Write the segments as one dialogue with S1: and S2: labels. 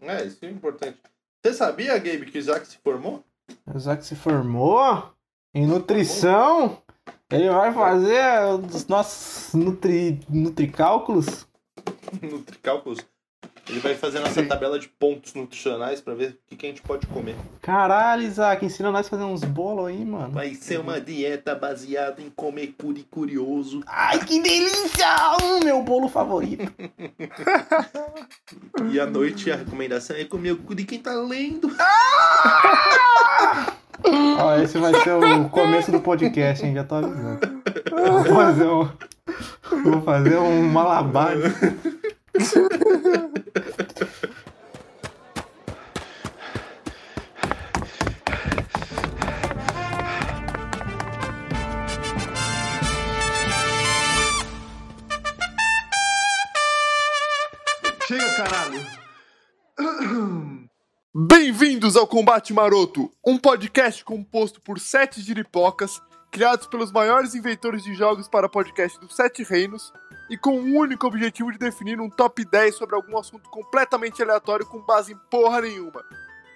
S1: É, isso é importante. Você sabia, Gabe, que o Isaac se formou?
S2: O Isaac se formou em nutrição. Ele vai fazer os nossos nutri... nutricálculos.
S1: Nutricálculos. Ele vai fazer nossa tabela de pontos nutricionais pra ver o que, que a gente pode comer.
S2: Caralho, Isaac, ensina nós a fazer uns bolos aí, mano.
S1: Vai ser uma dieta baseada em comer curi curioso.
S2: Ai, que delícia! Hum, meu bolo favorito.
S1: E à noite a recomendação é comer o cu de quem tá lendo.
S2: Ó, esse vai ser o começo do podcast, hein? Já tô avisando. Vou fazer um. Vou fazer um malabar.
S3: Chega, caralho! Bem-vindos ao Combate Maroto, um podcast composto por sete giripocas, criados pelos maiores inventores de jogos para podcast dos Sete Reinos, e com o único objetivo de definir um top 10 sobre algum assunto completamente aleatório com base em porra nenhuma.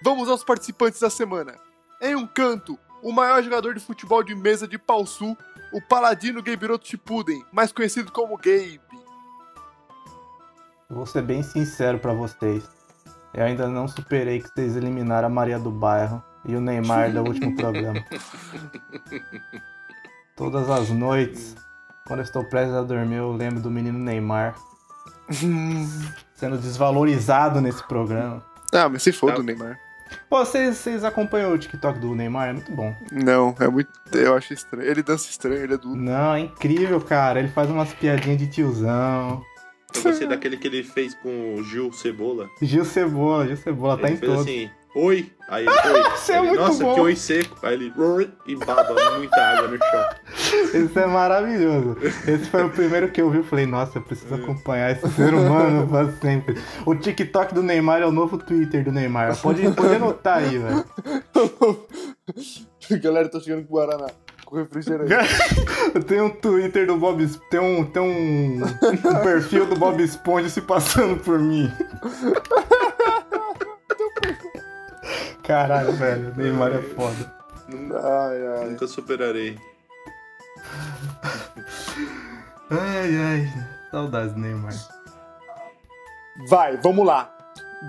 S3: Vamos aos participantes da semana. Em um canto, o maior jogador de futebol de mesa de Pau Sul, o paladino Gabiroto Chipuden, mais conhecido como Gabe.
S2: Vou ser bem sincero pra vocês. Eu ainda não superei que vocês eliminaram a Maria do Bairro e o Neymar do último programa. Todas as noites, quando eu estou prestes a dormir, eu lembro do menino Neymar sendo desvalorizado nesse programa.
S3: Ah, mas se foda
S1: Tá.
S3: o Neymar.
S2: Pô, vocês, vocês acompanham o TikTok do Neymar? É muito bom.
S3: Não, é muito. Eu acho estranho. Ele dança estranho, ele é do.
S2: Não, é incrível, cara. Ele faz umas piadinhas de tiozão.
S1: Eu gostei daquele que ele fez com o Gil Cebola.
S2: Gil Cebola, Gil Cebola, tá
S1: ele
S2: em
S1: fez
S2: todos.
S1: assim, oi. Aí ele, oi.
S2: Isso é
S1: Ele,
S2: muito
S1: Nossa,
S2: bom.
S1: que oi seco. Aí ele, "Oi", e baba muita água no chão.
S2: Isso é maravilhoso. Esse foi o primeiro que eu vi. Eu falei, nossa, eu preciso acompanhar esse ser humano pra sempre. O TikTok do Neymar é o novo Twitter do Neymar. Pode, pode anotar aí, velho.
S3: Galera, tô chegando com Guaraná. Com refrigerante.
S2: Tem um Twitter do Bob Es- Tem um, tem um, um perfil do Bob Esponja se passando por mim. Caralho, velho. O Neymar é foda.
S3: ai, ai.
S1: Nunca superarei.
S2: Ai, ai. Saudades do Neymar.
S3: Vai, vamos lá.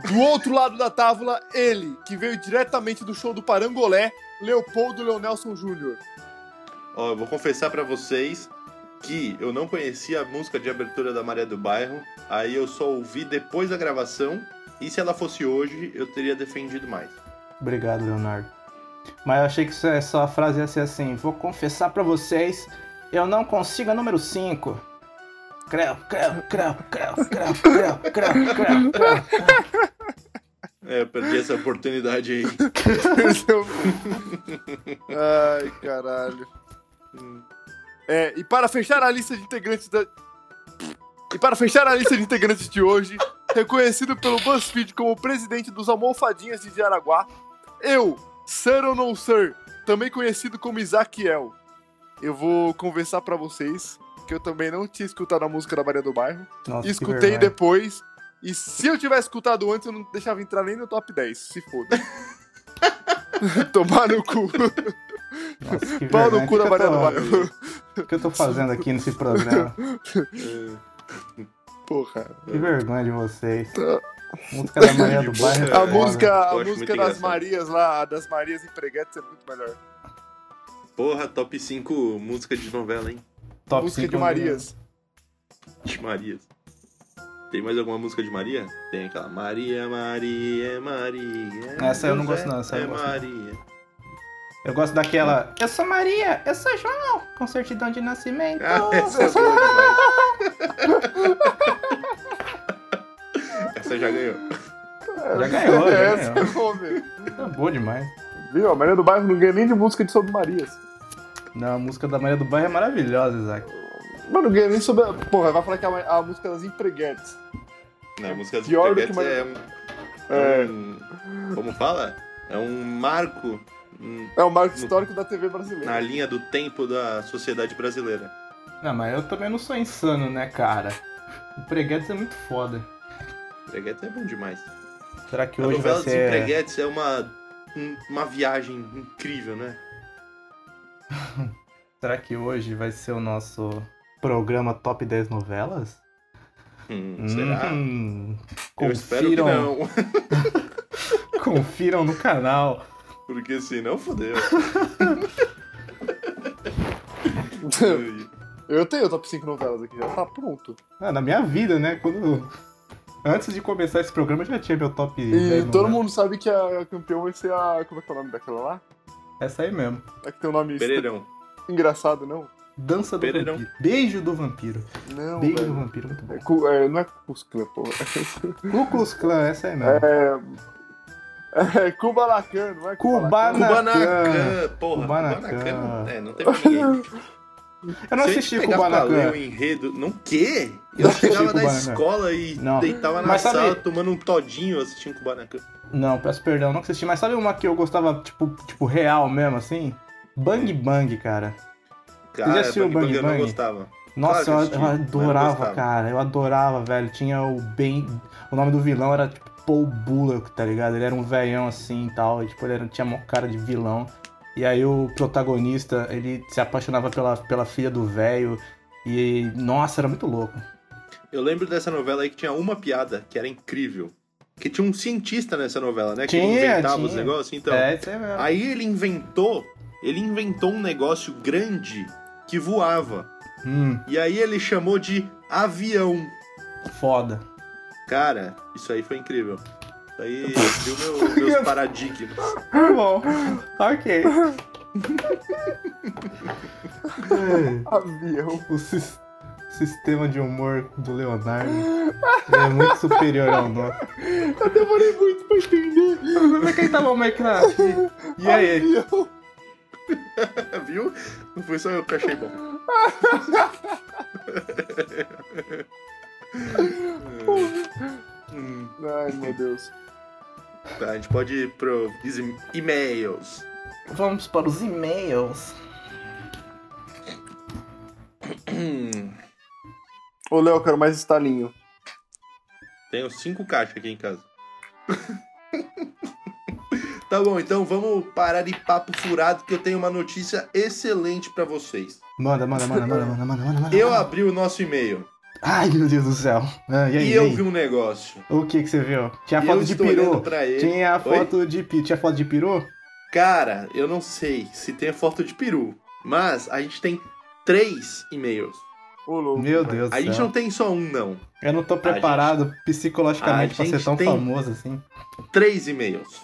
S3: Do outro lado da tábua, ele, que veio diretamente do show do Parangolé, Leopoldo Leonelson Júnior.
S1: Ó, eu vou confessar pra vocês que eu não conhecia a música de abertura da Maria do Bairro, aí eu só ouvi depois da gravação, e se ela fosse hoje, eu teria defendido mais.
S2: Obrigado, Leonardo. Mas eu achei que isso é só a frase ia ser assim: vou confessar pra vocês, eu não consigo a número 5. Creu, creu, creu, creu, creu, creu, creu, creu, creu.
S1: É, eu perdi essa oportunidade aí.
S3: ai, caralho. É, e para fechar a lista de integrantes da. E para fechar a lista de integrantes de hoje, reconhecido pelo BuzzFeed como presidente dos Almofadinhas de Jaraguá, eu, Sir ou não Sir, também conhecido como Isaquiel. Eu vou conversar pra vocês que eu também não tinha escutado a música da Maria do Bairro.
S2: Nossa, que
S3: escutei
S2: vergonha.
S3: depois. E se eu tivesse escutado antes, eu não deixava entrar nem no top 10. Se foda. Tomar no cu.
S2: Nossa, que
S3: Pau
S2: vergonha.
S3: no cu da
S2: O que
S3: Maria
S2: eu
S3: do
S2: tô-
S3: Bairro.
S2: O que eu tô fazendo aqui nesse programa?
S1: É,
S3: Porra.
S2: Que vergonha de vocês. Música da Maria do Bairro. é
S3: A
S2: foda.
S3: música, a
S1: Eu acho muito
S3: música das
S1: engraçado.
S3: Marias lá, a das Marias empregadas é muito melhor.
S1: Porra, top 5 música de novela, hein?
S2: Top
S3: música
S2: cinco é
S3: de Marias.
S1: De Marias. Tem mais alguma música de Maria? Tem aquela Maria, Maria, Maria.
S2: Essa eu não gosto não, essa eu
S1: é
S2: não gosto não.
S1: Maria.
S2: Eu gosto daquela. Eu sou Maria, eu sou João, com certidão de nascimento.
S1: Ah, essa é boa demais. Essa já ganhou.
S2: Já ganhou, já
S3: É essa,
S2: ganhou.
S3: homem.
S2: Tá boa demais.
S3: Viu? A Maria do Bairro não ganha nem de música de sobre Marias.
S2: Não, a música da Maria do Bairro é maravilhosa, Isaac.
S3: Mano, não ganha nem sobre. a- Porra, vai falar que é a, a música das empreguetes.
S1: Não, a música dos
S3: Pior do que
S1: Pepetes
S3: Maria-
S1: é um,
S3: É.
S1: um- Como fala? É um marco hum,
S3: É o marco histórico da TV brasileira.
S1: na linha do tempo da sociedade brasileira.
S2: Não, mas eu também não sou insano, né, cara? O Preguedes é muito foda.
S1: Peguete é bom demais.
S2: Será que
S1: A
S2: hoje vai
S1: novela
S2: ser.
S1: Desempreguetes é uma, um- uma viagem incrível, né?
S2: Será que hoje vai ser o nosso programa Top 10 Novelas?
S1: Hum, será?
S2: Hum,
S1: Eu espero que
S2: confiram,
S1: não,
S2: confiram no canal.
S1: porque senão fodeu.
S3: Eu tenho o top 5 novelas aqui, já tá pronto.
S2: Ah, na minha vida, né? Quando. Antes de começar esse programa, eu já tinha meu top
S3: E
S2: 10
S3: todo
S2: novelas.
S3: mundo sabe que a campeã vai ser a. Como é que é o nome daquela lá?
S2: Essa aí mesmo.
S3: É que tem um nome
S1: Pereirão.
S3: engraçado, não?
S2: Dança do
S1: Pereirão.
S2: Vampiro. Beijo do Vampiro.
S3: Não,
S2: Beijo do
S3: velho.
S2: Vampiro, muito bom.
S3: É cu- é, não é Cusclã, porra.
S2: Cuclus Clan, essa aí mesmo.
S3: É. É Kubalacan, não é?
S2: Kubanacan.
S1: Kubanacan, porra.
S2: Kubanacan.
S1: Kubanacan. É, não teve ninguém.
S2: Eu não
S1: Se
S2: assisti
S1: a gente pegava pra ler o
S2: Kubanacan.
S1: enredo. Não quê?
S2: Eu
S1: Eu
S2: assisti
S1: chegava da
S2: Kubanacan.
S1: escola e
S2: Não.
S1: deitava na
S2: Mas sabe-
S1: sala tomando um todinho assistindo Kubanacan.
S2: Não, peço perdão, não assisti. Mas sabe uma que eu gostava, tipo, tipo real mesmo, assim? Bang Bang, cara.
S1: Cara,
S2: já assistiu o Bang
S1: eu não
S2: Bang?
S1: gostava. Claro
S2: Nossa, eu,
S1: que
S2: eu
S1: assisti, mas não
S2: adorava,
S1: gostava.
S2: cara. Eu adorava, velho. Tinha o bem. O nome do vilão era tipo Paul Bullock, tá ligado? Ele era um velhão assim e tal. E, tipo, ele era- tinha uma cara de vilão. E aí o protagonista, ele se apaixonava pela, pela filha do velho. E, nossa, era muito louco.
S1: Eu lembro dessa novela aí que tinha uma piada que era incrível. Que tinha um cientista nessa novela, né? Que
S2: Tinha,
S1: inventava os
S2: tinha.
S1: negócios. Então,
S2: é, isso aí mesmo.
S1: aí ele inventou, ele inventou um negócio grande que voava.
S2: Hum,
S1: E aí ele chamou de avião.
S2: foda.
S1: Cara, isso aí foi incrível. Isso aí viu meu- meus paradigmas.
S2: Tá Bom, ok. É.
S3: Avião.
S2: o sis- sistema de humor do Leonardo é muito superior ao nosso.
S3: Eu demorei muito pra entender.
S2: Mas quem
S1: tá
S2: tava meio que na. E aí?
S3: Avião.
S1: Viu? Não foi só eu que achei bom. Hum,
S3: Ai, meu Deus.
S1: tá, a gente pode ir pro e- e-mails.
S2: Vamos para os e-mails.
S1: Hum,
S3: Ô, Léo, eu quero mais estalinho.
S1: Tenho cinco caixas aqui em casa. tá bom, então vamos parar de papo furado que eu tenho uma notícia excelente pra vocês.
S2: Manda, manda, manda, manda, manda, manda, manda, manda.
S1: Eu abri o nosso e-mail
S2: Ai, meu Deus do céu. Ah, e aí,
S1: e
S2: e
S1: eu
S2: aí?
S1: vi um negócio.
S2: O que que você viu? Tinha
S1: E
S2: foto
S1: eu
S2: de
S1: estou olhando
S2: peru.
S1: pra ele.
S2: Tinha
S1: Oi?
S2: foto de peru. Tinha foto de peru?
S1: Cara, eu não sei se tem foto de peru, mas a gente tem três e-mails.
S3: Ô, louco.
S2: Meu Deus do
S1: A
S2: céu.
S1: gente não tem só um, não.
S2: Eu não tô preparado psicologicamente
S1: a
S2: pra ser
S1: gente
S2: tão
S1: tem-
S2: famoso assim.
S1: Três e-mails.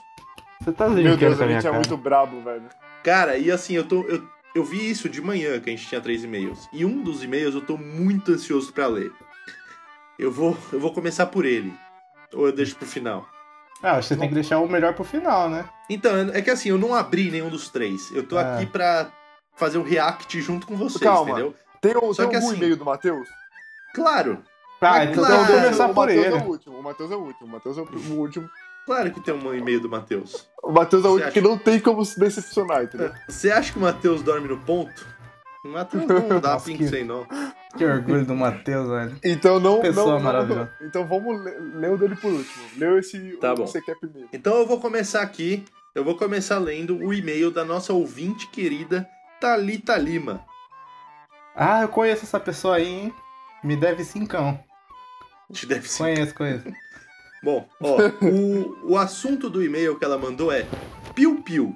S2: Você tá
S3: Meu
S2: brincando
S3: Deus,
S2: com a
S3: a
S2: minha
S3: gente é
S2: cara.
S3: muito brabo, velho.
S1: Cara, e assim, eu tô. Eu, eu vi isso de manhã que a gente tinha três e-mails. E um dos e-mails eu tô muito ansioso pra ler. Eu vou, eu vou começar por ele. Ou eu deixo pro final.
S2: Ah, você tem que deixar o melhor pro final, né?
S1: Então, é que assim, eu não abri nenhum dos três. Eu tô
S2: É.
S1: aqui pra fazer o react junto com vocês,
S3: Calma.
S1: entendeu?
S3: Tem, o-
S1: Só
S3: tem
S1: que
S3: algum
S1: assim-
S3: e-mail do Matheus?
S1: Claro,
S2: Ah,
S1: Mas
S2: então
S1: claro,
S2: vamos começar
S3: o
S2: por
S3: Matheus
S2: ele.
S3: é o último. O Matheus é o último. O Matheus é o último.
S1: claro que tem um e-mail do Matheus.
S3: O Matheus é o
S1: Você
S3: último que
S1: acha?
S3: não tem como se decepcionar, entendeu?
S1: Você acha que o Matheus dorme no ponto? O Matheus não dá
S2: Nossa,
S1: pink
S2: que-
S1: sem não.
S2: Que orgulho do Matheus, velho.
S3: Então não.
S2: Pessoa
S3: não- não-
S2: maravilhosa.
S3: Então vamos ler, ler o dele por último. Leu esse
S1: Tá
S3: o
S1: bom.
S3: que você quer primeiro.
S1: Então eu vou começar aqui. Eu vou começar lendo o e-mail da nossa ouvinte querida Thalita Lima.
S2: Ah, eu conheço essa pessoa aí, hein? Me deve cincão.
S1: Te deve ser.
S2: Conheço, conheço.
S1: Bom, ó, o, o assunto do e-mail que ela mandou é Piu Piu.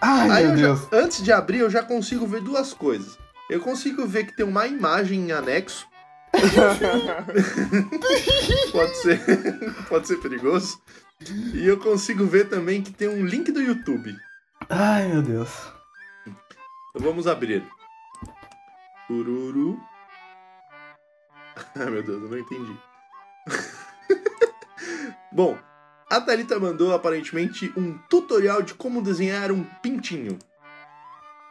S2: Ai,
S1: Aí
S2: meu
S1: eu já-
S2: Deus.
S1: antes de abrir, eu já consigo ver duas coisas. Eu consigo ver que tem uma imagem em anexo. pode ser, pode ser perigoso. E eu consigo ver também que tem um link do YouTube.
S2: Ai, meu Deus.
S1: Então vamos abrir. Tururu. Ai meu Deus, eu não entendi. Bom, a Thalita mandou aparentemente um tutorial de como desenhar um pintinho.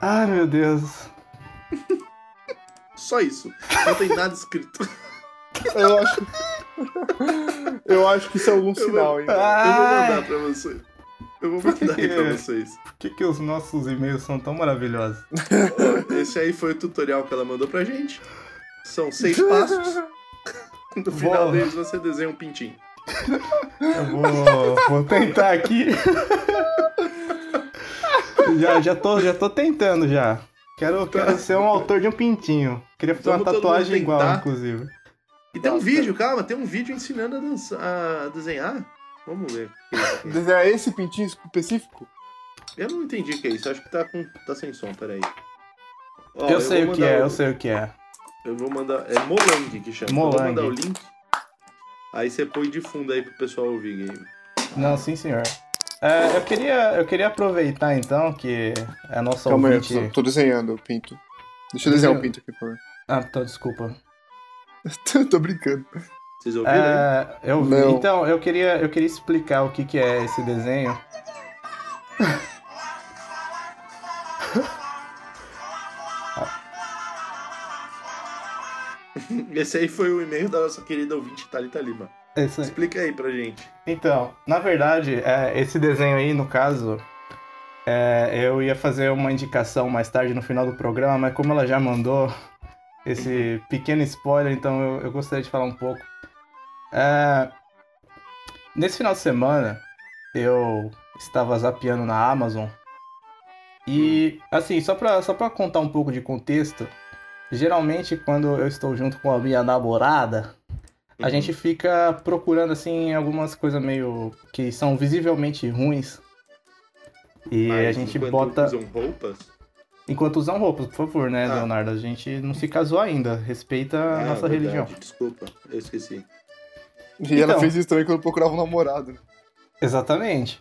S2: Ai, meu Deus.
S1: Só isso. Não tem nada escrito.
S3: Eu acho. Eu acho que isso é algum sinal, hein?
S2: Ah!
S1: Eu vou mandar
S2: Ai, É.
S1: pra vocês. Eu vou mandar aí pra vocês.
S2: por que, que os nossos e-mails são tão maravilhosos?
S1: Ó, Esse aí foi o tutorial que ela mandou pra gente. São seis passos. No final
S2: Boa.
S1: deles você desenha um pintinho.
S2: Eu vou, vou tentar aqui. já, já, tô, já tô tentando já. Quero, quero ser um autor de um pintinho. Queria fazer
S1: Vamos
S2: uma
S1: todo mundo
S2: tatuagem igual,
S1: tentar.
S2: inclusive.
S1: E tem um
S3: Nossa.
S1: vídeo, calma, tem um vídeo ensinando a, dança- a desenhar. Vamos ver.
S3: Desenhar esse pintinho específico?
S1: Eu não entendi o que é isso, acho que tá, com, tá sem som, peraí. Ó,
S2: eu sei
S1: vou
S2: o que
S1: mandar
S2: é, eu sei o que é.
S1: Eu vou mandar. É Molang que chama. Eu vou
S2: Molang.
S1: mandar o link. Aí você põe de fundo aí pro pessoal ouvir game.
S2: Não, sim, senhor. É, eu, queria, eu queria aproveitar então que a nossa
S3: Calma aí, eu
S2: ouvinte.
S3: tô, tô desenhando o pinto. Deixa eu desenhar o pinto aqui, por favor.
S2: Ah, tô, desculpa.
S3: Tô- tô brincando.
S1: Vocês ouviram? aí?
S2: É, eu vi.
S3: Não.
S2: Então, eu queria, eu queria explicar o que, que é esse desenho.
S1: Esse aí foi o e-mail da nossa querida ouvinte Thalita Lima.
S2: Esse-
S1: Explica aí pra gente.
S2: Então, na verdade, é, esse desenho aí, no caso, é, eu ia fazer uma indicação mais tarde no final do programa, mas como ela já mandou esse pequeno spoiler, então eu, eu gostaria de falar um pouco. É, nesse final de semana, eu estava zapeando na Amazon e, assim, só pra, só pra contar um pouco de contexto, geralmente quando eu estou junto com a minha namorada,
S1: Uhum.
S2: a gente fica procurando, assim, algumas coisas meio que são visivelmente ruins. E
S1: Mas
S2: a gente
S1: enquanto
S2: bota.
S1: Usam roupas?
S2: Enquanto usam roupas, por favor, né,
S1: Ah.
S2: Leonardo? A gente não se casou ainda. Respeita a
S1: Ah,
S2: nossa
S1: verdade,
S2: religião.
S1: Desculpa, eu esqueci.
S3: E
S2: Então.
S3: ela fez isso também quando procurava um namorado.
S2: Exatamente.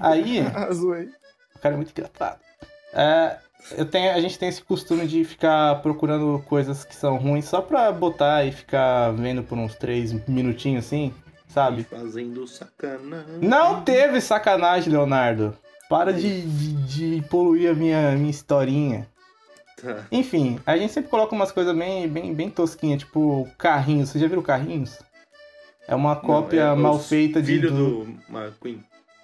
S2: Aí.
S3: Ah, zoei.
S2: O cara é muito engraçado. É, eu tenho, a gente tem esse costume de ficar procurando coisas que são ruins só pra botar e ficar vendo por uns três minutinhos assim, sabe?
S1: Fazendo sacanagem.
S2: Não teve sacanagem, Leonardo. Para de, de- de poluir a minha, minha historinha.
S1: Tá.
S2: Enfim, a gente sempre coloca umas coisas bem, bem, bem tosquinhas, tipo carrinhos. Você já viu carrinhos? É uma cópia
S1: Não, é
S2: mal
S1: o
S2: feita de.
S1: Filho
S2: do-
S1: do McQueen.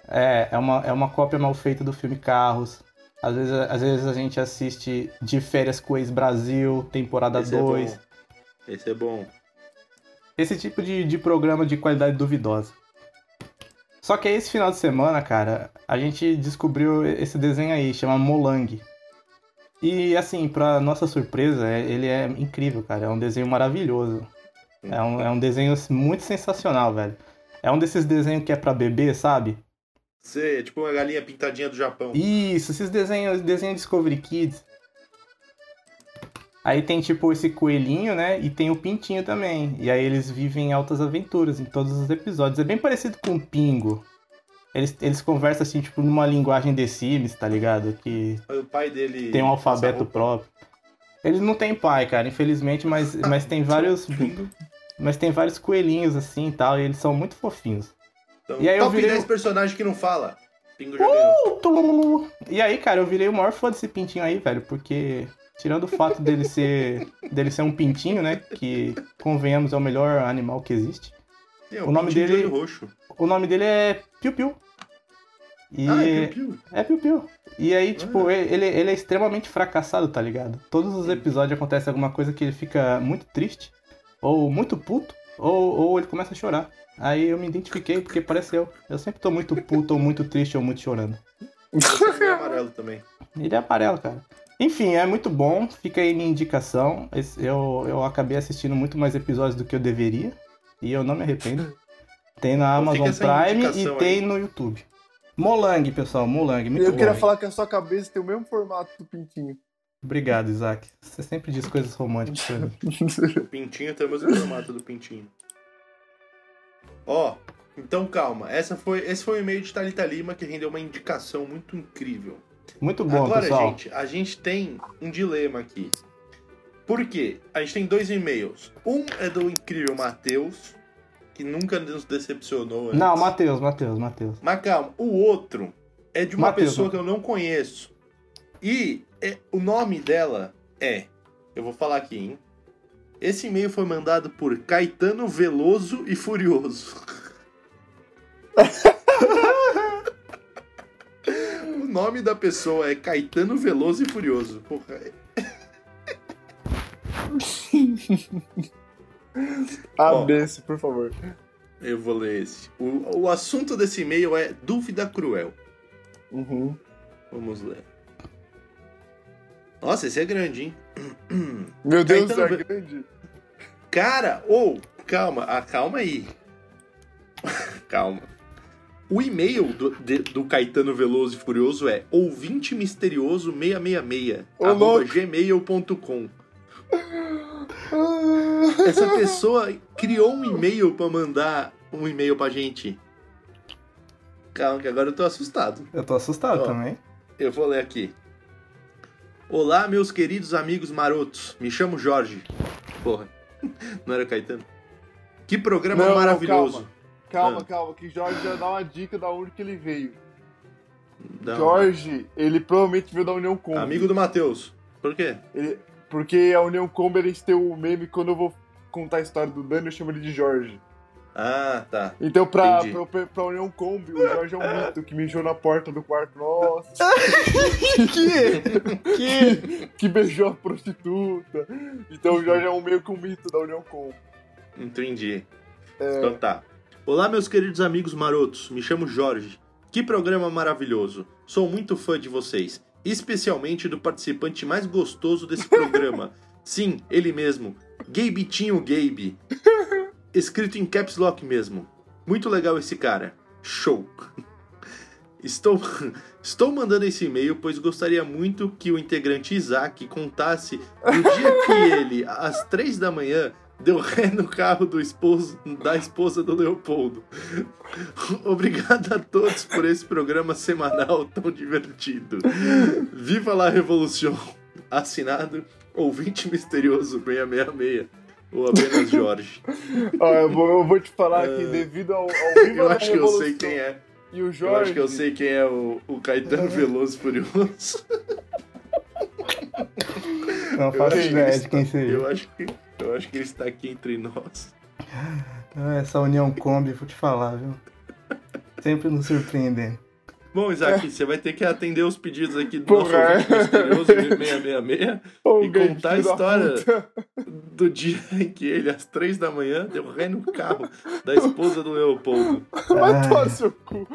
S2: é, é uma, é uma cópia mal feita do filme Carros. Às vezes, às vezes a gente assiste De Férias com o Ex-Brasil, temporada
S1: Esse é
S2: 2.
S1: bom. Esse é bom.
S2: Esse tipo de, de programa de qualidade duvidosa. Só que aí esse final de semana, cara, a gente descobriu esse desenho aí, chama Molang. E assim, pra nossa surpresa, é- ele é incrível, cara. É um desenho maravilhoso. É um, é um desenho muito sensacional, velho. É um desses desenhos que é pra bebê, sabe?
S1: Você é tipo uma galinha pintadinha do Japão.
S2: Isso, esses desenhos, desenho Discovery Kids. Aí tem tipo esse coelhinho, né? E tem o pintinho também. E aí eles vivem altas aventuras em todos os episódios. É bem parecido com o Pingo. Eles, eles conversam assim, tipo, numa linguagem de Sims, tá ligado? Que
S1: Aí O pai dele.
S2: tem um alfabeto
S1: passa
S2: próprio. Ele não tem pai, cara, infelizmente, mas, mas tem vários. Mas tem vários coelhinhos assim e tal. E eles são muito fofinhos.
S1: Então,
S2: E aí eu Uh!
S1: top
S2: virei-
S1: 10 personagens que não fala. Pingo já ganhou.
S2: E aí, cara, eu virei o maior fã desse pintinho aí, velho, porque tirando o fato dele ser dele ser um pintinho, né, que convenhamos é o melhor animal que existe.
S1: É,
S2: o nome
S1: pintinho de
S2: dele-
S1: olho roxo.
S2: O nome dele é Piu Piu. E
S1: Ah, é piu-piu.
S2: é Piu Piu. E aí, tipo, ele, ele é extremamente fracassado, tá ligado? Todos os episódios acontece alguma coisa que ele fica muito triste, ou muito puto, ou, ou ele começa a chorar. Aí eu me identifiquei porque pareceu. Eu sempre tô muito puto, ou muito triste, ou muito chorando.
S1: Esse é amarelo também.
S2: Ele é amarelo, cara. Enfim, é muito bom. Fica aí minha indicação. Esse- Eu, eu acabei assistindo muito mais episódios do que eu deveria. E eu não me arrependo. Tem na
S1: Então
S2: Amazon
S1: fica essa
S2: Prime e
S1: indicação aí.
S2: tem no YouTube. Molang, pessoal. Molang. Muito
S3: Eu
S2: bom.
S3: queria
S2: hein?
S3: falar que a sua cabeça tem o mesmo formato do pintinho.
S2: Obrigado, Isaac. Você sempre diz coisas românticas pra mim.
S1: O pintinho tem o mesmo formato do pintinho. Ó, então calma. Essa foi, esse foi o e-mail de Thalita Lima que rendeu uma indicação muito incrível.
S2: Muito bom,
S1: Agora,
S2: pessoal.
S1: gente, a gente tem um dilema aqui. Por quê? A gente tem dois e-mails. Um é do incrível Matheus, que nunca nos decepcionou. Antes.
S2: Não, Matheus, Matheus, Matheus.
S1: Mas calma, o outro é de uma
S2: Matheus,
S1: pessoa
S2: né?
S1: que eu não conheço. E é- o nome dela é. Eu vou falar aqui, hein? Esse e-mail foi mandado por Caetano Veloso e Furioso. o nome da pessoa é Caetano Veloso e Furioso. Porra,
S3: Ah,
S1: Ó.
S3: desse, por favor.
S1: Eu vou ler esse. O, o assunto desse e-mail é dúvida cruel.
S3: Uhum.
S1: Vamos ler. Nossa, esse é grande, hein?
S3: Meu Deus,
S1: Caetano
S3: é
S1: Ve-
S3: grande.
S1: Cara, ou calma, ah, calma aí. calma. O e-mail do, de- do Caetano Veloso e Furioso é ouvinte misterioso 666
S3: Ô,
S1: arroba
S3: louco.
S1: gmail.com.
S3: Ah,
S1: Essa pessoa criou um e-mail pra mandar um e-mail pra gente. Calma, que agora eu tô assustado.
S2: Eu tô assustado
S1: Ó.
S2: também.
S1: Eu vou ler aqui. Olá, meus queridos amigos marotos. Me chamo Jorge. Porra, não era o Caetano? Que programa
S3: Não, não,
S1: maravilhoso.
S3: Calma,
S1: Ah.
S3: calma, que Jorge já dá uma dica da onde que ele veio.
S1: Dá um-
S3: Jorge, ele provavelmente veio da União Combo.
S1: Amigo do Matheus. Por quê?
S3: Ele- porque a União Combo, eles têm o meme quando eu vou contar a história do Dani, eu chamo ele de Jorge.
S1: Ah, tá.
S3: Então, pra,
S1: Entendi.
S3: pra, pra União Combo, o Jorge é um mito que mijou na porta do quarto. Nossa,
S2: Que? Que?
S3: que beijou a prostituta. Então, o Jorge é um meio que um mito da União Combo.
S1: Entendi. Então tá. Olá, meus queridos amigos marotos. Me chamo Jorge. Que programa maravilhoso. Sou muito fã de vocês, especialmente do participante mais gostoso desse programa. Sim, ele mesmo, Gabitinho Gabe. Escrito em caps lock mesmo. Muito legal esse cara. Show. Estou, estou mandando esse e-mail, pois gostaria muito que o integrante Isaac contasse no dia que ele, às três da manhã, deu ré no carro do esposo, da esposa do Leopoldo. Obrigado a todos por esse programa semanal tão divertido. Viva la Revolução! Assinado ouvinte misterioso 666 ou apenas Jorge.
S3: Ó, Ah, eu, vou, eu vou te falar que
S1: Ah.
S3: devido ao, ao Viva
S1: Eu
S3: la
S1: acho que eu sei
S3: Revolução
S1: quem é.
S3: E o
S1: Eu
S3: Jorge... É.
S1: acho que eu sei quem é o, o Caetano Veloso Furioso.
S2: Não
S1: Eu acho
S2: faço
S1: que
S2: ideia
S1: ele
S2: de quem
S1: está-
S2: seja.
S1: Eu acho que eu acho que ele está aqui entre nós.
S2: Ah, Essa união Kombi, vou te falar, viu? Sempre nos surpreendendo.
S1: Bom, Isaac, você vai ter que atender os pedidos aqui do
S3: É. Porra,
S1: nosso
S3: é.
S1: ouvinte misterioso 666
S3: Ô,
S1: e
S3: Gabe,
S1: contar a
S3: filho da
S1: história.
S3: puta.
S1: do dia em que ele, às três da manhã, deu ré no carro da esposa do Leopoldo.
S3: Vai
S2: Ah.
S3: tomar no seu cu.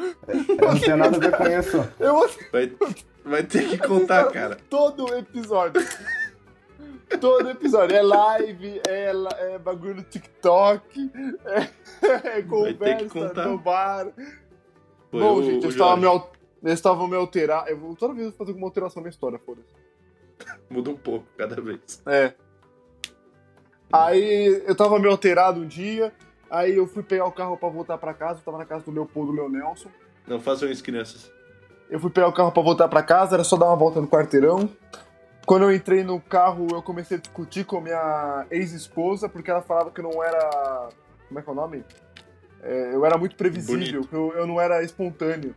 S2: Não tem nada a ver com isso.
S3: Eu
S1: Vai, vai ter que contar, cara.
S3: Todo episódio. Todo episódio. É live, é, la- é bagulho no TikTok, é, é
S1: que contar.
S3: conversa no bar.
S1: Foi
S3: Bom,
S1: o-
S3: gente,
S1: o
S3: eu estava,
S1: Jorge.
S3: me, al- eu estava me alterar. Eu vou toda vez eu vou fazer alguma alteração na história, foda-se.
S1: Muda um pouco cada vez.
S3: É. Aí eu tava meio alterado um dia, aí eu fui pegar o carro pra voltar pra casa, eu tava na casa do Leopoldo e do meu Nelson.
S1: Não façam isso, crianças.
S3: Eu fui pegar o carro pra voltar pra casa, era só dar uma volta no quarteirão. Quando eu entrei no carro, eu comecei a discutir com a minha ex-esposa, porque ela falava que eu não era. Como é que é o nome? É, eu era muito previsível, que eu, eu não era espontâneo.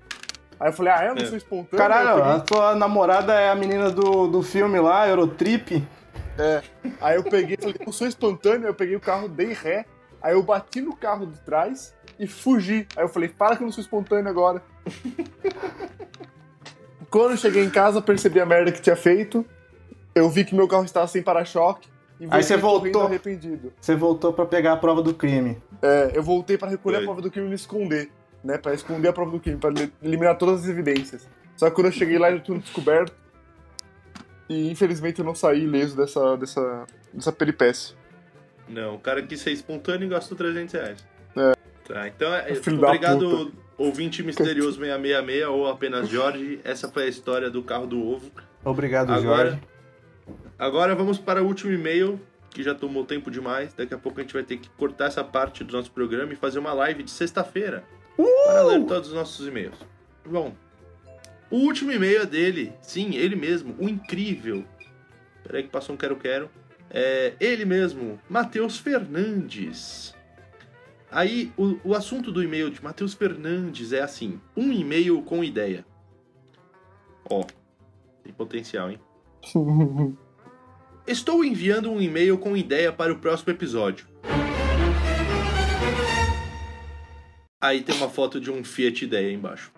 S3: Aí eu falei, ah, eu não
S1: É.
S3: sou espontâneo.
S2: Caralho,
S3: eu
S2: a tua namorada é a menina do, do filme lá, Eurotrip.
S3: peguei- Aí eu peguei, falei, eu sou espontâneo, eu peguei o carro, dei ré. Aí eu bati no carro de trás e fugi. Aí eu falei, para que eu não sou espontâneo agora. Quando eu cheguei em casa, percebi a merda que tinha feito. Eu vi que meu carro estava sem para-choque. e voltei
S2: você voltou.
S3: correndo arrependido.
S2: Você voltou pra pegar a prova do crime.
S3: É, eu voltei para recolher
S1: Oi.
S3: a prova do crime e me esconder. Né, pra esconder a prova do crime, pra ele- eliminar todas as evidências. Só que quando eu cheguei lá, já tinha descoberto. E infelizmente eu não saí ileso dessa, dessa, dessa peripécia.
S1: Não, o cara quis ser espontâneo e gastou 300 reais. É. Tá, então é.
S3: Filho da
S1: Obrigado, ouvinte misterioso 666 ou apenas Jorge. Essa foi a história do carro do ovo.
S2: Obrigado,
S1: Agora-
S2: Jorge.
S1: Agora vamos para o último e-mail, que já tomou tempo demais. Daqui a pouco a gente vai ter que cortar essa parte do nosso programa e fazer uma live de sexta-feira para ler todos os nossos e-mails. Bom, o último e-mail é dele, sim, ele mesmo, o incrível. Peraí que passou um quero-quero. É ele mesmo, Matheus Fernandes. Aí, o, o assunto do e-mail de Matheus Fernandes é assim: um e-mail com ideia. Ó, tem potencial, hein? Estou enviando um e-mail com ideia para o próximo episódio. Aí tem uma foto de um Fiat Ideia aí embaixo.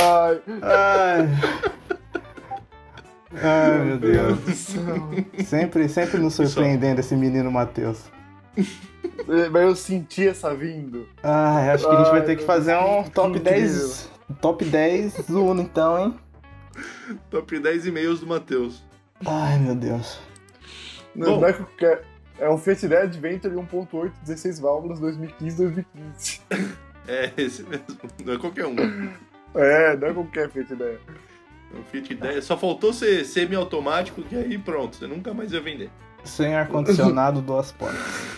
S3: Ai,
S2: Ai. Ai, meu Deus.
S3: do céu.
S2: Sempre, sempre nos surpreendendo esse menino Matheus.
S3: É, Mas eu senti essa vindo.
S2: Ai, acho que a gente vai
S3: Ai,
S2: ter que fazer um top
S3: incrível.
S2: 10. Top 10 Zuno, então, hein?
S1: Top 10 e-mails do Matheus.
S2: Ai, meu Deus.
S1: Bom.
S3: Não, não é que eu quero. É um Fiat Idea Adventure 1.8, 16 válvulas, 2015-2015.
S1: É, esse mesmo. Não é qualquer um.
S3: É, não é qualquer Fiat Idea.
S1: É um Fiat Ideia. Só faltou ser semi-automático, que aí pronto, você nunca mais ia vender.
S2: Sem ar-condicionado, duas portas.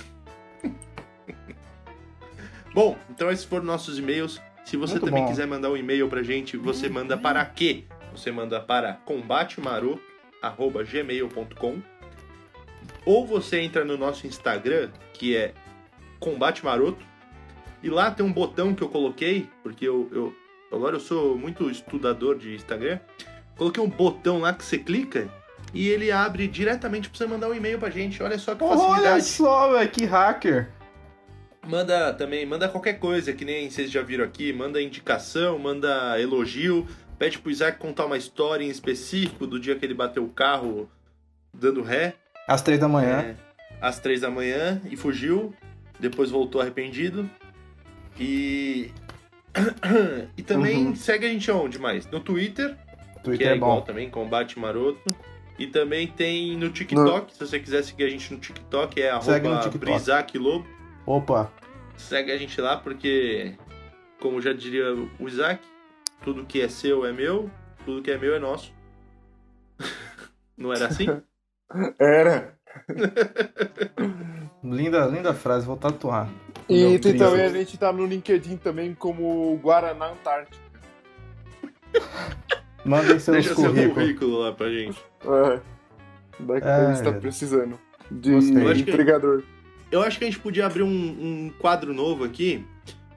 S1: Bom, então esses foram nossos e-mails. Se você
S2: Muito
S1: também
S2: bom.
S1: quiser mandar um e-mail pra gente, você manda para quê? Você manda para combatemaroto@gmail.com ou você entra no nosso Instagram, que é Combate Maroto, e lá tem um botão que eu coloquei, porque eu, eu agora eu sou muito estudador de Instagram, coloquei um botão lá que você clica e ele abre diretamente pra você mandar um e-mail pra gente. Olha só que facilidade.
S2: Olha só, velho, que hacker.
S1: Manda também, manda qualquer coisa, que nem vocês já viram aqui, manda indicação, manda elogio, pede pro Isaac contar uma história em específico do dia que ele bateu o carro dando ré
S2: Às três da manhã.
S1: é, às três da manhã e fugiu, depois voltou arrependido. E. e também
S2: Uhum.
S1: segue a gente onde mais? No Twitter, que
S2: Twitter
S1: é,
S2: é
S1: igual
S2: bom.
S1: também, Combate Maroto. E também tem no TikTok, se você quiser seguir a gente no TikTok, é
S2: Segue no
S1: arroba
S2: TikTok.
S1: Brisac Lobo
S2: Opa,
S1: segue a gente lá porque, como já diria o Isaac, tudo que é seu é meu, tudo que é meu é nosso. Não era assim?
S3: Era.
S2: linda, linda frase, vou tatuar.
S3: E
S2: Meu
S3: tem
S2: Deus.
S3: também, a gente tá no LinkedIn também como Guaraná Antártico.
S2: Mandem seus
S1: Deixa seu
S2: currículos.
S1: currículo lá pra gente.
S3: É. Daqui a
S2: Ah,
S3: gente tá
S2: é.
S3: precisando de
S2: Gostei.
S1: Eu acho que-
S3: empregador.
S1: Eu acho que a gente podia abrir um, um quadro novo aqui.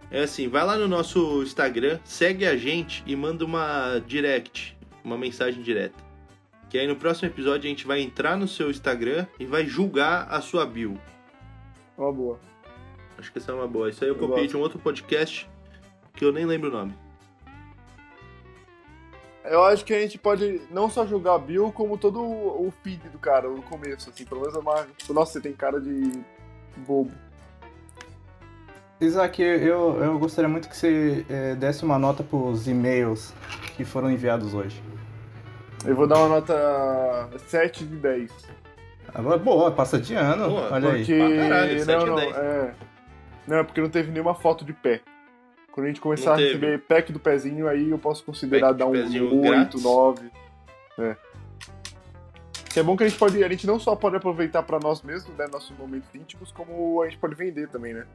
S1: É assim, vai lá no nosso Instagram, segue a gente e manda uma direct, uma mensagem direta. Que aí no próximo episódio a gente vai entrar no seu Instagram e vai julgar a sua bio.
S3: Uma boa.
S1: Acho que essa é uma boa. Isso aí eu
S3: Eu
S1: copiei
S3: gosto.
S1: de um outro podcast que eu nem lembro o nome.
S3: Eu acho que a gente pode não só julgar a Bill, como todo o o feed do cara, no começo, assim. Pelo menos é uma. Tipo, nossa, você tem cara de bobo.
S2: Isaac, eu, eu gostaria muito que você eh, desse uma nota pros e-mails que foram enviados hoje.
S3: Eu vou dar uma nota 7 de 10.
S2: Agora, boa, passa de ano.
S1: Boa,
S2: Olha aí.
S3: Porque.
S1: pra caralho, sete de
S3: não, não,
S1: 10.
S3: é. Não, é porque não teve nenhuma foto de pé. Quando a gente começar
S1: Não
S3: a
S1: teve.
S3: receber pack do pezinho, aí eu posso considerar
S1: Pack de
S3: dar um
S1: pezinho
S3: 8,
S1: grátis.
S3: 9. É. Que é bom que a gente pode. A gente não só pode aproveitar pra nós mesmos, né? Nossos momentos íntimos, como a gente pode vender também, né?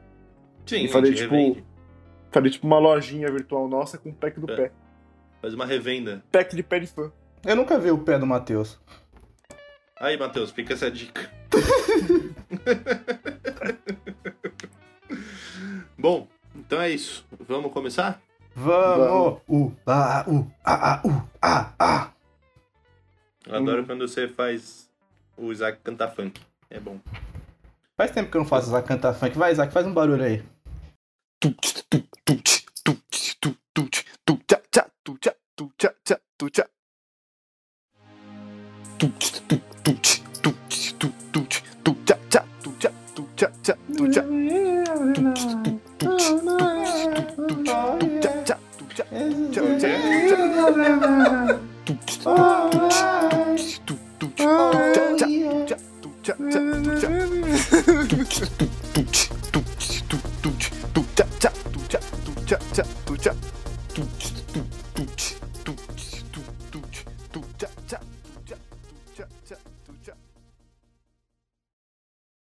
S1: Sim,
S3: E falei,
S1: a gente
S3: tipo,
S1: revende.
S3: Fazer tipo uma lojinha virtual nossa com pack do
S1: É.
S3: pé.
S1: Faz uma revenda.
S3: Pack de pé de fã.
S2: Eu nunca vi o pé do Matheus.
S1: Aí, Matheus, fica essa dica. Bom, então é isso. Vamos começar?
S2: Vamos! U, a, u, a, a, u, a, a.
S1: Eu
S3: Hum.
S1: adoro quando você faz o Isaac cantar funk. É bom.
S2: Faz tempo que eu não faço Isaac cantar funk. Vai, Isaac, faz um barulho aí.
S3: Tut, tut, tut, tut, tut, tut, tut, tcha, tcha, tut, tcha, tut, tcha, tcha, tut, tcha. Tut, tut, tut, tut, tut, tut, tut, tcha, tcha, tut, tcha, tut, tcha, tcha, tut, tcha, tut, tcha, tcha, tut, tcha, tcha, tcha, tut, tcha. Tut, tut, tut, tut, tut, tcha, tcha, tcha, tut, tcha, tcha, tut, tcha.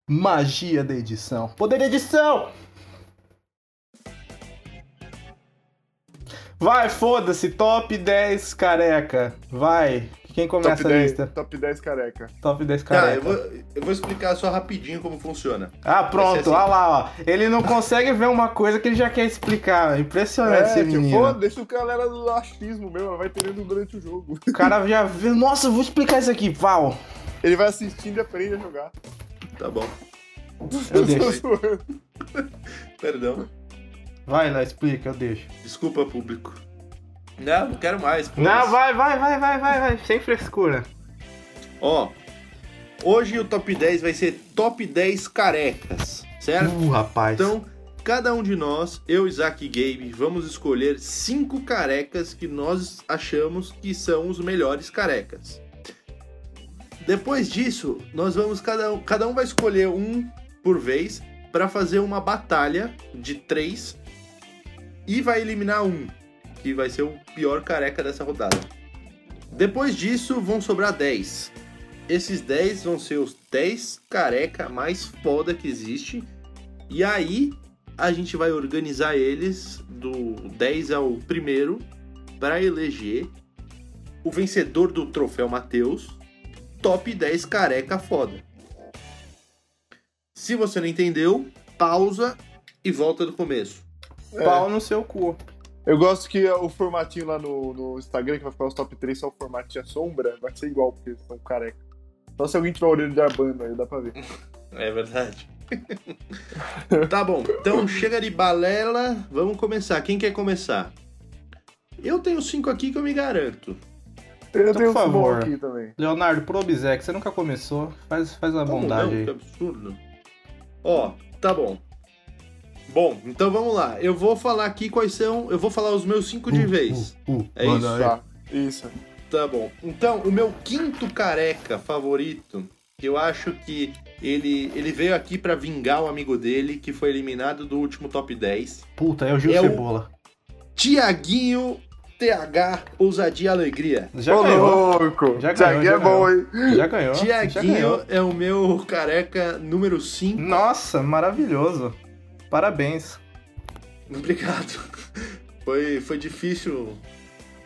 S2: Magia da edição. Poder de edição! Vai, foda-se, top 10 careca. Vai. Quem começa
S3: Top
S2: a
S3: 10,
S2: lista?
S3: top 10 careca.
S2: Top 10
S1: Cara,
S2: careca.
S1: Tá, eu vou, eu vou explicar só rapidinho como funciona.
S2: Ah, pronto,
S1: Vai ser assim.
S2: olha lá, ó. Ele não consegue ver uma coisa que ele já quer explicar. Impressionante
S1: É,
S2: esse
S3: tipo,
S2: Ah, menino.
S3: pô, deixa o galera do achismo mesmo, ela vai entendendo durante o jogo.
S2: O cara já vê. Nossa, eu vou explicar isso aqui, pau.
S3: Ele vai assistindo e aprende a jogar.
S1: Tá bom.
S2: Eu deixo.
S3: zoando.
S1: Perdão.
S2: Vai lá, explica, eu deixo.
S1: Desculpa, público. Não, não quero mais. pô.
S2: Não, vai, vai, vai, vai, vai, vai. Sem frescura.
S1: Ó, hoje o top 10 vai ser top 10 carecas, certo?
S2: Uh, rapaz.
S1: Então, cada um de nós, eu, Isaac e Gabe, vamos escolher cinco carecas que nós achamos que são os melhores carecas. Depois disso, nós vamos cada um, cada um vai escolher um por vez para fazer uma batalha de três e vai eliminar um, que vai ser o pior careca dessa rodada. Depois disso, vão sobrar 10. Esses 10 vão ser os 10 careca mais foda que existe. E aí, a gente vai organizar eles do 10 ao primeiro para eleger o vencedor do troféu Matheus, top 10 careca foda. Se você não entendeu, pausa e volta do começo. é.
S2: Pau no seu cu.
S3: Eu gosto que o formatinho lá no, no Instagram, que vai ficar os top 3, só o formato tinha sombra, vai ser igual, porque são careca. Só se alguém tiver orelha de arbano aí, dá pra ver.
S1: É verdade. tá bom, então chega de balela, vamos começar. Quem quer começar? Eu tenho cinco aqui que eu me garanto.
S3: Eu
S2: Então,
S3: tenho um
S2: por favor.
S3: favor aqui também.
S2: Leonardo, pro Obsec, você nunca começou. Faz, faz a
S1: Como Tá
S2: bondade
S1: não? Que
S2: aí.
S1: absurdo. Ó, tá bom. Bom, então vamos lá. Eu vou falar aqui quais são. Eu vou falar os meus cinco de vez.
S2: Uh, uh,
S1: É
S2: manda
S1: isso.
S2: aí.
S3: Tá, isso.
S1: Tá bom. Então, o meu quinto careca favorito, que eu acho que ele, ele veio aqui pra vingar o amigo dele, que foi eliminado do último top 10.
S2: Puta, é o Gil
S1: É o-
S2: Cebola.
S1: Tiaguinho TH Ousadia e Alegria.
S2: Já
S3: Ô,
S2: ganhou.
S3: louco!
S2: Já ganhou,
S3: Thiaguinho
S2: já
S3: é bom, hein?
S2: Já ganhou. Já ganhou.
S1: Tiaguinho é o meu careca número 5.
S2: Nossa, maravilhoso. Parabéns.
S1: Obrigado. Foi, foi difícil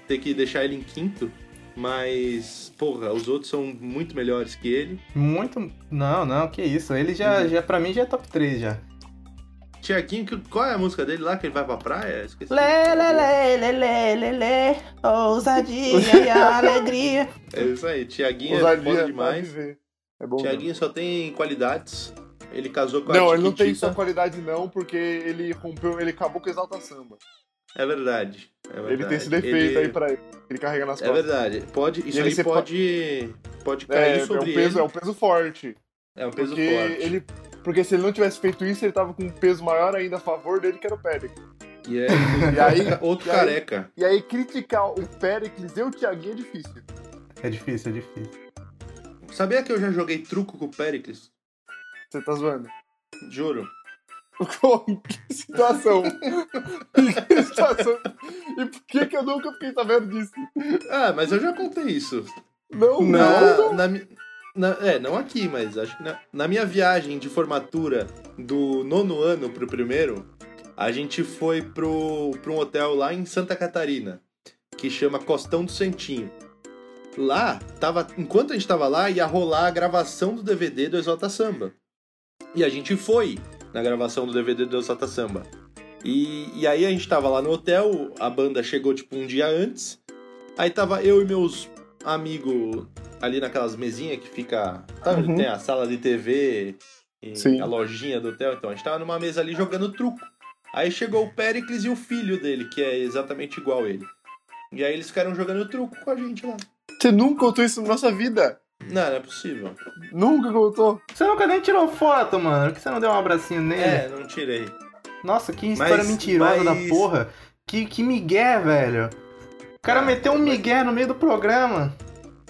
S1: ter que deixar ele em quinto, mas, porra, os outros são muito melhores que ele.
S2: Muito. Não, não, que isso. Ele já, já pra mim, já é top 3 já.
S1: Tiaguinho, que- qual é a música dele lá que ele vai pra praia? Esqueci.
S2: Lê, lê, lê, lê, lê, lê, lê, ousadia e alegria.
S1: É isso aí, Tiaguinho é
S3: Ousadia,
S1: foda
S3: pode
S1: demais.
S3: ver. É bom. mesmo.
S1: Tiaguinho só tem qualidades. Ele casou com a
S3: Não, ele não tem
S1: Chiquitita.
S3: sua qualidade não, porque ele rompeu, ele acabou com o Exalta Samba.
S1: É verdade. é verdade.
S3: Ele tem esse defeito
S1: Ele-
S3: aí pra ele. Ele carrega nas
S1: É
S3: costas.
S1: verdade. Pode, isso
S3: ele
S1: aí
S3: se fa-
S1: pode, pode
S3: É,
S1: cair
S3: é
S1: sobre
S3: um peso, é
S1: ele.
S3: um peso forte.
S1: É um peso
S3: porque
S1: forte.
S3: ele porque se ele não tivesse feito isso, ele tava com um peso maior ainda a favor dele que era o Péricles.
S1: E é
S3: E aí,
S1: outro
S3: e aí-
S1: careca.
S3: e aí criticar o Péricles e o Thiaguinho é difícil.
S2: É difícil, é difícil.
S1: Sabia que eu já joguei truco com o Pericles?
S3: Você tá zoando?
S1: Juro.
S3: Em que situação? em que situação? E por que que eu nunca fiquei sabendo disso?
S1: Ah, mas eu já contei isso.
S3: Não,
S1: Na, na mi- na- é, não aqui, mas acho que na, na minha viagem de formatura do nono ano pro primeiro, a gente foi pro, pro um hotel lá em Santa Catarina, que chama Costão do Santinho. Lá, tava, enquanto a gente tava lá, ia rolar a gravação do DVD do Exalta Samba. E a gente foi na gravação do DVD do Exalta Samba. E, e aí a gente tava lá no hotel, a banda chegou tipo um dia antes. Aí tava eu e meus amigos ali naquelas mesinhas que fica. Sabe,
S3: Uhum.
S1: tem a sala de TV e
S3: Sim.
S1: a lojinha do hotel. Então a gente tava numa mesa ali jogando truco. Aí chegou o Pericles e o filho dele, que é exatamente igual ele. E aí eles ficaram jogando truco com a gente lá.
S3: Você nunca contou isso na nossa vida.
S1: Não, não é possível.
S3: Nunca contou.
S2: Você nunca nem tirou foto, mano. Por que você não deu um abracinho nele?
S1: É, não tirei.
S2: Nossa, que história
S1: Mas-
S2: mentirosa
S1: mas-
S2: da porra. Que, que migué, velho. O cara
S1: Ah,
S2: meteu um
S1: mas-
S2: migué no meio do programa.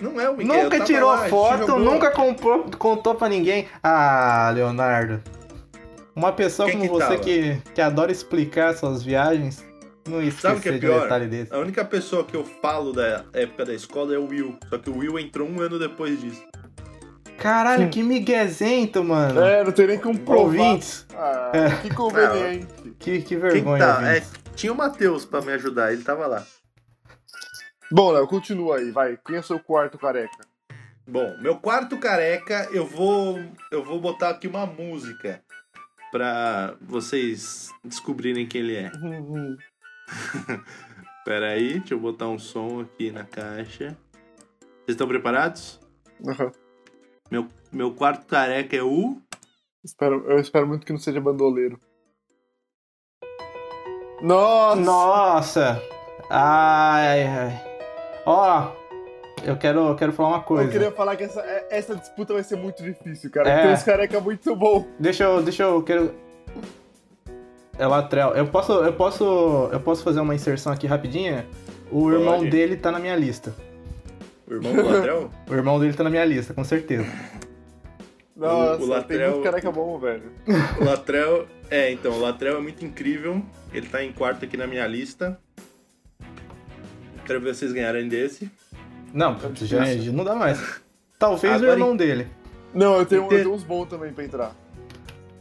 S1: Não é o Miguel. eu
S2: nunca
S1: tava
S2: tirou
S1: lá, a
S2: a
S1: gente
S2: foto,
S1: jogou.
S2: nunca comprou, contou pra ninguém. Ah, Leonardo. Uma pessoa
S1: Quem
S2: como
S1: que
S2: você
S1: tava?
S2: que, que adora explicar suas viagens, não
S1: Sabe o que é
S2: esquecer de um
S1: pior?
S2: detalhe desse.
S1: A única pessoa que eu falo da época da escola é o Will. Só que o Will entrou um ano depois disso.
S2: Caralho,
S3: Hum.
S2: que miguezento, mano.
S3: É, não tem nem como provar.
S2: Ouvintes,
S3: Ah,
S2: É.
S3: que conveniente.
S2: que, que
S1: Quem
S2: vergonha.
S1: tá?
S2: ouvintes.
S1: É, tinha o Matheus pra me ajudar, ele tava lá.
S3: Bom, Léo, continua aí, vai. Quem é seu quarto careca?
S1: Bom, meu quarto careca, eu vou eu vou botar aqui uma música pra vocês descobrirem quem ele é. Pera aí, deixa eu botar um som aqui na caixa. Vocês estão preparados?
S3: Aham.
S1: Meu, meu quarto careca é o
S3: espero, eu espero muito que não seja bandoleiro. Nossa!
S1: É,
S2: Nossa! Ai, ai. Ó, Eu quero, eu quero falar uma coisa.
S3: Eu queria falar que essa, é, essa disputa vai ser muito difícil, cara.
S2: É.
S3: Tem uns careca muito bom.
S2: Deixa eu, deixa eu, quero... É lateral. Eu posso, eu posso, eu posso fazer uma inserção aqui rapidinha? O irmão
S1: Pode.
S2: dele tá na minha lista.
S1: O irmão do ladrão?
S2: O irmão dele tá na minha lista, com certeza.
S3: Nossa,
S1: o
S3: tem
S1: lateral-
S3: muito careca bom, velho.
S1: O Latrell. É, então, o Latrell é muito incrível. Ele tá em quarto aqui na minha lista. Quero ver vocês ganharem desse.
S2: Não, já, já não dá mais. Talvez
S1: Agora
S2: o irmão dele.
S3: Não, eu tenho, eu
S1: Inter-
S3: tenho uns bons também pra entrar.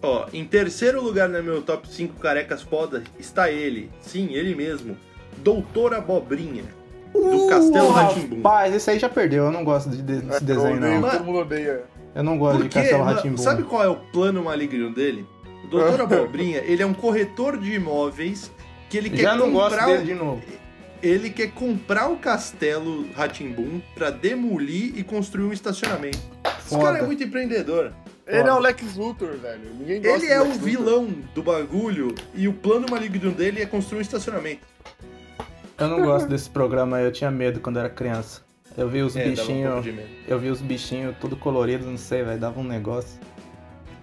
S1: Ó, em terceiro lugar no meu top 5 carecas foda está ele. Sim, ele mesmo. Doutor Abobrinha. Do Castelo Ratimbum.
S2: Uh, Rapaz, esse aí já perdeu. Eu não gosto de- de-
S1: É,
S2: desse desenho,
S3: É, eu odeio,
S2: não.
S3: Todo mundo odeia.
S2: Eu não gosto de
S1: Porque,
S2: Castelo
S1: na-
S2: Ratimbum.
S1: sabe qual é o plano maligno dele? O Doutor Abobrinha, ele é um corretor de imóveis que ele quer
S2: Já não gosto
S1: comprar um
S2: dele de novo.
S1: ele quer comprar o castelo Ratimbum pra demolir e construir um estacionamento. Esse
S2: Foda.
S1: cara é muito empreendedor.
S3: Ele é o Lex Luthor, velho. Ninguém gosta
S1: Ele
S3: do
S1: é o
S3: Lex Luthor.
S1: vilão do bagulho e o plano maligno dele é construir um estacionamento.
S2: Eu não gosto desse programa, eu tinha medo quando era criança. Eu vi os
S1: É, dava um pouco
S2: bichinhos,
S1: de medo.
S2: eu vi os bichinhos tudo colorido, não sei, velho, dava um negócio.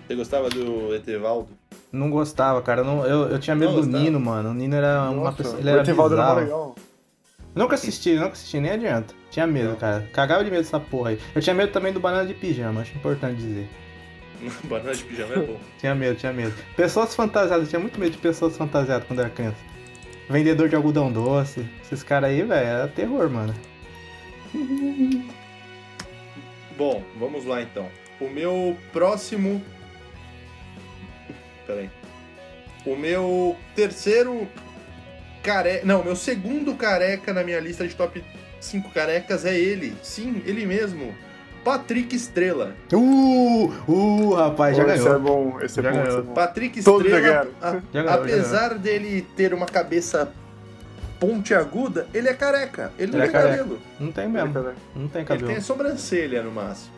S1: Você gostava do Etevaldo?
S2: Não gostava, cara, eu não- eu, eu tinha medo
S1: Não
S2: do
S1: gostava?
S2: Nino, mano. O Nino era uma
S3: Nossa,
S2: pessoa,
S3: o
S2: ele era
S3: Etevaldo era mó
S2: bizarro.
S3: legal.
S2: nunca assisti, nunca assisti, nem adianta. Tinha medo,
S1: Não.
S2: cara. Cagava de medo dessa porra aí. Eu tinha medo também do banana de pijama, acho importante dizer.
S1: Banana de pijama é bom.
S2: Tinha medo, tinha medo. Pessoas fantasiadas, eu tinha muito medo de pessoas fantasiadas quando era criança. Vendedor de algodão doce, esses caras aí, velho, era terror, mano.
S1: Bom, vamos lá então. O meu próximo. Peraí. O meu terceiro careca. Não, o meu segundo careca na minha lista de top 5 carecas é ele. Sim, ele mesmo. Patrick Estrela.
S2: Uh, uh, rapaz, já
S3: Pô, Esse é
S2: ganhou.
S3: bom, esse é
S2: Já
S3: bom, esse é
S2: ganhou.
S3: bom.
S1: Patrick
S3: Todos
S1: Estrela.
S3: jogaram.
S1: a-
S2: Já ganhou, já
S1: apesar dele ter uma cabeça pontiaguda, ele é careca. Ele não
S2: Ele é
S1: tem
S2: careca.
S1: cabelo.
S2: ganhou. Não tem mesmo, não tem
S1: Ele
S2: cabelo.
S1: tem sobrancelha no máximo.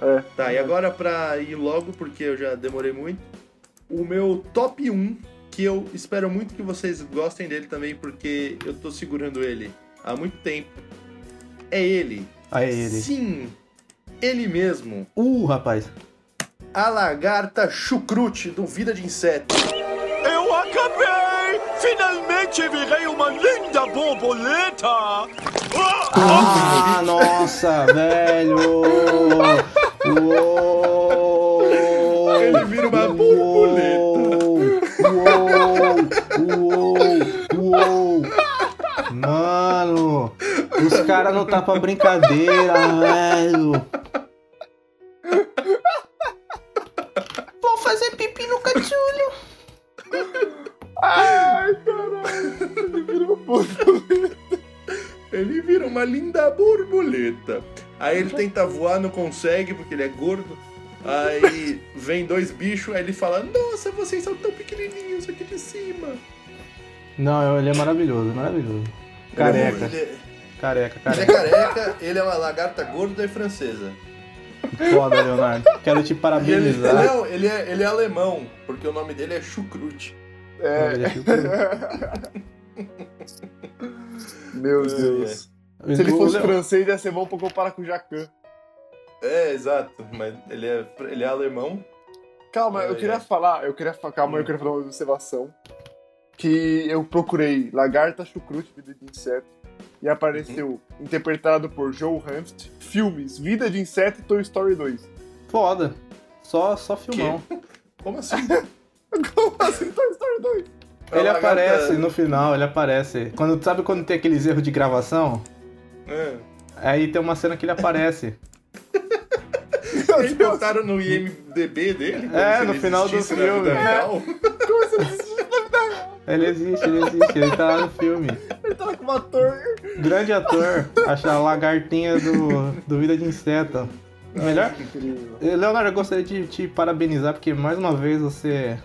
S3: É.
S1: Tá, e agora pra ir logo, porque eu já demorei muito, o meu top 1, que eu espero muito que vocês gostem dele também, porque eu tô segurando ele há muito tempo, é ele.
S2: Aí ele.
S1: Sim, ele mesmo,
S2: Uh, rapaz.
S1: a lagarta chucrute do Vida de Inseto.
S4: Eu acabei! Finalmente virei uma linda borboleta!
S2: Ah, nossa, velho. Uou.
S1: Ele vira uma borboleta.
S2: Uou, uou, uou, uou. Mano, os caras não tá pra brincadeira, velho. Vou fazer pipi no cachulho.
S3: Ai, caralho, ele virou puto.
S1: Ele vira uma linda borboleta. Aí ele tenta voar, não consegue, porque ele é gordo. Aí vem dois bichos, aí ele fala, nossa, vocês são tão pequenininhos aqui de cima.
S2: Não, ele é maravilhoso, maravilhoso. Careca,
S1: Ele é-
S2: careca,
S1: Ele é
S2: careca.
S1: careca, ele é uma lagarta gorda e francesa.
S2: Foda, Leonardo. Quero te
S1: E ele,
S2: parabenizar.
S1: não, ele é, ele é alemão, porque o nome dele é Chucrute.
S3: É, meu Deus. Se
S2: é
S3: ele fosse francês, ia ser bom pra comparar com o Jacan.
S1: É, exato, mas ele é, ele é alemão.
S3: Calma, eu
S1: Ai,
S3: queria
S1: ai.
S3: falar, eu queria falar, calma, eu queria fazer uma observação. Que eu procurei Lagarta Chucrute, Vida de Inseto, e apareceu, interpretado por Joe Hanft, filmes Vida de Inseto e Toy Story 2.
S2: Foda. Só, só filmão.
S1: Como assim?
S3: Como assim Toy Story 2?
S1: É
S2: Ele
S1: uma
S2: aparece
S1: lagarta-
S2: no final, ele aparece. Quando, sabe quando tem aqueles erros de gravação?
S1: É.
S2: Aí tem uma cena que ele aparece.
S1: Eles botaram no IMDB dele? como
S2: É,
S1: se
S2: no
S1: ele
S2: final do
S1: existisse na vida
S2: filme. É.
S1: real.
S3: Como você assistiu?
S2: Ele existe, ele existe, ele tá lá no filme.
S3: Ele tava com um ator.
S2: Grande ator, acha a lagartinha do, do Vida de Inseto. Melhor?
S3: Incrível.
S2: Eh, Leonardo, eu gostaria de te parabenizar, porque mais uma vez você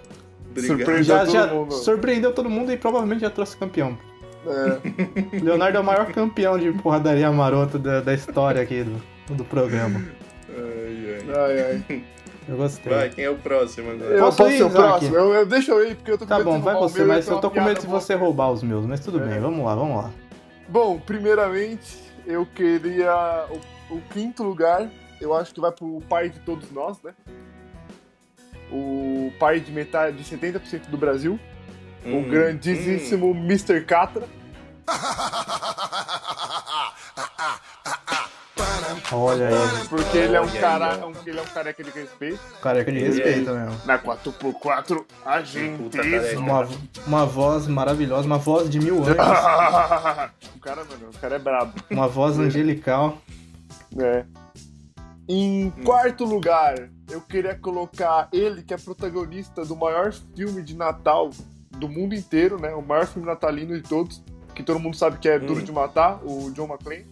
S1: Obrigado.
S3: Surpresa.
S2: já,
S3: todo
S2: já
S3: mundo.
S2: surpreendeu todo mundo e provavelmente já trouxe campeão.
S3: É.
S2: Leonardo é o maior campeão de porradaria marota da, da história aqui do, do programa.
S1: Ai, ai.
S3: Ai, ai.
S2: Eu gostei.
S1: Vai, quem é o próximo agora?
S3: Eu
S2: Posso
S3: posso,
S2: ir,
S3: ser o
S2: Isaac?
S3: próximo? Eu, eu- deixa eu ir, porque eu tô com
S2: Tá
S3: medo
S2: bom,
S3: de
S2: vai
S3: roubar o
S2: você,
S3: meu,
S2: mas
S3: então
S2: eu tô
S3: uma
S2: com medo
S3: piada
S2: de
S3: boa.
S2: você roubar os meus, mas tudo bem, vamos lá, vamos lá.
S3: Bom, primeiramente, Eu queria. O, o quinto lugar, eu acho que vai pro pai de todos nós, né? O pai de metade, de 70% do Brasil. o
S1: Hum,
S3: grandíssimo Mr. Catra.
S2: Olha aí.
S3: Porque ele é um
S1: Olha aí,
S3: cara.
S1: ó.
S3: é um- ele é um careca de respeito.
S2: Careca de
S1: E
S2: respeito mesmo.
S3: Na 4x4, a gente.
S1: Puta tarefa.
S2: Uma, uma voz maravilhosa, uma voz de mil anos,
S3: o cara, mano, o cara é brabo.
S2: uma voz angelical.
S3: É.
S1: Hum.
S3: Em quarto lugar, eu queria colocar ele, que é protagonista do maior filme de Natal do mundo inteiro, né? O maior filme natalino de todos, que todo mundo sabe que é Duro
S1: Hum.
S3: de Matar, o John McClane.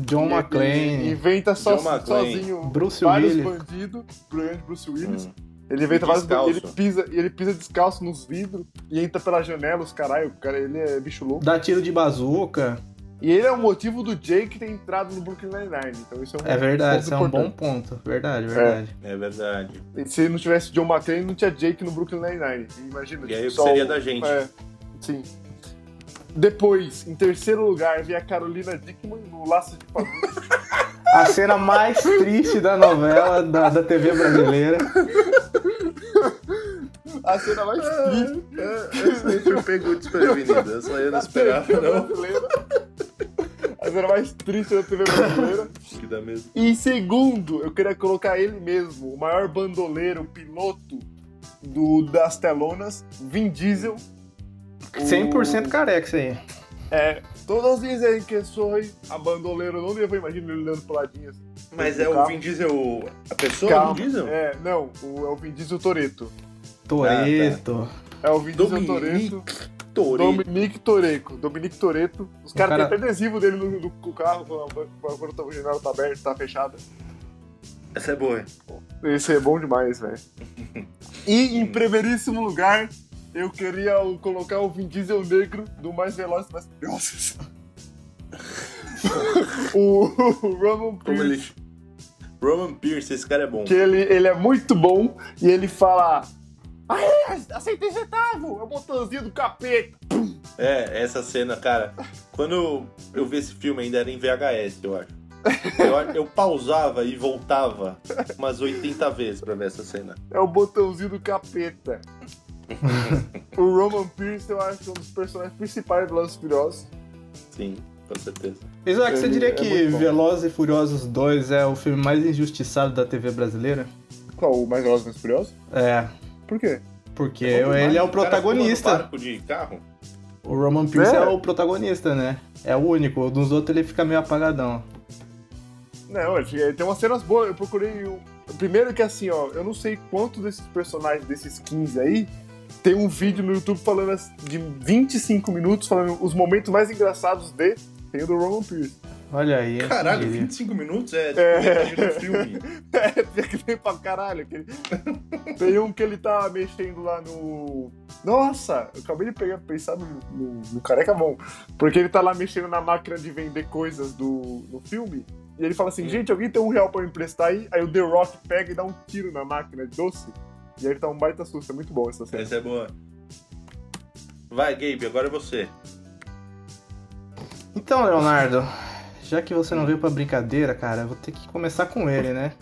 S2: John
S3: Ele
S2: McClane,
S3: Inventa so-
S1: John McClane.
S3: sozinho
S2: Bruce
S3: vários
S2: Willis.
S3: bandidos, grande Bruce Willis.
S1: Hum.
S3: Ele inventa vários
S1: Descalço.
S3: bandidos, ele pisa, e ele pisa descalço nos vidros e entra pela janela, os caralho, o cara, ele é bicho louco.
S2: dá tiro de bazuca.
S3: E ele é o motivo do Jake ter entrado no Brooklyn Nine-Nine, então isso é um
S2: É verdade, isso é um bom
S3: importante.
S2: ponto. Verdade, verdade.
S1: É verdade.
S3: E se não tivesse John McClane, não tinha Jake no Brooklyn Nine-Nine. Imagina.
S1: E aí o que
S3: só
S1: seria
S3: o-
S1: da gente?
S3: É, sim. Depois, em terceiro lugar, vem a Carolina Dickman no Laço de Família.
S2: A cena mais triste da novela, da, da TV brasileira.
S3: a cena mais triste
S1: Eu fui pego desprevenido. Essa eu não
S3: da
S1: esperava,
S3: TV
S1: não.
S3: brasileira. A cena mais triste da TV brasileira.
S1: Que dá mesmo.
S3: E em segundo, eu queria colocar ele mesmo, o maior bandoleiro, piloto do, das telonas, Vin Diesel.
S2: 100% careca isso aí.
S3: É, todos dizem que sou a bandoleiro, não devo imaginar ele olhando pro ladinho assim.
S1: Mas é o
S3: Calma.
S1: Vin Diesel. A pessoa é o
S3: Calma.
S1: Vin Diesel?
S3: É, não, o, é o Vin Diesel Toreto.
S2: Toreto.
S3: É o Vin Diesel
S1: Dominique
S3: Toreto.
S1: Toretto.
S3: Dominique Toreco. Dominique Toreto. Os caras
S2: cara-
S3: têm até adesivo dele no, no- no carro, quando quando o janela tá aberta, tá fechada.
S1: Essa é boa.
S3: Esse é bom demais, velho. e em primeiríssimo lugar, eu queria o- colocar o Vin Diesel negro do Mais Velozes e Mais Furiosos. o, o Roman
S1: Como
S3: Pierce.
S1: ele... Roman Pierce, esse cara é bom.
S3: que ele, ele é muito bom e ele fala. Aê, aceitei centavo! É o botãozinho do capeta!
S1: É, essa cena, cara. Quando eu vi esse filme ainda era em VHS, eu acho. Eu, eu pausava e voltava umas 80 vezes pra ver essa cena.
S3: É o botãozinho do capeta. o Roman Pierce eu acho que é um dos personagens principais do Velozes e Furiosos.
S1: Sim, com certeza.
S2: Isaac, você
S3: Ele
S2: diria
S3: é
S2: que
S3: muito bom.
S2: Velozes e Furiosos 2 é o filme mais injustiçado da TV brasileira?
S3: Qual? O mais Velozes e Mais Furiosos?
S2: É,
S3: Por quê?
S2: porque
S1: É bom demais.
S2: ele é o
S1: cara pula no
S2: protagonista.
S1: barco de carro.
S2: O Roman Pierce é.
S3: É.
S2: o protagonista, né? É o único. Dos outros ele fica meio apagadão.
S3: Não, ele ele tem umas cenas boas. Eu procurei. O... o Primeiro que assim, ó, eu não sei quantos desses personagens, desses 15 aí, tem um vídeo no YouTube falando as- de 25 minutos, falando os momentos mais engraçados de. Tem o do Roman Pierce.
S2: Olha aí.
S1: Caralho,
S2: diria.
S1: 25 minutos é tipo
S3: É.
S1: metade do filme.
S3: É, tem que tem pra caralho. Que ele- Tem um que ele tá mexendo lá no. Nossa, eu acabei de pegar, pensar no, no, no careca bom. Porque ele tá lá mexendo na máquina de vender coisas do, do filme. E ele fala assim:
S1: Hum.
S3: gente, alguém tem um real pra eu emprestar aí? Aí o The Rock pega e dá um tiro na máquina de doce. E aí ele tá um baita susto. É muito bom essa cena.
S1: Essa é boa. Vai, Gabe, agora é você.
S2: Então, Leonardo, já que você não veio pra brincadeira, cara, eu vou ter que começar com ele, né?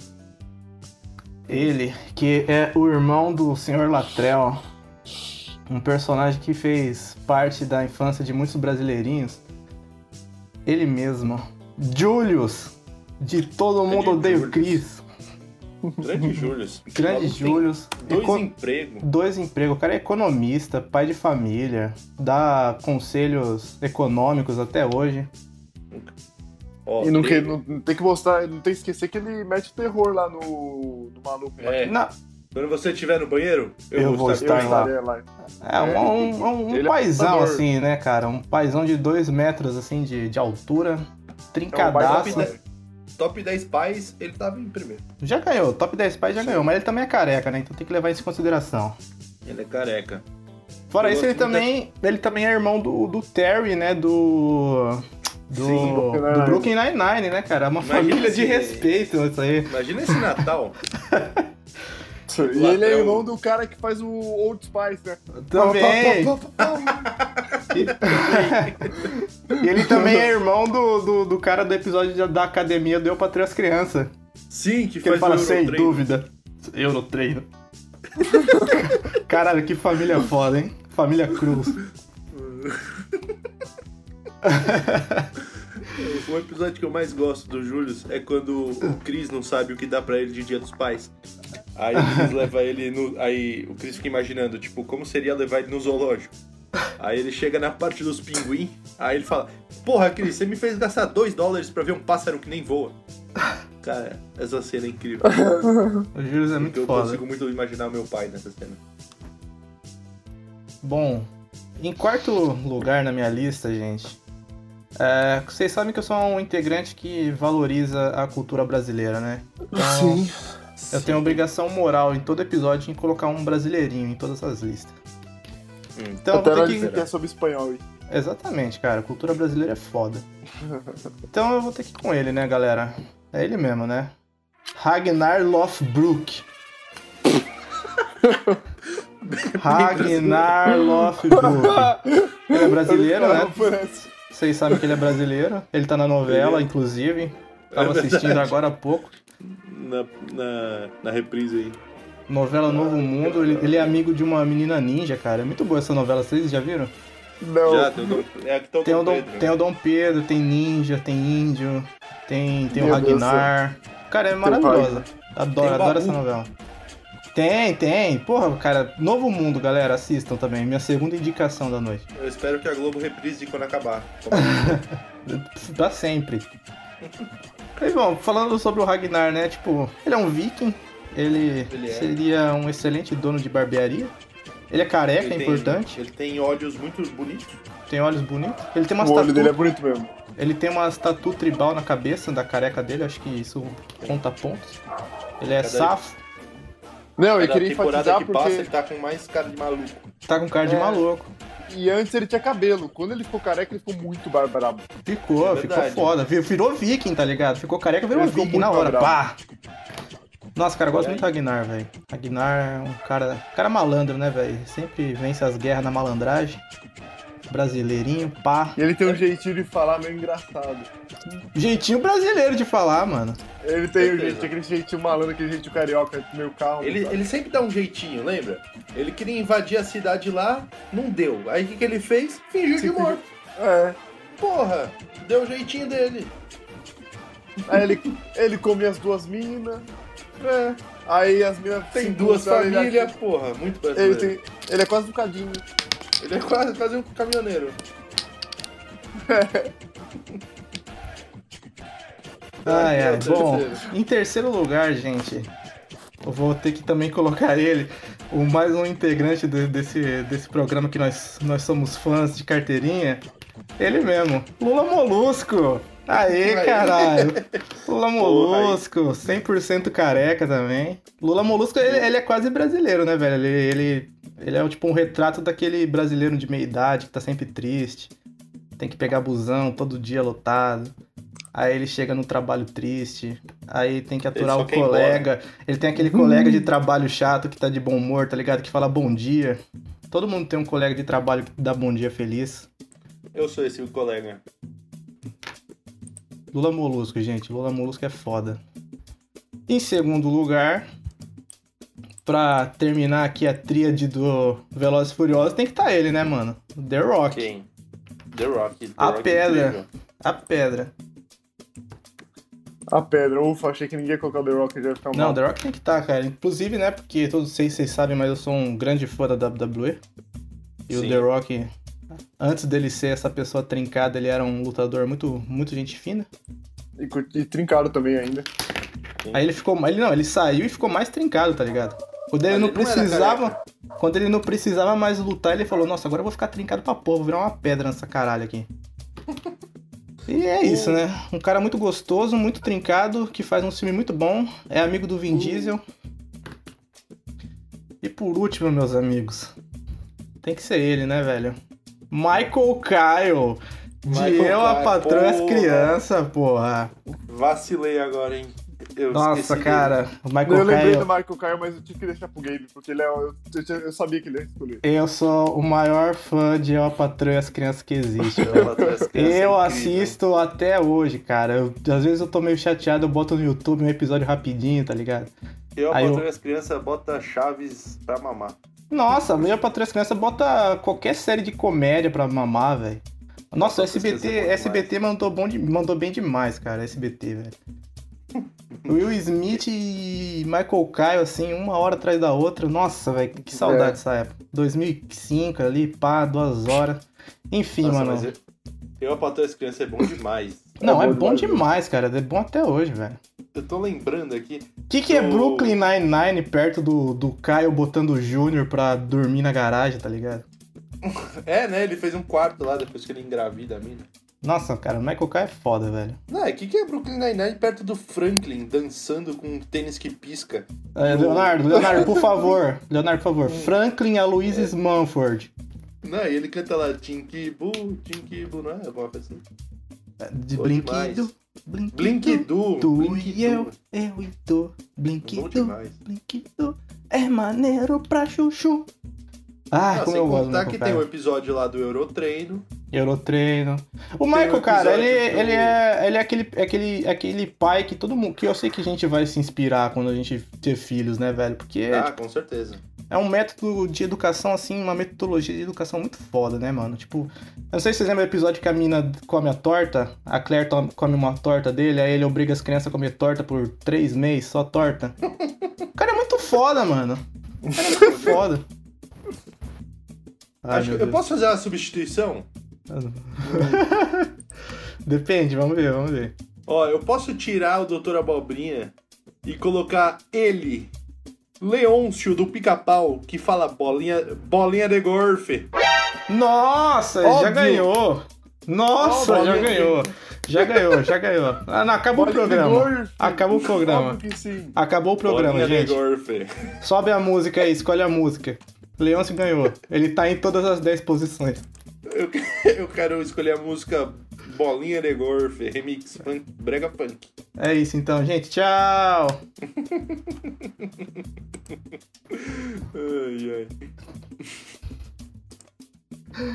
S2: Ele, que é o irmão do Sr. Latrell, um personagem que fez parte da infância de muitos brasileirinhos. Ele mesmo, Julius, de Todo Mundo Odeia o
S1: Julius.
S2: Cris,
S1: Grande Júlio.
S2: grande Julius.
S1: Dois
S2: eco-
S1: empregos.
S2: dois empregos, o cara é economista, pai de família, dá conselhos econômicos até hoje.
S1: Ó,
S3: E não, que,
S1: É, ele-
S3: não, não tem que mostrar, não tem que esquecer que ele mete o terror lá no, no maluco. lá.
S1: É, tá
S2: Na-
S1: quando você estiver no banheiro, eu,
S2: Eu vou
S1: vou
S2: estar lá.
S3: estaria lá.
S2: É, um, um, um- um
S3: Ele é
S2: paizão,
S3: lutador.
S2: assim, né, cara? Um paizão de dois metros, assim, de, de altura,
S3: um É
S2: trincadaço.
S1: baita- Top 10 pais, ele tava em primeiro.
S2: já ganhou, top 10 pais já ganhou, mas ele também é careca, né? Então tem que levar isso em consideração.
S1: Ele é careca.
S2: Fora
S1: Eu
S2: isso, ele
S1: gosto muito
S2: também, ele também é irmão do, do Terry, né? Do. Do,
S1: Sim,
S3: Brooklyn
S2: do
S3: Nine-Nine.
S2: Brooklyn Nine-Nine, né, cara? É Uma
S1: Imagina
S2: família de
S1: se-
S2: respeito, isso aí.
S1: Imagina esse Natal.
S3: E ele é
S1: Latrão.
S3: irmão do cara que faz o Old Spice, né?
S2: Também.
S3: Pá, pá, pá, pá, pá.
S2: E ele também é irmão do, do, do cara do episódio da- da academia do Eu Patrei as Crianças.
S1: Sim, que,
S2: Que
S1: faz
S2: ele
S1: o
S2: fala sem
S1: Eurotrain.
S2: dúvida. Eurotreino. Caralho, que família foda, hein? Família Cruz.
S1: O episódio que eu mais gosto do Júlio é quando o Cris não sabe o que dá pra ele de Dia dos Pais. Aí o Cris leva ele no. Aí o Cris fica imaginando, tipo, como seria levar ele no zoológico. Aí ele chega na parte dos pinguim, aí ele fala: Porra, Cris, você me fez gastar 2 dólares pra ver um pássaro que nem voa. Cara, essa cena é incrível.
S2: O Júlio é muito
S1: eu
S2: foda.
S1: consigo muito imaginar meu pai nessa cena.
S2: Bom, em quarto lugar na minha lista, gente. é, vocês sabem que eu sou um integrante que valoriza a cultura brasileira, né? Então,
S3: Sim.
S2: Eu tenho obrigação moral em todo episódio em colocar um brasileirinho em todas as listas.
S1: Hum.
S2: Então eu
S3: Até
S2: vou
S3: ela
S2: ter
S3: disse
S2: que.
S3: que é sobre espanhol. hein?
S2: Exatamente, cara. Cultura brasileira é foda. Então eu vou ter que ir com ele, né, galera? É ele mesmo, né? Ragnar Lothbrok. Ragnar Lothbrok. Ele é brasileiro, né?
S3: Não, foi essa.
S2: Vocês sabem que ele é brasileiro. Ele tá na novela, inclusive. Tava assistindo agora há pouco.
S1: Na, na, na reprise aí.
S2: Novela Novo Mundo. Ele, ele é amigo de uma menina ninja, cara. É muito boa essa novela, vocês já viram?
S3: Não.
S1: Já, tem o Dom, é a que tá o
S2: Tem o
S1: Dom
S2: Dom,
S1: Pedro.
S2: tem o Dom Pedro, tem ninja, tem índio, tem, tem o
S3: Meu Deus do
S2: Ragnar. Cara, é maravilhosa. Adoro,
S1: Tem o
S2: adoro
S1: Babu.
S2: essa novela. Tem, tem. Porra, cara, Novo Mundo, galera, assistam também. Minha segunda indicação da noite.
S1: Eu espero que a Globo reprise quando acabar.
S2: Pra sempre. Mas, bom, falando sobre o Ragnar, né? Tipo, ele é um viking. Ele,
S1: Ele é.
S2: seria um excelente dono de barbearia. Ele é careca, é
S1: tem-
S2: importante.
S1: Ele tem ódios muito bonitos.
S2: Tem olhos bonitos. Ele tem
S3: O
S2: umas
S3: olho
S2: tatu...
S3: dele é bonito mesmo.
S2: Ele tem uma tatu tribal na cabeça da careca dele. Acho que isso conta pontos. Ele é
S1: Cada-
S2: safo.
S3: Não, eu
S1: Cada
S3: queria
S1: temporada
S3: enfatizar
S1: que
S3: porque.
S1: passa, ele tá com mais cara de maluco.
S2: Tá com cara de
S3: É.
S2: maluco.
S1: tipo,
S3: E antes ele tinha cabelo. Quando ele ficou careca, ele ficou muito bar- brabo.
S2: Ficou,
S1: É
S2: ficou
S1: verdade.
S2: foda. Vi- Virou viking, tá ligado? Ficou careca, virou
S3: Ele ficou
S2: viking na
S3: muito
S2: hora.
S3: bravo.
S2: Pá! Nossa, cara, eu gosto
S1: E aí?
S2: muito do Ragnar, velho. Ragnar é um cara. cara malandro, né, velho? Sempre vence as guerras na malandragem. Brasileirinho, pá.
S3: E ele tem um jeitinho de falar meio engraçado.
S2: Jeitinho brasileiro de falar, mano.
S3: Ele tem um
S1: Certeza.
S3: jeitinho, aquele jeitinho malandro, aquele jeitinho carioca, meio calmo.
S1: Ele,
S3: sabe?
S1: ele sempre dá um jeitinho, lembra? Ele queria invadir a cidade lá, não deu. Aí o que, que ele fez? Fingiu de morto.
S3: É.
S1: Porra, deu o jeitinho dele.
S3: Aí ele, ele come as duas minas.
S1: É,
S3: Aí as minas se
S1: tem duas
S3: encontram, ele
S1: famílias,
S3: acha-
S1: porra, muito
S3: Ele,
S1: brasileiro. Ele,
S3: tem, ele é quase um cadinho.
S1: é quase, quase um caminhoneiro.
S2: Ai, ai.
S1: Meu
S2: Bom,
S1: terceiro.
S2: em terceiro lugar, gente, eu vou ter que também colocar ele, o mais um integrante de- desse, desse programa que nós, nós somos fãs de carteirinha. Ele mesmo, Lula Molusco. Aê,
S1: Aí.
S2: caralho.
S1: Porra,
S2: Lula
S1: aí.
S2: Molusco, 100% careca também. Lula Molusco, ele, ele é quase brasileiro, né, velho? Ele, ele, ele é tipo um retrato daquele brasileiro de meia idade que tá sempre triste. Tem que pegar busão todo dia lotado. Aí ele chega no trabalho triste. Aí tem que aturar
S1: só
S2: o
S1: quer ir
S2: colega. Ele tem aquele colega de trabalho chato que tá de bom humor, tá ligado? Que fala bom dia. Todo mundo tem um colega de trabalho que dá bom dia feliz.
S1: Eu sou esse colega.
S2: Lula Molusco, gente. Lula Molusco é foda. Em segundo lugar, pra terminar aqui a tríade do Velozes e Furiosos, tem que tá ele, né, mano? The Rock.
S1: Quem? The Rock. The
S2: A
S1: Rock é
S2: pedra.
S1: incrível.
S2: A pedra.
S3: A pedra. Ufa, achei que ninguém ia colocar o The Rock, já ia ficar
S2: Não,
S3: mal.
S2: The Rock tem que estar, cara. Inclusive, né, porque todos vocês, vocês sabem, mas eu sou um grande fã da WWE. E o
S1: Sim.
S2: The Rock, antes dele ser essa pessoa trincada, ele era um lutador muito, muito gente fina.
S3: E, cu- e trincado também ainda.
S2: Aí ele ficou, ele não, ele saiu e ficou mais trincado, tá ligado? Quando ele
S1: Mas
S2: não
S1: ele não era
S2: precisava, quando ele não precisava mais lutar, ele falou: "Nossa, agora eu vou ficar trincado pra porra, vou virar uma pedra nessa caralho aqui". E é isso, né? Um cara muito gostoso, muito trincado, que faz um filme muito bom, é amigo do Vin Diesel. E por último, meus amigos, tem que ser ele, né, velho? Michael Kyle. De
S1: Michael
S2: eu a
S1: Kyle,
S2: patroa e as
S1: porra.
S2: crianças, porra.
S1: Vacilei agora, hein? eu
S2: Nossa,
S1: esqueci
S2: cara, o
S3: Eu
S2: Michael
S3: lembrei do
S2: Caio.
S3: Michael Caio, mas eu tive que deixar pro game, porque ele é, eu, eu tinha- eu sabia que ele ia escolher.
S2: Eu sou o maior fã de El Patrão e as Crianças que existe.
S1: dele. Ela traz criança
S2: Eu
S1: incrível.
S2: assisto até hoje, cara. Eu- às vezes eu tô meio chateado, eu boto no YouTube um episódio rapidinho, tá ligado?
S1: Eu
S2: Aí eu-
S1: apoio as crianças, bota Chaves pra mamar.
S2: Nossa, eu pra três crianças bota qualquer série de comédia pra mamar, velho. Nossa, o
S1: Nossa,
S2: SBT,
S1: Três Crianças é bom
S2: SBT mandou, bom de- mandou bem demais, cara, SBT, velho. Will Smith e Michael Caio, assim, uma hora atrás da outra. Nossa, velho, que saudade
S3: É.
S2: dessa época. 2005 ali, pá, duas horas. Enfim,
S1: Nossa,
S2: mano.
S1: mas eu, eu apoio as crianças, é bom demais.
S2: Não, é
S3: é
S2: bom,
S3: bom
S2: demais, cara. É bom até hoje, velho.
S1: Eu tô lembrando aqui,
S2: O que, que é
S1: Eu-
S2: Brooklyn Nine-Nine perto do, do Caio botando o Júnior pra dormir na garagem, tá ligado?
S1: É, né? Ele fez um quarto lá depois que ele engravida a mina.
S2: Nossa, cara, o Michael Caio é foda, velho.
S1: Não, é que que é Brooklyn Nine-Nine perto do Franklin dançando com um tênis que pisca?
S2: É,
S1: Eu- É.
S2: Leonardo, Leonardo, por favor. Leonardo, por favor. Franklin Aloysius Manford.
S1: Não, e ele canta lá Tinkibu, Tinkibu, não é? Alguma coisa assim.
S2: De
S1: Bom
S2: Blinkido.
S1: demais. Blinkidu,
S2: Tu
S1: Blinkidu.
S2: e eu, eu e tu.
S1: Bom
S2: Blinkido,
S1: demais.
S2: Blinkido. É maneiro pra chuchu. Ah,
S1: Ah,
S2: como
S1: sem
S2: eu gosto do
S1: contar
S2: Michael
S1: que
S2: Caio.
S1: tem um episódio lá do Eurotreino.
S2: Eurotreino. O
S1: Tem
S2: Michael,
S1: um
S2: cara, ele,
S1: episódio do-
S2: ele é, ele é aquele, aquele, aquele pai que todo mundo. Que eu sei que a gente vai se inspirar quando a gente ter filhos, né, velho? Porque
S1: Ah, com certeza.
S2: é um método de educação, assim, uma metodologia de educação muito foda, né, mano? Tipo, eu não sei se vocês lembram do episódio que a mina come a torta, a Claire to- come uma torta dele, aí ele obriga as crianças a comer torta por três meses, só torta. O cara é muito foda, mano. O cara é muito foda. Ai,
S1: Acho
S2: meu
S1: que- eu
S2: Deus.
S1: posso fazer uma substituição?
S2: Depende, vamos ver, vamos ver.
S1: Ó, eu posso tirar o Dr. Abobrinha e colocar ele, Leôncio do Pica-Pau, que fala bolinha, bolinha de golfe.
S2: Nossa,
S3: Óbvio.
S2: já ganhou! Nossa,
S1: Óbvio.
S2: já ganhou! Já ganhou, já ganhou. Ah, não, acabou o programa.
S3: Golfe.
S2: Acabou o programa.
S3: Óbvio que sim.
S2: Acabou o programa,
S1: bolinha de
S2: gente.
S1: golfe.
S2: Sobe a música aí, escolhe a música. Leôncio ganhou. Ele tá em todas as 10 posições.
S1: Eu, eu quero escolher a música Bolinha de Golfe, remix funk, brega punk.
S2: É isso então, gente. Tchau!
S1: Ai, ai.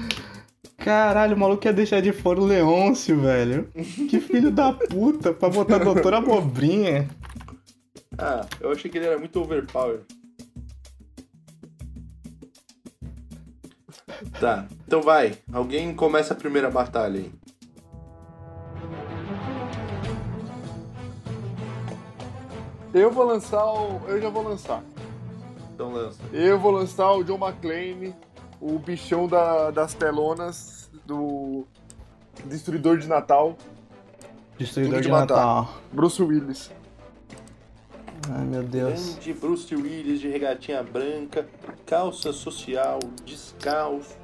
S2: Caralho, o maluco ia deixar de fora o Leôncio, velho. Que filho da puta pra botar a doutora Bobrinha.
S1: Ah, eu achei que ele era muito overpower. Tá, então vai. Alguém começa a primeira batalha aí.
S3: Eu vou lançar o. Eu já vou lançar.
S1: Então lança.
S3: Eu vou lançar o John McClane, o bichão da- das telonas, do Destruidor de Natal,
S2: Destruidor
S3: Tudo de
S2: de
S3: matar.
S2: Natal.
S3: Bruce Willis.
S2: Ai, meu Deus.
S1: Grande Bruce Willis de regatinha branca, calça social, descalço.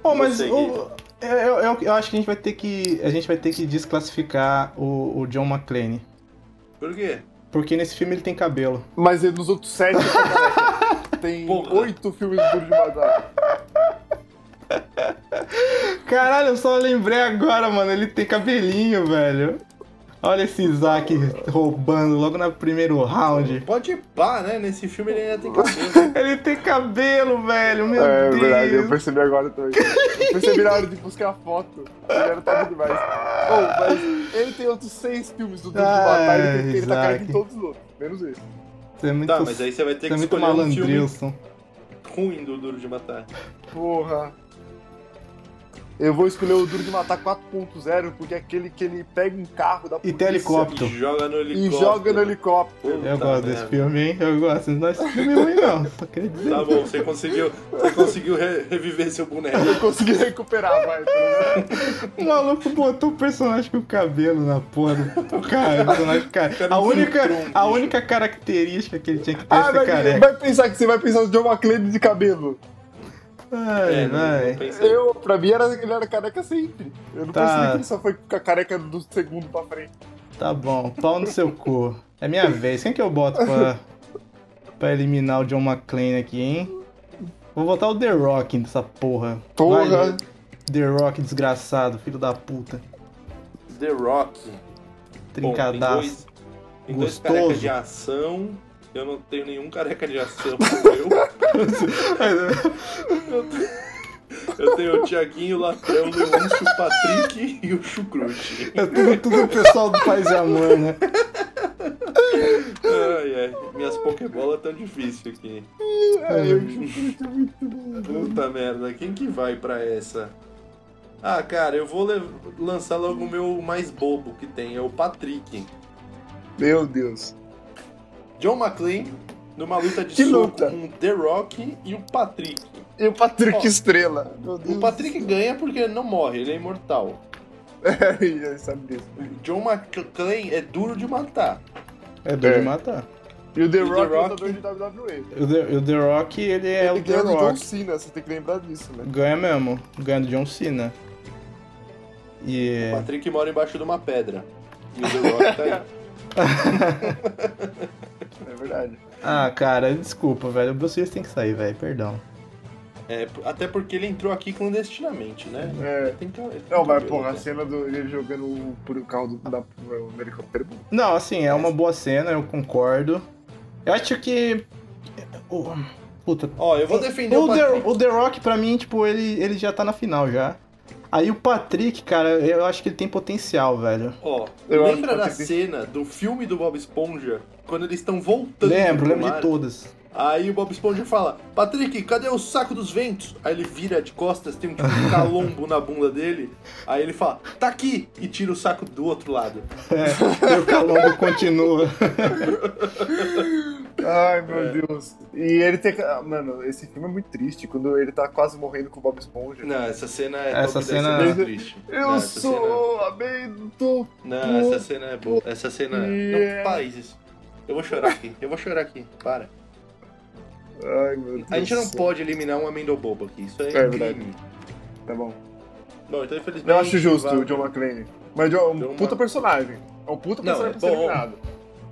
S2: Pô, mas
S1: Você,
S2: o- eu, eu, eu- eu acho que a gente vai ter que. A gente vai ter que desclassificar o, o John McClane.
S1: Por quê?
S2: Porque nesse filme ele tem cabelo.
S3: Mas ele nos outros sete caraca, tem
S1: Porra.
S3: oito filmes do Duro de Matar.
S2: Caralho, eu só lembrei agora, mano. Ele tem cabelinho, velho. Olha esse Isaac roubando logo no primeiro round.
S1: Pode ir pá, né? Nesse filme ele ainda tem cabelo.
S2: Ele tem cabelo, velho. Meu
S3: É
S2: Deus.
S3: verdade, eu percebi agora também. Eu percebi na hora de buscar a foto. Ele tá demais. Oh, mas ele tem outros seis filmes do Duro de Matar, ele, tem, ele tá
S2: Ai,
S3: caindo em
S2: Ah, Isaac.
S3: todos os outros, menos esse.
S2: Você é muito,
S1: tá, mas aí você vai ter
S2: você é
S1: que
S2: muito
S1: escolher um filme
S2: malandrilson.
S1: ruim do Duro de Matar.
S3: Porra. Eu vou escolher o Duro de Matar 4.0, porque é aquele que ele pega um carro da
S2: E
S3: polícia
S2: tem helicóptero.
S1: E joga no
S3: e
S1: helicóptero.
S3: joga no helicóptero.
S1: Puta
S2: Eu gosto desse
S1: merda.
S2: filme, hein? Eu gosto. Não é esse filme ruim, não. Só queria dizer.
S1: Tá bom, você conseguiu, você conseguiu re- reviver seu boneco.
S3: Eu consegui recuperar, vai. tá pelo menos.
S2: O maluco botou o personagem com o cabelo na porra do cara. o personagem cara.
S1: Cara,
S2: A
S1: um
S2: única,
S1: filtrão,
S2: a
S1: bicho.
S2: única característica que ele tinha que ter é
S3: Ah,
S2: ser
S3: vai,
S2: careca.
S3: vai pensar que você vai pensar no John McClane de cabelo.
S2: Ai,
S1: É, não-
S2: vai.
S1: não pensei.
S3: Eu, pra mim, era, ele era careca sempre. Eu não
S2: Tá.
S3: percebi que ele só foi ficar careca do segundo pra frente.
S2: Tá bom, pau no seu cu. É minha vez. Quem que eu boto pra, pra eliminar o John McClane aqui, hein? Vou botar o The Rock nessa porra.
S3: Porra.
S2: Vai, The Rock, desgraçado, filho da puta.
S1: The Rock. Bom, tem
S2: Trincadaço.
S1: dois, tem dois
S2: Gostoso.
S1: carecas de ação. Eu não tenho nenhum careca de ação. Eu, eu tenho o Tiaguinho, o Latrão, o Leôncio, o Patrick e o Chucrute.
S2: É tudo, tudo o pessoal do Paz e Amor, né?
S1: Ai, ai. Minhas pokebolas tão difícil aqui.
S3: É,
S1: Puta merda, quem que vai pra essa? Ah, cara, eu vou le- lançar logo o meu mais bobo que tem, é o Patrick.
S3: Meu Deus.
S1: John McClane numa luta de
S3: Que
S1: soco
S3: luta.
S1: com o The Rock e o Patrick.
S3: E o Patrick
S1: Ó,
S3: Estrela. Meu Deus.
S1: O Patrick ganha porque ele não morre, ele é imortal.
S3: É, Ele sabe disso.
S1: O John McClane é duro de matar.
S2: É duro
S3: É.
S2: de matar.
S3: E o The
S1: E o The
S3: Rock é
S1: Rock-
S3: lutador de WWE.
S2: E o The, e o The Rock, ele é
S3: Ele
S2: o The
S3: ganhou do John
S2: Rock.
S3: Cena, você tem que lembrar disso, né?
S2: Ganha mesmo. Ganha do John Cena. E.
S3: É.
S1: O Patrick mora embaixo de uma pedra. E o The Rock tá aí.
S3: É verdade.
S2: Ah, cara, desculpa, velho. O Bruce Willis tem que sair, velho. Perdão.
S1: É, até porque ele entrou aqui clandestinamente, né?
S3: É.
S1: Tem que-
S3: Não, mas porra, a cena do ele jogando o- por o carro do, da, do helicóptero.
S2: Não, assim, é uma boa cena, eu concordo. Eu acho que. o- Puta.
S1: Ó, eu vou defender o,
S2: O The,
S1: Patrick.
S2: o The Rock, pra mim, tipo, ele, ele já tá na final já. Aí o Patrick, cara, eu acho que ele tem potencial, velho.
S1: Ó,
S3: Eu acho
S1: lembra
S3: que o
S1: da
S3: Patrick-
S1: cena do filme do Bob Esponja? Quando eles estão voltando
S2: Lembro,
S1: pro
S2: lembro
S1: mar?
S2: de todas.
S1: Aí o Bob Esponja fala, Patrick, cadê o saco dos ventos? Aí ele vira de costas, tem um tipo de calombo na bunda dele. Aí ele fala, tá aqui! E tira o saco do outro lado.
S2: É, e o Calombo continua.
S3: Ai, meu Deus. E ele tem. ca- ah, Mano, esse filme é muito triste quando ele tá quase morrendo com o Bob Esponja.
S1: Não, essa cena é
S2: Essa
S1: top
S2: cena-
S1: 10, é muito triste.
S3: Eu
S1: Não, essa cena-
S3: sou abençoado.
S1: Não, essa cena é boa. Essa cena... Não, para isso. Eu vou chorar aqui, eu vou chorar aqui, para.
S3: Ai, meu Deus.
S1: A gente
S3: do
S1: não
S3: céu.
S1: pode eliminar um amendobobo aqui, isso é,
S3: É verdade.
S1: crime.
S3: Tá bom.
S1: Bom, então infelizmente...
S3: Não acho justo
S1: vai-
S3: o John McClane. Mas John, é um
S1: Deu uma-
S3: puta personagem. É um puta
S1: Não,
S3: personagem
S1: é
S3: pra ser
S1: bom.
S3: eliminado.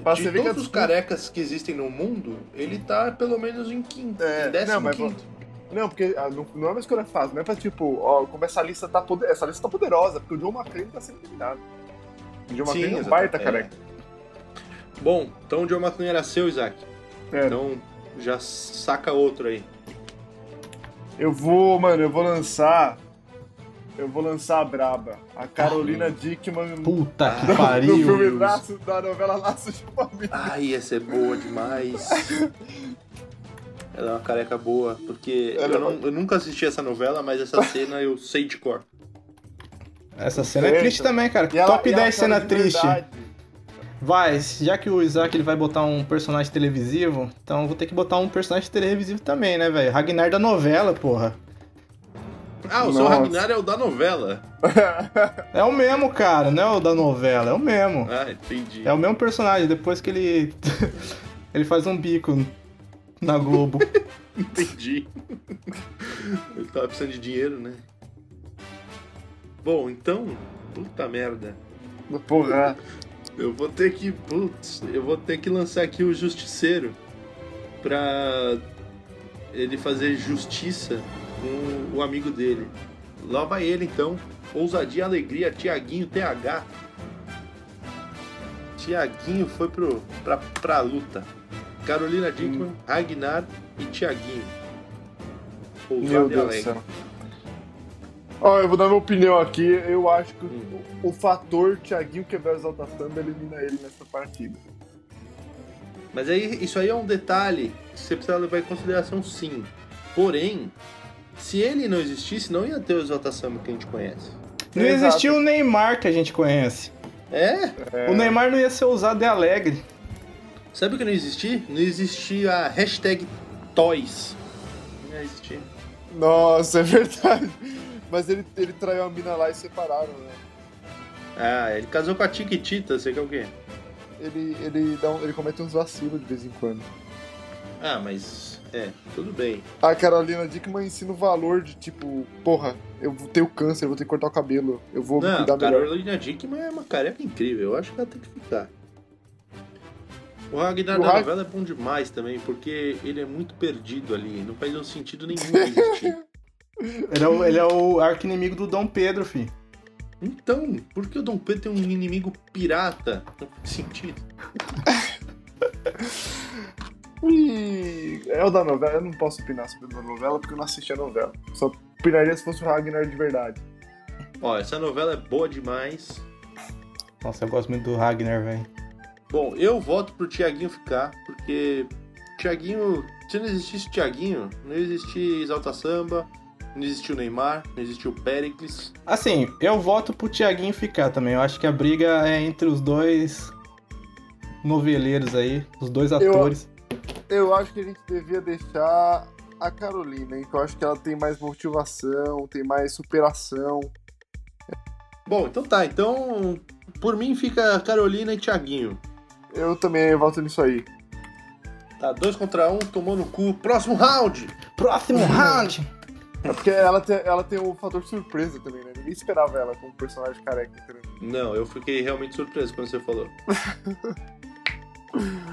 S3: Pra
S1: De
S3: você ver que é
S1: todos
S3: a
S1: os
S3: disputa-
S1: carecas que existem no mundo, ele tá pelo menos em quinto,
S3: É,
S1: em décimo
S3: não, mas-
S1: quinto.
S3: Não, porque ah, não, não é uma escolha fácil, não é pra tipo, ó, como essa lista tá poder... Essa lista tá poderosa, porque o John McClane tá sendo eliminado. O John McClane é um
S1: exato.
S3: baita,
S1: É.
S3: careca.
S1: Bom, então o John McClane era seu, Isaac.
S3: É.
S1: Então já saca outro aí.
S3: Eu vou, mano, eu vou lançar. Eu vou lançar a Braba. A Carolina Dickman do
S2: Puta que
S1: Ah,
S3: filme
S2: pariu.
S3: Laço, da novela Laço de Família.
S1: Ai, essa é boa demais. Ela é uma careca boa, porque
S3: Ela é
S1: eu, não- eu nunca assisti essa novela, mas essa cena eu sei de cor.
S2: Essa cena é
S3: Certo.
S2: triste também, cara.
S3: E ela-
S2: Top
S3: e ela
S2: 10 cena
S3: chora de
S2: triste.
S3: verdade.
S2: Vai, já que o Isaac ele vai botar um personagem televisivo, então eu vou ter que botar um personagem televisivo também, né, velho? Ragnar da novela, porra.
S1: Ah, o seu
S3: Nossa.
S1: Ragnar é o da novela.
S2: É o mesmo, cara, não é o da novela, é o mesmo.
S1: Ah, entendi.
S2: É o mesmo personagem, depois que ele. ele faz um bico na Globo.
S1: Entendi. Ele tava precisando de dinheiro, né? Bom, então. Puta merda.
S3: Porra.
S1: Eu vou ter que. Putz, eu vou ter que lançar aqui o Justiceiro pra ele fazer justiça com o amigo dele. Lá vai ele então. Ousadia, alegria, Tiaguinho, TH. Tiaguinho foi pro, pra, pra luta. Carolina Dickman,
S3: Hum.
S1: Ragnar e Tiaguinho.
S3: Meu
S1: Ousada e
S3: Deus do
S1: é alegre.
S3: céu. Ó, eu vou dar minha opinião aqui. Eu acho que
S1: Hum.
S3: o, o fator Thiaguinho quebrar os alta samba elimina ele nessa partida.
S1: Mas aí, isso aí é um detalhe que você precisa levar em consideração, sim. Porém, se ele não existisse, não ia ter o Exalta Samba que a gente conhece.
S2: Não
S3: Exato.
S2: existia o Neymar que a gente conhece.
S1: É?
S2: O Neymar não ia ser usado de alegre.
S1: Sabe o que não existia? Não existia a hashtag Toys. Não ia existir.
S3: Nossa, é verdade. Mas ele, ele traiu a mina lá e separaram, né?
S1: Ah, ele casou com a Tiquitita, você quer o quê?
S3: Ele, ele, dá um- ele comete uns vacilos de vez em quando.
S1: Ah, mas. É, tudo bem.
S3: A Carolina Dickman ensina o valor de tipo, porra, eu vou ter o câncer, eu vou ter que cortar o cabelo, eu vou me
S1: Não,
S3: cuidar melhor.
S1: Carolina Dickman é uma careca incrível. Eu acho que ela tem que ficar. O Ragnar
S3: O
S1: da
S3: Rag-
S1: novela é bom demais também, porque ele é muito perdido ali. Não faz um sentido nenhum ele existir.
S2: Ele é o, ele é o arco inimigo do Dom Pedro, fi.
S1: Então, por que o Dom Pedro tem um inimigo pirata? Não faz sentido.
S3: Ui, é o da novela, eu não posso opinar sobre a novela porque eu não assisti a novela. Só opinaria se fosse o Ragnar de verdade.
S1: Ó, essa novela é boa demais.
S2: Nossa, eu gosto muito do Ragnar, velho.
S1: Bom, eu voto pro Tiaguinho ficar, porque Tiaguinho, se não existisse Tiaguinho, não existia Exalta Samba, não existiu Neymar, não existiu Pericles.
S2: Assim, eu voto pro Tiaguinho ficar também. Eu acho que a briga é entre os dois noveleiros aí, os dois atores.
S3: Eu acho que a gente devia deixar a Carolina, hein? Que eu acho que ela tem mais motivação, tem mais superação.
S1: Bom, então tá, então por mim fica Carolina e Tiaguinho.
S3: Eu também volto nisso aí.
S1: Tá, dois contra um, tomou no cu. Próximo round!
S2: Próximo round!
S3: É porque ela tem, ela tem um fator surpresa também, né? Ninguém esperava ela como personagem careca. entendeu?
S1: Não, eu fiquei realmente surpreso quando você falou.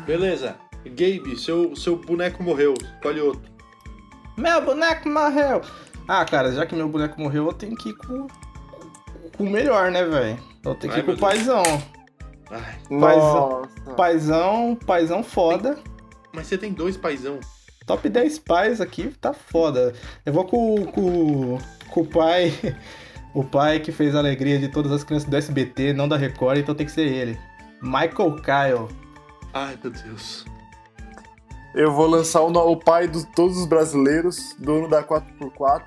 S1: Beleza. Gabe, seu, seu boneco morreu. Escolhe outro.
S2: Meu boneco morreu! Ah, cara, já que meu boneco morreu, eu tenho que ir com, com o melhor, né, velho? Eu tenho
S1: Ai,
S2: que ir com
S1: meu Deus.
S2: o paizão.
S1: Ai,
S2: Mas-
S3: Nossa.
S2: Paizão, paizão foda.
S1: mas você tem dois paizão.
S2: Top 10 pais aqui tá foda. Eu vou com, com, com o pai. O pai que fez a alegria de todas as crianças do SBT, não da Record, então tem que ser ele. Michael Kyle.
S1: Ai, meu Deus.
S3: Eu vou lançar o, no- o pai de todos os brasileiros, dono da 4x4,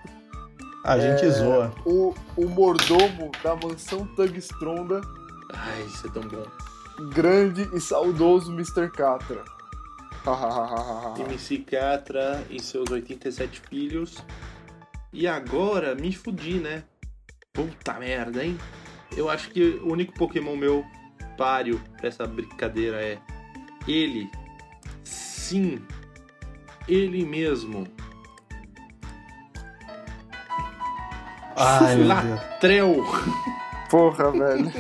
S2: A gente zoa.
S3: o, o mordomo da mansão Tangstronda,
S1: Ai, isso é tão bom.
S3: grande e saudoso Mr. Catra. Hahaha.
S1: MC Catra e seus 87 filhos. E agora me fudi, né? Puta merda, hein? Eu acho que o único Pokémon meu páreo pra essa brincadeira é ele. Sim, ele mesmo.
S2: Ai, meu Deus.
S1: Latreu!
S3: Porra, velho.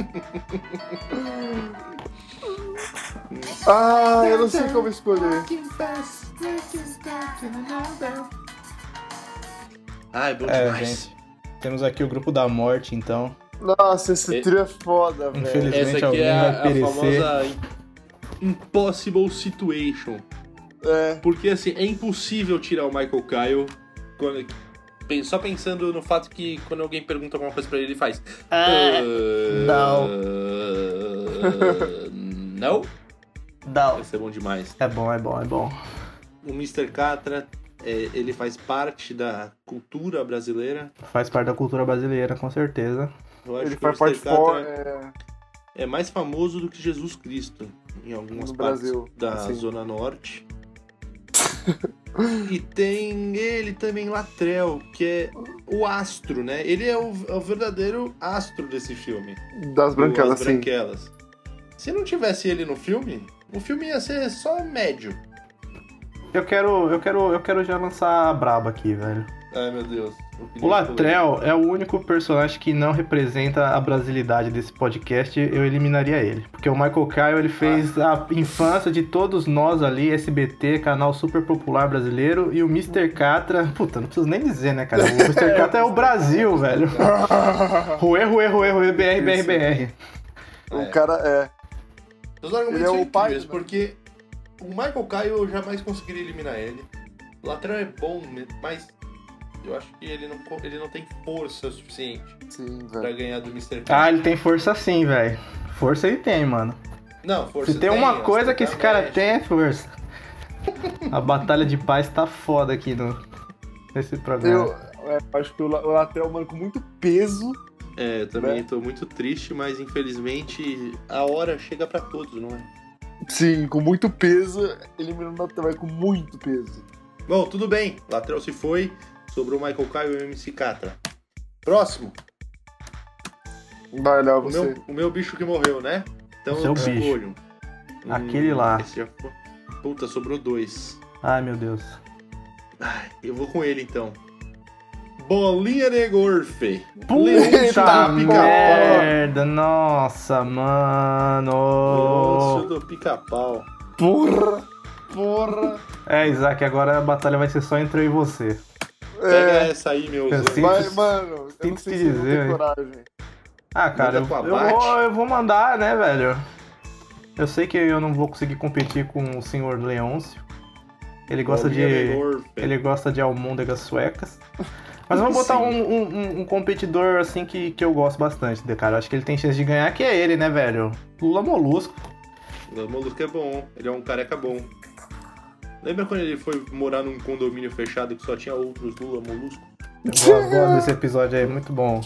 S3: ah, eu não sei como escolher.
S1: Ai, Ah, bom
S2: É,
S1: demais.
S2: gente. Temos aqui o grupo da morte, então.
S3: Nossa, esse trio é foda, velho.
S2: Infeliz- Infelizmente,
S1: Essa aqui é
S2: alguém vai
S1: a, a
S2: perecer.
S1: famosa Impossible Situation.
S3: É,
S1: Porque assim, é impossível tirar o Michael Kyle quando- pen- só pensando no fato que quando alguém pergunta alguma coisa pra ele, ele faz.
S3: É.
S1: "Ah,
S2: não."
S1: Não? Vai ser bom demais.
S2: É bom, é bom, é bom.
S1: O Mr. Catra, é, ele faz parte da cultura brasileira.
S2: Faz parte da cultura brasileira, com certeza.
S1: Eu acho
S3: ele
S1: que
S3: faz
S1: o
S3: parte
S1: Mr. Catra
S3: fora. é,
S1: é mais famoso do que Jesus Cristo em algumas
S3: No
S1: partes
S3: Brasil,
S1: da
S3: assim.
S1: Zona Norte. e tem ele também, Latrell, que é o astro, né? Ele é o, é o verdadeiro astro desse filme.
S3: das branquelas,
S1: As
S3: assim.
S1: branquelas. Se não tivesse ele no filme, o filme ia ser só médio.
S2: Eu quero, eu quero, eu quero já lançar a braba aqui, velho.
S1: Ai, meu Deus.
S2: O Latrell é o único personagem que não representa a brasilidade desse podcast, eu eliminaria ele. Porque o Michael Kyle, ele fez a infância de todos nós ali, SBT, canal super popular brasileiro, e o Mr. Catra, puta, não preciso nem dizer, né, cara? O Mr. Catra é o Brasil, velho. Ruê, ruê, ruê, ruê, BR, BR, BR.
S3: o cara é.
S1: Os argumentos
S3: Ele é
S1: são
S3: o pai
S1: incríveis,
S3: do-
S1: porque o Michael Caio eu jamais conseguiria eliminar ele. O Latrell é bom, né, mas eu acho que ele não, co- ele não tem força suficiente
S3: Sim,
S1: pra
S3: velho.
S1: ganhar do Mr. K.
S2: Ah, ele tem força sim, velho. Força ele tem, mano.
S1: não, força é
S2: Se tem uma
S1: as
S2: coisa que esse cara
S1: tentativas.
S2: tem é força. A batalha de paz tá foda aqui no, nesse programa.
S3: Eu é, acho que o, La- o Latrell é um mano com muito peso.
S1: É, eu
S3: Né?
S1: também tô muito triste, mas infelizmente a hora chega pra todos, não é?
S3: Sim, com muito peso. Eliminando o Latrell com muito peso.
S1: Bom, tudo bem. Latrell se foi, sobrou o Michael Caio e o MC Catra. Próximo.
S3: Vai, Léo,
S1: O
S3: você.
S1: meu, o meu bicho que morreu, né? Então
S2: O seu
S1: eu
S2: bicho.
S1: escolho. Hum,
S2: Aquele lá.
S1: esse já foi. Puta, sobrou dois.
S2: Ai, meu Deus.
S1: Eu vou com ele então. Bolinha Negorfe.
S2: Puta
S3: Leão do pica-pau.
S2: merda, nossa,
S1: Lúcio
S2: mano.
S1: do pica-pau.
S3: Porra! Porra!
S2: É, Isaac, agora a batalha vai ser só entre eu e você.
S1: Pega essa aí, meu
S3: É.
S2: Eu
S1: Zé.
S2: sinto-
S3: Mas, mano, eu não
S2: Sinto
S3: sei
S2: te
S3: se eu vou
S2: dizer,
S3: ter
S2: hein.
S3: coragem.
S2: Ah, cara, eu,
S1: Manda pro
S2: eu
S1: abate.
S2: vou, eu vou mandar, né, velho? Eu sei que eu não vou conseguir competir com o senhor Leôncio. Ele gosta de. Ele gosta de almôndegas suecas. Mas eu vou botar
S1: Sim.
S2: um, um- um- um competidor assim que, que eu gosto bastante, de- cara. Acho que ele tem chance de ganhar, que é ele, né, velho? Lula Molusco.
S1: O Molusco é bom, ele é um careca bom. Lembra quando ele foi morar num condomínio fechado que só tinha outros Lula Molusco?
S2: Eu gosto gosto desse episódio aí, muito bom.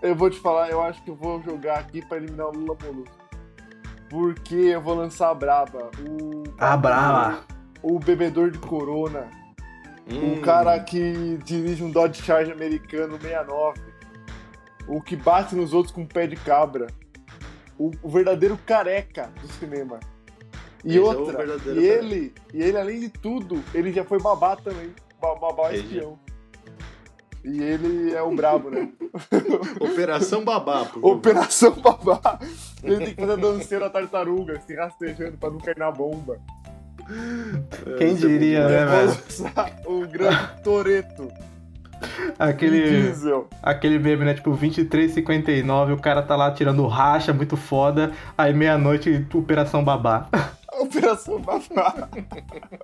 S3: Eu vou te falar, eu acho que eu vou jogar aqui pra eliminar o Lula Molusco. Porque eu vou lançar a Braba. O,
S2: Ah, brava!
S3: o bebedor de corona.
S1: Hum,
S3: O Um cara que dirige um Dodge Charge americano 69. O que bate nos outros com o pé de cabra. O, o verdadeiro careca do cinema. E
S1: Esse é o
S3: outra,
S1: verdadeiro
S3: e
S1: careca.
S3: ele, e ele além de tudo, ele já foi babá também, ba- babá
S1: Ele-
S3: espião. E ele é o brabo, né?
S1: Operação Babá, por favor.
S3: Operação babá. Ele tem que fazer a danceira da tartaruga, se rastejando pra não cair na bomba.
S2: Quem
S1: Esse é muito
S2: diria,
S1: bom.
S2: né,
S3: Vou
S2: velho?
S3: lançar o grande Toreto.
S2: Aquele,
S3: Diesel.
S2: aquele meme, né? Tipo, 23,59, o cara tá lá tirando racha, muito foda. Aí meia-noite, operação babá.
S3: Operação Babá.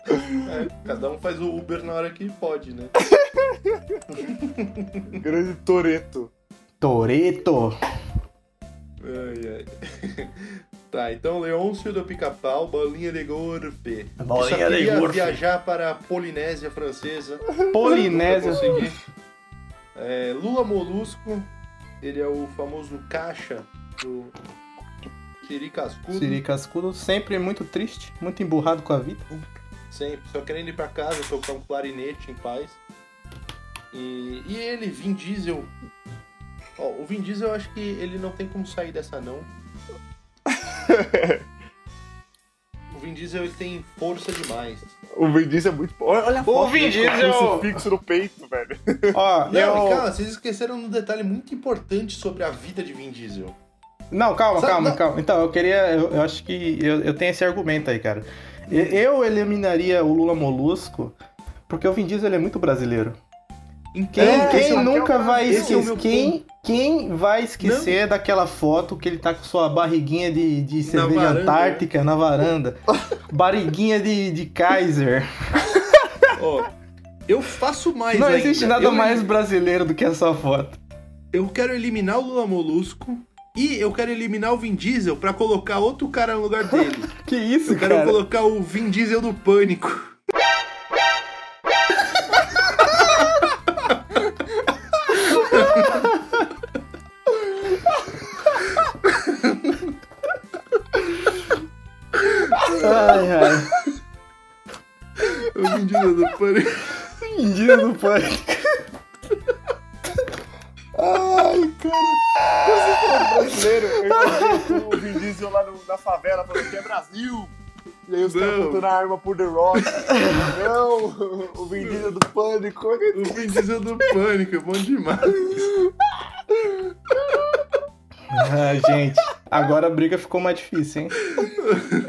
S1: É, cada um faz o Uber na hora que pode, né?
S3: Grande Toreto.
S2: Toreto!
S1: Ai, ai. tá, então Leôncio do Pica-Pau, Bolinha de Gorfe.
S2: Bolinha
S1: Que só
S2: de
S1: queria
S2: Gorfe.
S1: é viajar para a Polinésia Francesa.
S2: Polinésia.
S1: Nunca consegui. É, Lula Molusco, ele é o famoso caixa do Siri Cascudo.
S2: Siri Cascudo, sempre muito triste, muito emburrado com a vida.
S1: Sempre, só querendo ir pra casa, tocar um clarinete em paz. E, e ele, Vin Diesel. Ó, o Vin Diesel eu acho que ele não tem como sair dessa não. o Vin Diesel ele tem força demais.
S3: O Vin Diesel é muito. Olha olha a foto
S2: Vin
S3: dele com
S2: Diesel!
S3: o crucifixo no peito, velho.
S2: Ó,
S1: Não,
S2: eu...
S1: e calma, vocês esqueceram um detalhe muito importante sobre a vida de Vin Diesel.
S2: Não, calma,
S1: Sabe,
S2: calma,
S1: não-
S2: calma. Então, eu queria. Eu, eu acho que eu, eu tenho esse argumento aí, cara. E- Eu eliminaria o Lula Molusco, porque o Vin Diesel ele é muito brasileiro. Quem,
S1: Então,
S2: quem
S1: esse é o-
S2: nunca vai
S1: esse é o
S2: esquecer.
S1: meu
S2: quem, quem vai esquecer daquela foto que ele tá com sua barriguinha de, de cerveja
S1: varanda,
S2: antártica na varanda? barriguinha de, de Kaiser.
S1: Ó, eu faço mais
S2: Não
S1: ainda.
S2: existe nada
S1: Eu-
S2: mais brasileiro do que essa foto.
S1: Eu quero eliminar o Lula Molusco e eu quero eliminar o Vin Diesel pra colocar outro cara no lugar dele.
S2: Que isso,
S1: Eu quero
S2: cara?
S1: colocar o Vin Diesel do Pânico.
S2: Ai, ai.
S1: O Vin Diesel do Pânico.
S2: Vin Diesel do pai.
S3: Ai, cara. Você é brasileiro. Eu imagino o Vin Diesel lá no- na favela falando que é Brasil. E aí os caras
S1: Não.
S3: apontando a arma pro The Rock. Não, o Vin Diesel do Pânico. Como é que-
S1: O Vin Diesel do Pânico, é bom demais.
S2: Ah, gente, agora a briga ficou mais difícil, hein?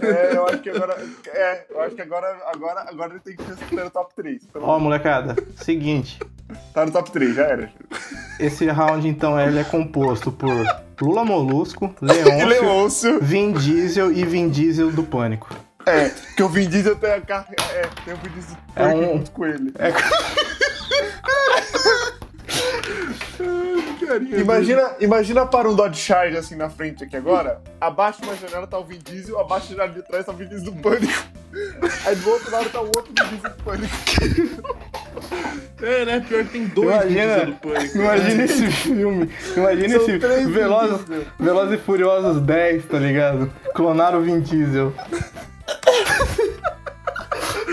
S3: É, eu acho que agora. É, eu acho que agora, agora, agora ele tem que estar no top 3.
S2: Ó, molecada, seguinte.
S3: Tá no top 3, já era.
S2: Esse round, então, ele é composto por Lula Molusco,
S3: E
S2: Leôncio,
S3: Leôncio.
S2: Vin Diesel e Vin Diesel do Pânico.
S3: É, que o Vin Diesel tem a carga. É, tem o Vin Diesel
S2: É um-
S3: junto com ele.
S1: Carinha
S3: Imagina, imagina para um Dodge Charge assim na frente aqui agora. Abaixo de uma janela tá o Vin Diesel, abaixo da janela de trás tá o Vin Diesel do Pânico. Aí do outro lado tá o outro Vin Diesel do Pânico.
S1: dele. É, né? Pior que tem dois Vin
S2: Imagina-
S1: Diesel do Pânico.
S2: Imagina esse filme. Imagina
S3: São
S2: esse
S3: três Vin
S2: Velozes,
S3: Diesel.
S2: Velozes e Furiosos 10, tá ligado? Clonaram o Vin Diesel.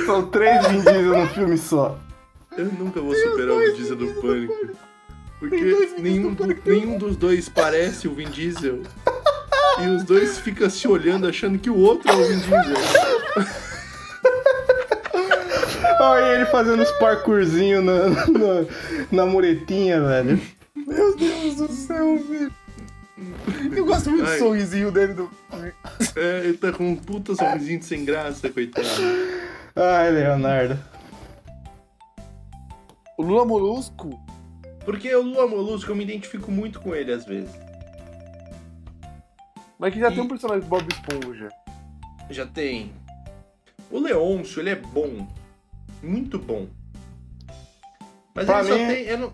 S2: São três Vin Diesel num filme só.
S1: Eu nunca vou superar o Vin Diesel do Pânico. Porque nenhum, do- nenhum dos dois parece o Vin Diesel. E os dois ficam se olhando achando que o outro é o Vin Diesel.
S2: Olha ele fazendo os parkourzinhos na, na, na muretinha, velho.
S3: Meu Deus do céu, velho. Eu gosto muito
S1: Ai.
S3: do sorrisinho dele do.
S1: É, ele tá com um puta sorrisinho sem graça, coitado.
S2: Ai, Leonardo.
S3: O Lula Molusco.
S1: Porque o Lula Molusco, eu me identifico muito com ele às vezes.
S3: Mas que já
S1: E-
S3: tem um personagem Bob Esponja.
S1: Já tem. O Leôncio, ele é bom. Muito bom. Mas
S2: Pra
S1: ele só
S2: mim,
S1: tem. Eu não...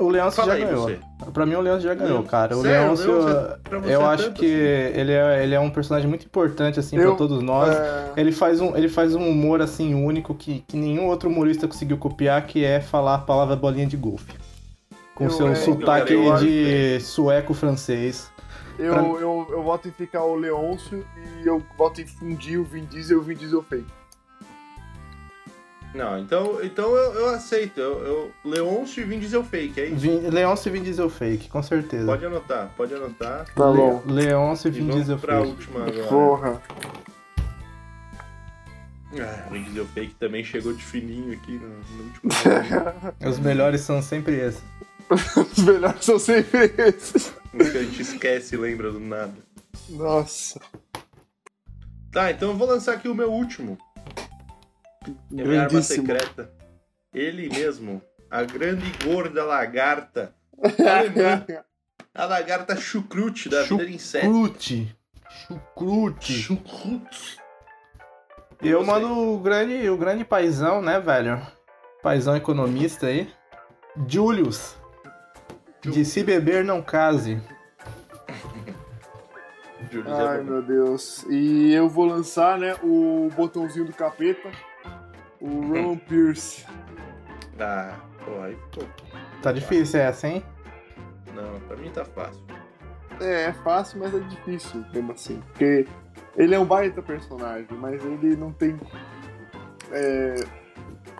S2: O Leôncio
S1: Fala
S2: já
S1: aí
S2: ganhou.
S1: você.
S2: Pra mim, o Leôncio já ganhou,
S1: Leôncio.
S2: cara. O
S1: Sério?
S2: Leôncio,
S1: Leôncio, pra você
S2: eu
S1: é
S2: acho
S1: tanto
S2: que ele, é, ele é um personagem muito importante, assim,
S3: Eu-
S2: pra todos nós.
S3: É,
S2: Ele faz, um, ele faz um humor, assim, único que, que nenhum outro humorista conseguiu copiar, que é falar a palavra bolinha de golfe. Com
S3: Eu-
S2: seu
S3: é, eu-
S2: sotaque
S1: eu acho é.
S2: de sueco-francês.
S3: eu,
S2: pra-
S3: eu, eu voto em ficar o Leôncio e eu voto em fundir o Vin Diesel e o Vin Diesel feio.
S1: Não, então, então eu, eu aceito. Eu, eu... Leôncio e Vin Diesel fake, é isso?
S2: Vin- Leôncio e Vin Diesel fake, com certeza.
S1: Pode anotar, pode anotar.
S3: Tá
S2: Le-
S3: bom.
S2: Leôncio e
S1: E
S2: Vin
S1: vamos
S2: Diesel
S1: pra
S2: fake.
S1: última agora.
S3: Porra.
S1: Ah, Vin Diesel fake também chegou de fininho aqui no, no último. momento.
S2: Os melhores são sempre esses.
S3: Os melhores são sempre esses.
S1: Os que a gente esquece e lembra do nada.
S3: Nossa.
S1: Tá, então eu vou lançar aqui o meu último. É a minha arma
S3: Grandíssimo.
S1: secreta. Ele mesmo, a grande e gorda lagarta. alemã, a lagarta chucrute da vida de inseto.
S2: Chucrute. Chucrute.
S1: Chucrute.
S2: E eu
S1: Você.
S2: mando o grande, o grande paizão, né, velho? Paizão economista aí. Julius. De se beber não case.
S1: Júlio,
S3: Ai,
S1: Zé-
S3: meu Deus. E eu vou lançar, né, o botãozinho do capeta. O
S1: Hum.
S3: Ron Pierce.
S1: Tá, pô, aí ficou.
S2: Tá difícil essa, hein?
S1: Não, pra mim tá fácil.
S3: É, é fácil, mas é difícil, mesmo assim. Porque ele é um baita personagem, mas ele não tem é,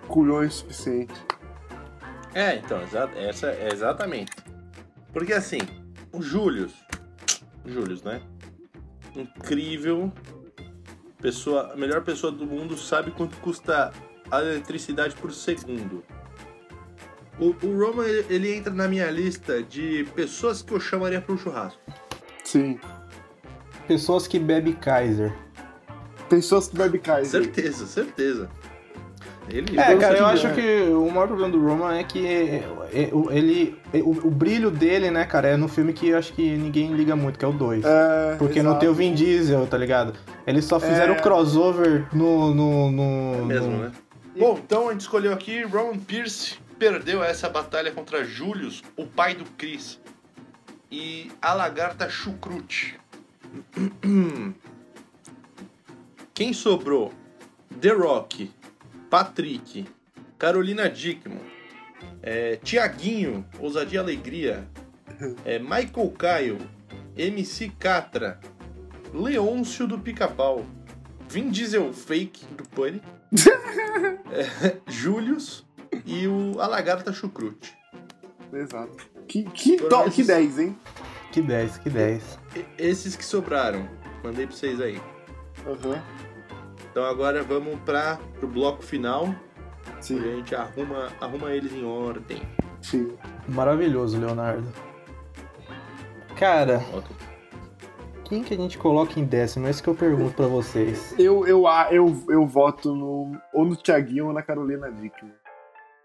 S3: culhões suficiente.
S1: É, então, exa- essa é exatamente. Porque assim, o Július. Július, né? Incrível. Pessoa, a melhor pessoa do mundo sabe quanto custa a eletricidade por segundo. O, o Roman, ele, ele entra na minha lista de pessoas que eu chamaria para um churrasco.
S3: Sim.
S2: Pessoas que bebem Kaiser.
S3: Pessoas que bebem Kaiser.
S1: Certeza, certeza. Ele
S2: É,
S3: Eu
S2: cara, eu
S3: sei,
S2: acho
S3: né?
S2: que o maior problema do Roman é que ele, é, o, o brilho dele, né, cara, é no filme que eu acho que ninguém liga muito, que é o 2.
S3: É,
S2: Porque
S3: exato.
S2: não tem o Vin Diesel, tá ligado? Eles só fizeram
S3: É.
S2: o crossover no. no, no
S1: mesmo,
S2: no-
S1: né? Bom, então a gente escolheu aqui Roman Pierce perdeu essa batalha contra Julius, o pai do Chris, e a lagarta Chucrute. Quem sobrou? The Rock, Patrick, Carolina Dickman, é, Tiaguinho, Ousadia e Alegria, é, Michael Caio, MC Catra, Leôncio do Pica-Pau, Vin Diesel Fake do Pânico, Július e o a lagarta chucrute.
S3: Exato. Que, que,
S1: Foram
S3: to-
S1: esses-
S3: que 10, hein?
S2: Que 10, que 10.
S1: E- esses que sobraram, mandei pra vocês aí.
S3: Aham.
S1: Então agora vamos para pro bloco final,
S3: Sim,
S1: onde a gente arruma, arruma eles em ordem.
S3: sim.
S2: Maravilhoso, Leonardo. Cara,
S1: Bota-
S2: quem que a gente coloca em décimo? É isso que eu pergunto pra vocês.
S3: Eu, eu, ah, eu, eu voto no, ou no Thiaguinho ou na Carolina Dickman.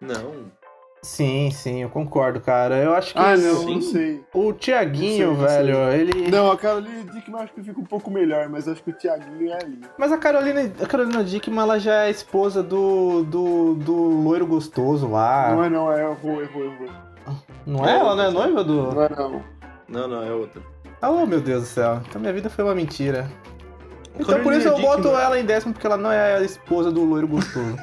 S1: Não.
S2: Sim, sim, eu concordo, cara. Eu acho que
S3: Ah, não,
S1: sim.
S3: não sei.
S2: o Tiaguinho,
S3: Não sei, não
S2: velho, ele.
S3: Não, a Carolina Dickman eu acho que fica um pouco melhor, mas eu acho que o Thiaguinho é ali.
S2: Mas a Carolina, a Carolina Dickman, ela já é esposa do, do, do loiro gostoso
S3: Não
S2: lá.
S3: é não, é errou, errou, errou.
S2: Ah. Não é? Ela não é noiva do.
S3: Não é não.
S1: Não, não, é outra.
S2: Oh, meu Deus do céu. Então minha vida foi uma mentira. Então
S1: Carolina
S2: por isso eu
S1: Dickman.
S2: boto ela em décimo, porque ela não é a esposa do loiro gostoso.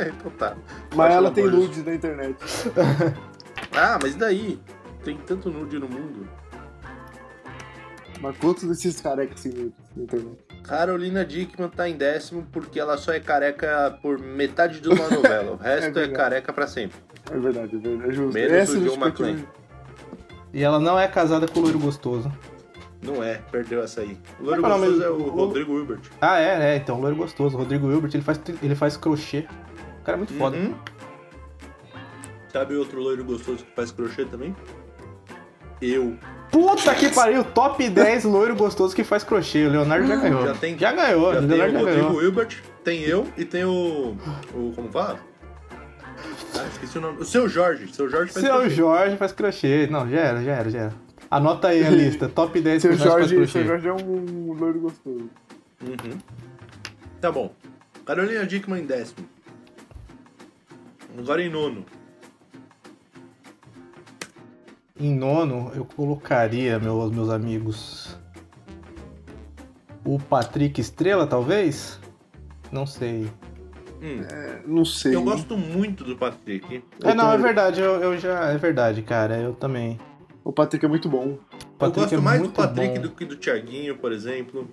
S1: É, então tá.
S3: Mas
S1: Pelo
S3: ela
S1: amor
S3: tem
S1: de Deus.
S3: nudes na internet.
S1: Ah, mas e daí? Tem tanto nude no mundo.
S3: Mas quantos desses carecas tem nudes na internet?
S1: Carolina Dickman tá em décimo porque ela só é careca por metade de uma novela. O resto é,
S3: verdade.
S1: careca pra sempre.
S3: É verdade, é verdade. É justo.
S1: Menos
S3: Essa
S1: o John
S3: justificativa-
S1: McClane.
S2: e ela não é casada com o loiro gostoso.
S1: Não é, perdeu essa aí. O Louro
S2: Qual é o nome
S1: Gostoso é
S2: do-
S1: o Rodrigo Hilbert.
S2: Ah, é, né? Então, loiro gostoso. Rodrigo Hilbert, ele faz, ele faz crochê. O cara é muito foda.
S1: Uhum. Sabe outro loiro gostoso que faz crochê também? Eu.
S2: Puta que pariu, top 10 loiro gostoso que faz crochê. O Leonardo já ganhou.
S1: Hum. já tem-
S2: já ganhou,
S1: já
S2: o
S1: tem o
S2: Leonardo já
S1: Rodrigo
S2: ganhou.
S1: Hilbert, tem eu e tem o. o como fala? Ah, esqueci o nome. O seu Jorge. Seu Jorge faz
S2: Seu
S1: crochê.
S2: Jorge faz crochê. Não, já era, já era, já era. Anota aí a lista. Top 10
S3: Seu
S2: personagens
S3: Jorge, seu
S2: prostitutas.
S3: Jorge é um loiro gostoso.
S1: Uhum. Tá bom. Carolina Dickman em décimo. Agora em nono.
S2: Em nono, eu colocaria, meus, meus amigos, o Patrick Estrela, talvez? Não sei.
S1: Hum,
S3: É, Não sei.
S1: eu gosto muito do Patrick.
S2: É, não, é
S3: também.
S2: verdade, eu, eu já. É verdade, cara, eu também.
S3: O Patrick é muito bom.
S2: O
S1: eu
S2: Patrick é
S1: gosto mais do
S2: muito
S1: Patrick
S2: bom.
S1: do que do Thiaguinho, por exemplo.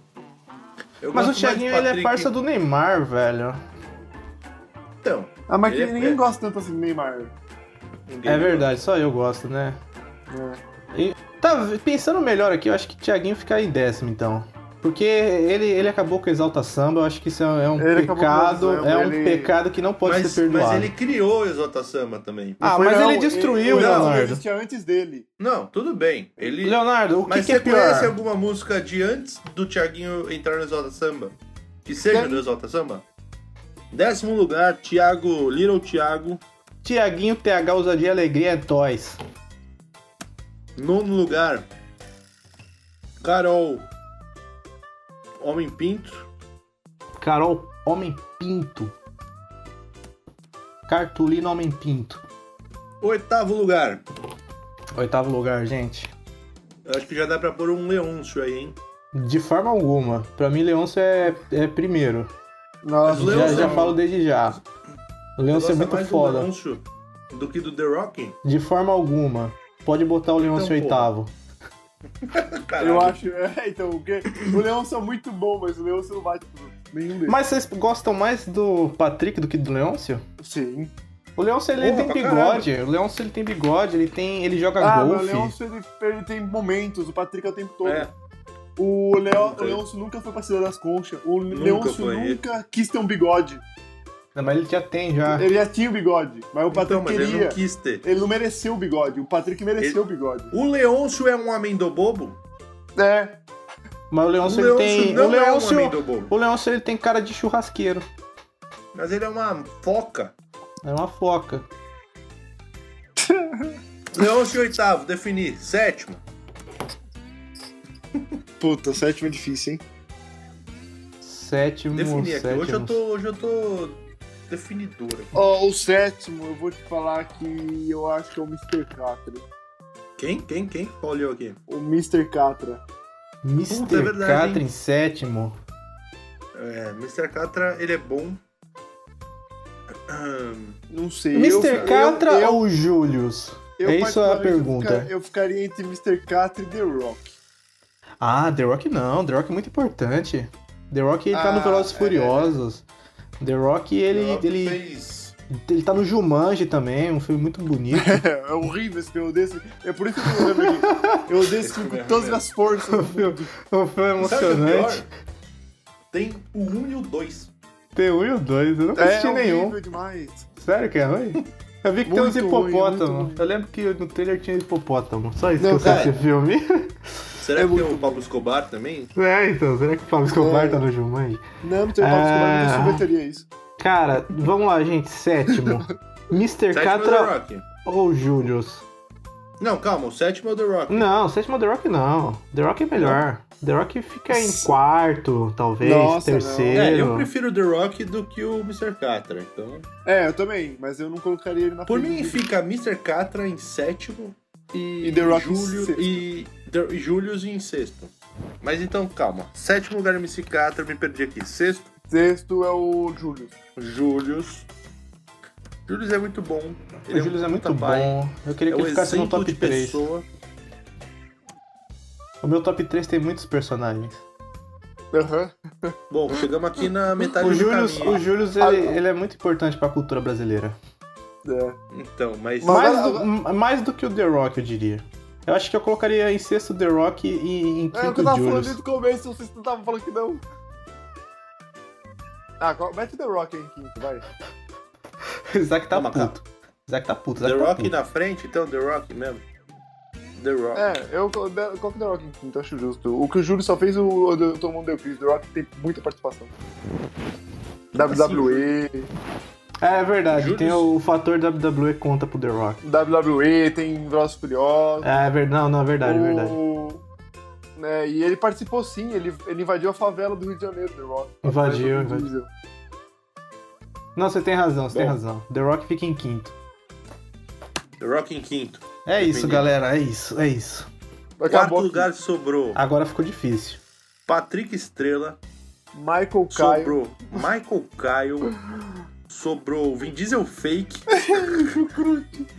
S1: Eu
S2: Mas
S1: gosto mais
S2: o
S1: do
S2: Thiaguinho, ele é
S1: Patrick-
S2: parça do Neymar, velho.
S1: Então,
S3: Ah, mas
S1: Ele é-
S3: ninguém
S1: é-
S3: gosta tanto assim do Neymar.
S1: ninguém
S2: É verdade, só eu gosto, né?
S3: É.
S2: Tá, pensando melhor aqui, eu acho que Thiaguinho fica em décimo, então. Porque ele, ele acabou com o Exalta Samba, eu acho que isso é um
S3: Ele acabou com o
S2: pecado,
S3: Exalta Samba,
S2: é um
S3: ele-
S2: pecado que não pode
S1: mas,
S2: ser perdoado.
S1: mas ele criou o Exalta Samba também.
S2: Ah,
S3: Foi,
S2: mas
S3: não,
S2: ele destruiu,
S3: ele,
S2: Leonardo.
S3: Ele existia antes dele.
S1: Não, tudo bem. Ele...
S2: Leonardo, o que,
S1: Mas
S2: que
S1: você
S2: é pior?
S1: conhece alguma música de antes do Thiaguinho entrar no Exalta Samba? Que seja
S3: Tem.
S1: do Exalta Samba? Décimo lugar, Thiago, Little Thiago.
S2: Tiaguinho, TH, ousadia, alegria, é toys.
S1: Nono lugar, Carol, Homem Pinto.
S2: Carol, homem pinto. Cartolina, homem pinto.
S1: Oitavo lugar,
S2: Oitavo lugar, gente.
S1: eu acho que já dá pra pôr um Leôncio aí, hein?
S2: De forma alguma. Pra mim, Leôncio é, é primeiro.
S3: Nossa,
S1: Mas
S2: Já,
S1: Leôncio-
S2: já falo desde já. O Leôncio
S1: um- Você
S2: é muito
S1: mais do
S2: foda.
S1: Leôncio do que do The Rock?
S2: De forma alguma. Pode botar o Leôncio
S1: Então,
S2: em oitavo.
S1: Caralho.
S3: eu acho. É, então, porque o Leão são muito bom, mas o Leão não tipo, bate tudo. Nenhum deles.
S2: Mas vocês gostam mais do Patrick do que do Leôncio?
S3: Sim.
S2: O Leôncio, ele
S1: Porra,
S2: tem
S1: pra
S2: bigode. O Leôncio, ele tem bigode. Ele tem... Ele joga
S3: Ah, mas o
S2: golfe.
S3: Leão ele, ele tem momentos, o Patrick é o tempo todo.
S1: É,
S3: O Leão
S1: Nunca.
S3: o Leôncio nunca foi pra Cidade das Conchas. O
S1: Nunca
S3: Leôncio
S1: foi.
S3: nunca quis ter um bigode.
S2: Não, mas ele já tem, já.
S3: Ele já tinha o bigode, mas o
S1: então,
S3: Patrick
S1: mas
S3: queria.
S1: ele não quis ter.
S3: Ele não mereceu o bigode, o Patrick mereceu o bigode.
S1: O Leôncio é um amendobobo?
S3: É,
S2: Mas o Leôncio,
S1: o
S2: ele
S1: Leôncio
S2: tem...
S1: não
S2: o
S1: é
S2: Leôncio...
S1: um amendobobo.
S2: O Leôncio ele tem cara de churrasqueiro.
S1: Mas ele é uma foca.
S2: É uma foca.
S1: Leôncio é oitavo, definir. Sétimo.
S3: puta, sétimo é difícil, hein?
S2: Sétimo.
S1: Definir aqui.
S2: sétimo.
S1: Hoje eu tô. Hoje eu tô. Definidora.
S3: Ó, o sétimo, eu vou te falar que eu acho que é o Mr. Catra.
S1: Quem? Quem? Quem? Qual olhou aqui?
S3: O Mr. Catra.
S2: Mr.
S1: Puta, é verdade,
S2: Catra
S1: hein?
S2: em sétimo.
S1: É, Mr. Catra, ele é bom. Ahn,
S3: Não sei.
S2: Mr.
S3: eu-
S2: Catra
S3: eu- eu-
S2: ou Július? é isso a
S3: particularmente, eu
S2: pergunta.
S3: fica- Eu ficaria entre Mr. Catra e The Rock.
S2: Ah, The Rock não. The Rock é muito importante. The Rock ele tá
S3: Ah,
S2: no Velozes e
S3: é.
S2: Furiosos. The Rock ele,
S1: Rock
S2: ele,
S1: fez.
S2: ele tá no Jumanji também, um filme muito bonito.
S3: É horrível esse filme, eu odeio esse filme. É por isso que eu lembro aqui. Eu odeio esse filme é com todas as minhas forças.
S2: um filme, um
S1: Sabe o
S2: filme
S1: que é pior?
S2: emocionante.
S1: Tem o 1 e o 2.
S2: Tem um e o dois, eu nunca assisti nenhum.
S3: É, horrível demais.
S2: Sério que é ruim? Eu vi que
S3: Muito
S2: tem uns hipopótamo.
S3: ruim, muito ruim.
S2: eu lembro que no trailer tinha hipopótamo. Só isso
S3: Não,
S2: que eu sei
S3: cara.
S2: desse filme.
S1: Será
S3: É
S1: que tem
S3: muito
S1: o Pablo Escobar também?
S2: é, então, será que o Pablo Escobar
S3: É.
S2: tá no Jumanji?
S3: Não, não tem papo
S2: Ah.
S3: ah... mas eu submeteria isso.
S2: Cara, vamos lá, gente. Sétimo. Mr.
S1: Sétimo é o The
S2: Catra
S1: Rock.
S2: ou Julius?
S1: Não, calma, o sétimo é o The Rock.
S2: Não, sétimo é The Rock não. The Rock é melhor. The Rock fica em quarto, talvez,
S3: Nossa, não.
S1: É,
S2: terceiro.
S1: eu prefiro o The Rock do que o Mr. Catra, então.
S3: É, eu também, mas eu não colocaria ele na
S1: Por
S3: frente
S1: mim
S3: do-
S1: fica Mr. Catra em sétimo e,
S3: E The Rock em
S1: Júlio,
S3: sexto.
S1: e The- e Július em sexto. Mas então, calma. Sétimo lugar MC Catra, me perdi aqui. Sexto,
S3: Sexto é o Júlio.
S1: Július. Július é muito bom.
S2: o Julius é muito
S1: puta pai.
S2: bom. Eu queria
S1: É
S2: que
S1: um
S2: ele ficasse no
S1: exemplo
S2: top
S1: de
S2: 3.
S1: pessoa.
S2: O meu top 3 tem muitos personagens.
S3: Aham.
S1: Bom, chegamos aqui na metade
S2: O
S1: do
S2: Julius,
S1: caminho.
S2: o Julius ele, ele é muito importante pra cultura brasileira.
S3: É.
S1: Então, mas...
S3: Mas-
S2: Mais
S3: agora-
S2: do, m- mais do que o The Rock, eu diria. Eu acho que eu colocaria em sexto The Rock e em
S3: É o que
S2: quinto
S3: eu tava falando
S2: Julius.
S3: desde o começo, vocês não estavam falando que não. Ah, qual- mete The Rock aí em quinto, vai.
S2: Isaac tá
S1: Calma, calma.
S2: puto. Isaac tá puto.
S1: The
S2: Isaac tá
S1: Rock
S2: puto.
S1: na frente, então The Rock mesmo. The Rock.
S3: É, eu co- de- coloco The Rock em quinto, acho justo. O que o Júlio só fez, o, o, o todo mundo deu Chris. The Rock tem muita participação. WWE.
S2: É verdade,
S1: Juros?
S2: tem o, o fator WWE conta pro The Rock.
S3: WWE, tem Velozes e Furiosos.
S2: É verdade, não, não, é verdade, é verdade.
S3: o- Né, e ele participou sim, ele, ele invadiu a favela do Rio de Janeiro, The Rock.
S2: Invadiu,
S3: Através do
S2: invadiu.
S3: diesel.
S2: Não, você tem razão, você tem
S1: Bom.
S2: razão. The Rock fica em quinto.
S1: The Rock em quinto.
S2: É isso,
S1: Entendi.
S2: galera, é isso, é isso.
S3: Acabou
S1: Quarto
S3: aqui.
S1: lugar sobrou
S2: Agora ficou difícil.
S1: Patrick Estrela,
S3: Michael Caio.
S1: sobrou Michael Kyle, sobrou Vin Diesel Fake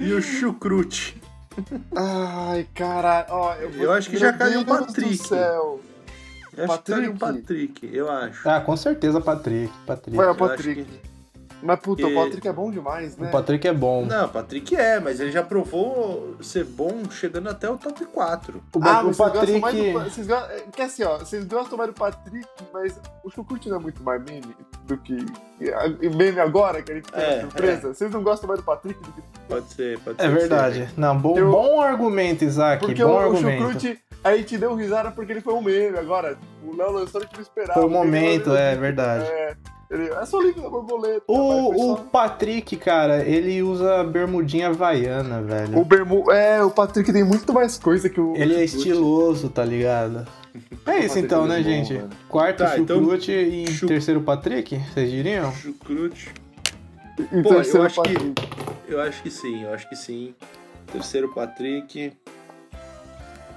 S1: e o Chucrute.
S3: Ai, caralho. Ó, eu, vou-
S1: Eu acho que
S3: Meu
S1: já caiu o
S3: Deus do
S1: Patrick.
S3: céu.
S1: Eu acho que tá o
S3: Patrick.
S1: Patrick, eu acho.
S2: Ah, com certeza, Patrick. Patrick.
S3: Vai, o
S1: Eu acho
S3: Patrick. Mas puta,
S1: E-
S3: o Patrick é bom demais, né?
S2: O Patrick é bom.
S1: Não, Patrick é, mas ele já provou ser bom chegando até o top 4.
S2: O,
S3: Ah,
S2: Ba- o
S3: mas vocês
S2: Patrick.
S3: gostam mais do... Pa- Vocês gostam... é, Que assim, ó, vocês gostam mais do Patrick, mas o Chucrute não é muito mais meme do que... e Meme agora, que a gente tem
S1: É,
S3: uma surpresa. Vocês não gostam mais do Patrick do que...
S1: Pode ser, pode ser.
S2: É
S1: que
S2: verdade. Não, bom,
S3: Eu-
S2: bom argumento, Isaac.
S3: Porque
S2: bom
S3: o, o
S2: argumento.
S3: Chucrute, a gente deu risada porque ele foi um meme agora. O Léo lançou, a gente não esperava.
S2: Foi o momento, é verdade.
S3: É, ele... é só o livro da borboleta. mas foi
S2: O,
S3: só-
S2: o Patrick, cara, ele usa bermudinha havaiana, velho.
S3: O Bermu... É, o Patrick tem muito mais coisa que o...
S2: Ele é
S3: Chucrute.
S2: estiloso, tá ligado? É isso
S3: Patrick
S2: então,
S3: é
S2: né,
S3: bom,
S2: gente?
S3: velho.
S2: Quarto,
S1: Tá, então-
S2: Chucrute e
S1: Chu-
S2: terceiro, Patrick? Vocês diriam?
S1: sim. Chucrute.
S3: E
S1: Pô, eu
S3: terceiro
S1: acho que-
S3: Patrick.
S1: Eu acho que sim, eu acho que sim. Terceiro, Patrick.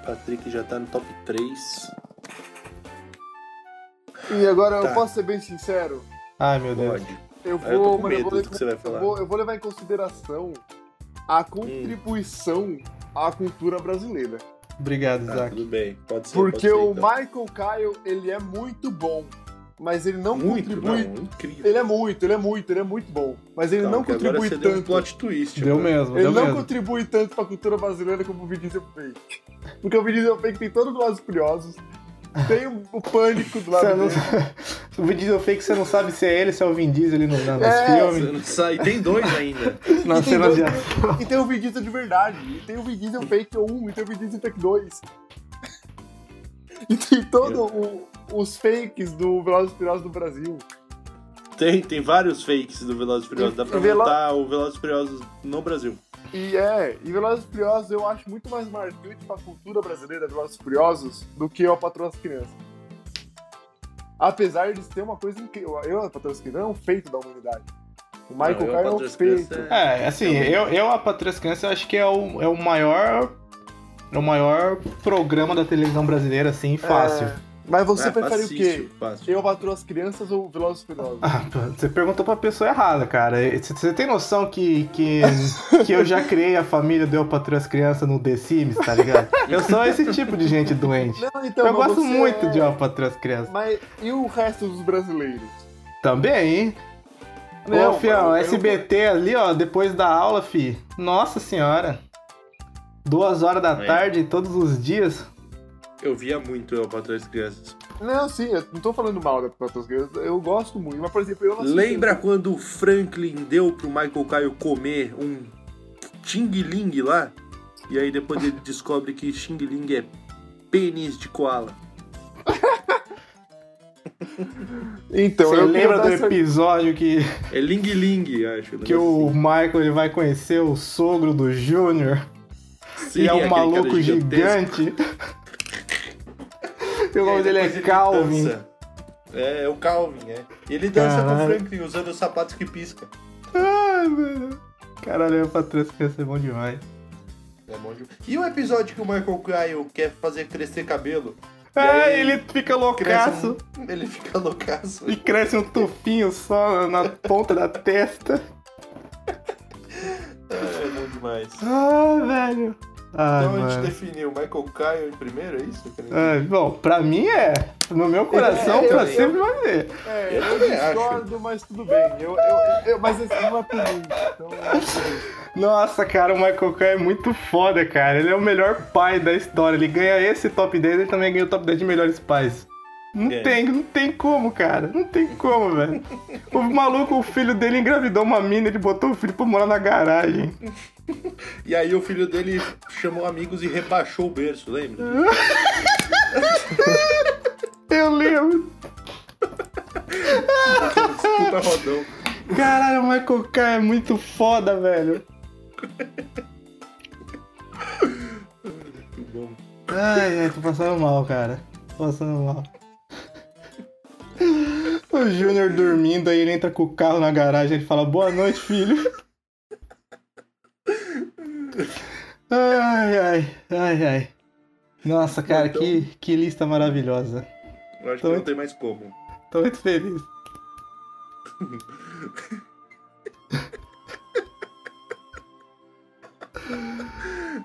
S1: Patrick já tá no top 3.
S3: E agora,
S1: Tá.
S3: eu posso ser bem sincero?
S2: Ai, meu Deus.
S1: Pode.
S3: Eu vou,
S1: Ah, eu tô com
S3: mas eu
S1: medo
S3: vou
S1: do que você vai falar.
S3: Eu vou, eu vou levar em consideração a contribuição à cultura brasileira.
S2: Obrigado,
S1: Tá,
S2: Isaac.
S1: tudo bem. Pode ser. pode
S3: Porque
S1: ser,
S3: o
S1: então.
S3: Michael Caio, ele é muito bom, mas ele não
S1: Muito,
S3: contribui.
S1: não, incrível.
S3: Ele é muito, ele é muito, ele é muito bom, mas ele
S1: Calma,
S3: não
S1: que
S3: contribui
S1: agora você deu um
S3: tanto.
S1: plot twist. né?
S2: Deu
S1: mano.
S2: mesmo,
S3: Ele
S2: deu
S3: não
S2: mesmo.
S3: contribui tanto pra cultura brasileira como o Vin Diesel Fake. Porque o Vin Diesel Fake tem todos nós curiosos, tem o, o pânico do lado
S2: Você
S3: dele.
S2: não... o Vin Diesel fake, você não sabe se é ele, se é o Vin Diesel ali no, no, nos
S3: É,
S1: Você
S2: filmes,
S1: não sai. Tem dois ainda.
S2: nas
S3: tem
S2: cenas de
S3: dois- E tem o Vin Diesel de verdade. E tem o Vin Diesel Fake 1 e tem o Vin Diesel Fake 2. E tem todos os fakes do Velozes e Furiosos do Brasil.
S1: Tem, tem vários fakes do Velozes e Furiosos. Dá pra
S3: Velo-
S1: montar o Velozes e Furiosos no Brasil.
S3: E é, e Velozes e Furiosos eu acho muito mais marcante pra cultura brasileira Velozes e Furiosos do que o Patrão das Crianças. Apesar de ter uma coisa incrível. Eu, a Patrão das Crianças, é um feito da humanidade. O
S1: Não,
S3: Michael
S1: eu,
S3: Caio é
S1: Patrão
S3: um
S1: das
S3: feito.
S1: Crianças,
S2: É, assim, eu, eu a Patrulha Criança eu acho que é o, é o maior. É o maior programa da televisão brasileira, assim, fácil.
S3: É, Mas você
S1: Ah,
S3: prefere
S1: facíssimo,
S3: o quê?
S1: fácil.
S3: Eu, Patrão das Crianças ou Velozes e Furiosos?
S2: Ah, pô, você perguntou pra pessoa errada, cara. Você tem noção que, que, que eu já criei a família do Eu Patrulha as Crianças no The Sims, tá ligado? Eu sou esse tipo de gente doente.
S3: Não, então,
S2: Eu
S3: mas
S2: gosto
S3: você
S2: muito
S3: é-
S2: de Eu Patrulha as Crianças.
S3: Mas e o resto dos brasileiros?
S2: Também, hein?
S3: Não,
S2: Ô, fião,
S3: mano, eu-
S2: SBT ali, ó, depois da aula, fi. Nossa senhora. Duas horas da
S1: É.
S2: tarde, todos os dias.
S1: Eu via muito eu, Patrão das Crianças.
S3: Não, sim, eu não tô falando mal da Patrulha Crianças, eu gosto muito, mas por exemplo, eu não assisto-
S1: Lembra quando o Franklin deu pro Michael Caio comer um Xing Ling lá? E aí depois ele descobre que Xing Ling é pênis de koala.
S3: Então,
S2: Você
S3: eu
S2: lembra do
S3: queria dar essa-
S2: episódio que,
S1: É Ling Ling, acho. um
S2: que
S1: negócio
S2: o Michael ele vai conhecer o sogro do Júnior?
S1: assim. Sim,
S2: E é um
S1: aquele cara
S2: maluco
S1: gigantesco.
S2: gigante. E o
S1: E
S2: nome
S1: aí
S2: dele
S1: depois
S2: é
S1: ele
S2: Calvin.
S1: dança. É, é o Calvin, é. E ele dança com o
S2: Caralho.
S1: Franklin usando os sapatos que pisca.
S2: Ai, mano. Caralho, eu patrônio que ia ser bom demais.
S1: É bom de- E o episódio que o Michael Caio quer fazer crescer cabelo? E
S2: É,
S1: aí
S2: ele fica
S1: Cresce
S2: loucaço
S1: um- Ele fica loucaço.
S2: e cresce um tufinho só na na ponta da testa.
S1: É bom demais.
S2: Ah, velho. Ah,
S1: Então a gente
S2: mano.
S1: definiu Michael Caio em primeiro, é isso?
S2: Ah, bom, pra mim é. No meu coração,
S1: É, eu-
S2: pra
S1: eu-
S2: sempre vai ser.
S3: É,
S1: Eu
S3: eu,
S1: também
S3: discordo, mas tudo bem. Eu, eu, eu- mas esse não é por mim. Então,
S2: Nossa, cara, o Michael Kahn é muito foda, cara. Ele é o melhor pai da história. Ele ganha esse top 10, ele também ganha o top 10 de melhores pais. Não
S1: É.
S2: tem, não tem como, cara. Não tem como, velho. O maluco, o filho dele engravidou uma mina, ele botou o filho pra morar na garagem.
S1: E aí o filho dele chamou amigos e rebaixou o berço, lembra?
S2: Eu lembro.
S1: Puta rodão.
S2: Caralho, o Michael K é muito foda, velho.
S1: bom.
S2: Ai, ai, tô passando mal, cara. Tô passando mal. O Júnior dormindo, aí ele entra com o carro na garagem, ele fala, boa noite, filho. Ai, ai, ai, ai. Nossa, cara,
S1: Então-
S2: que, que lista maravilhosa.
S1: Eu acho
S2: Tô-
S1: que não tem mais como.
S2: Tô muito feliz.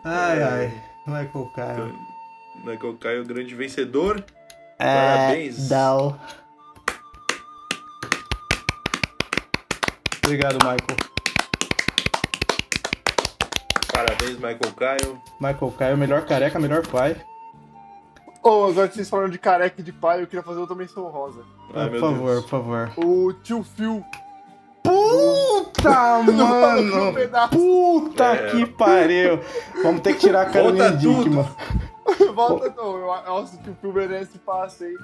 S2: Ai, ai. é Michael Kyle.
S1: Michael Kai é o grande vencedor. É, Parabéns.
S2: Parabéns. Dal. Obrigado, Michael.
S1: Parabéns, Michael Caio.
S2: Michael Caio, melhor careca, melhor pai.
S3: Ô, agora que vocês falaram de careca e de pai, eu queria fazer outra menção rosa.
S1: Ai,
S2: por
S1: meu
S2: favor,
S1: Deus.
S2: por favor.
S3: O tio Phil.
S2: Puta,
S3: No
S2: mano!
S3: um pedaço.
S2: Puta
S1: É.
S2: que pariu! Vamos ter que tirar a Carolina
S1: Volta tudo.
S2: Dickman.
S3: Volta, não. Eu, nossa, o tio Phil merece passe aí.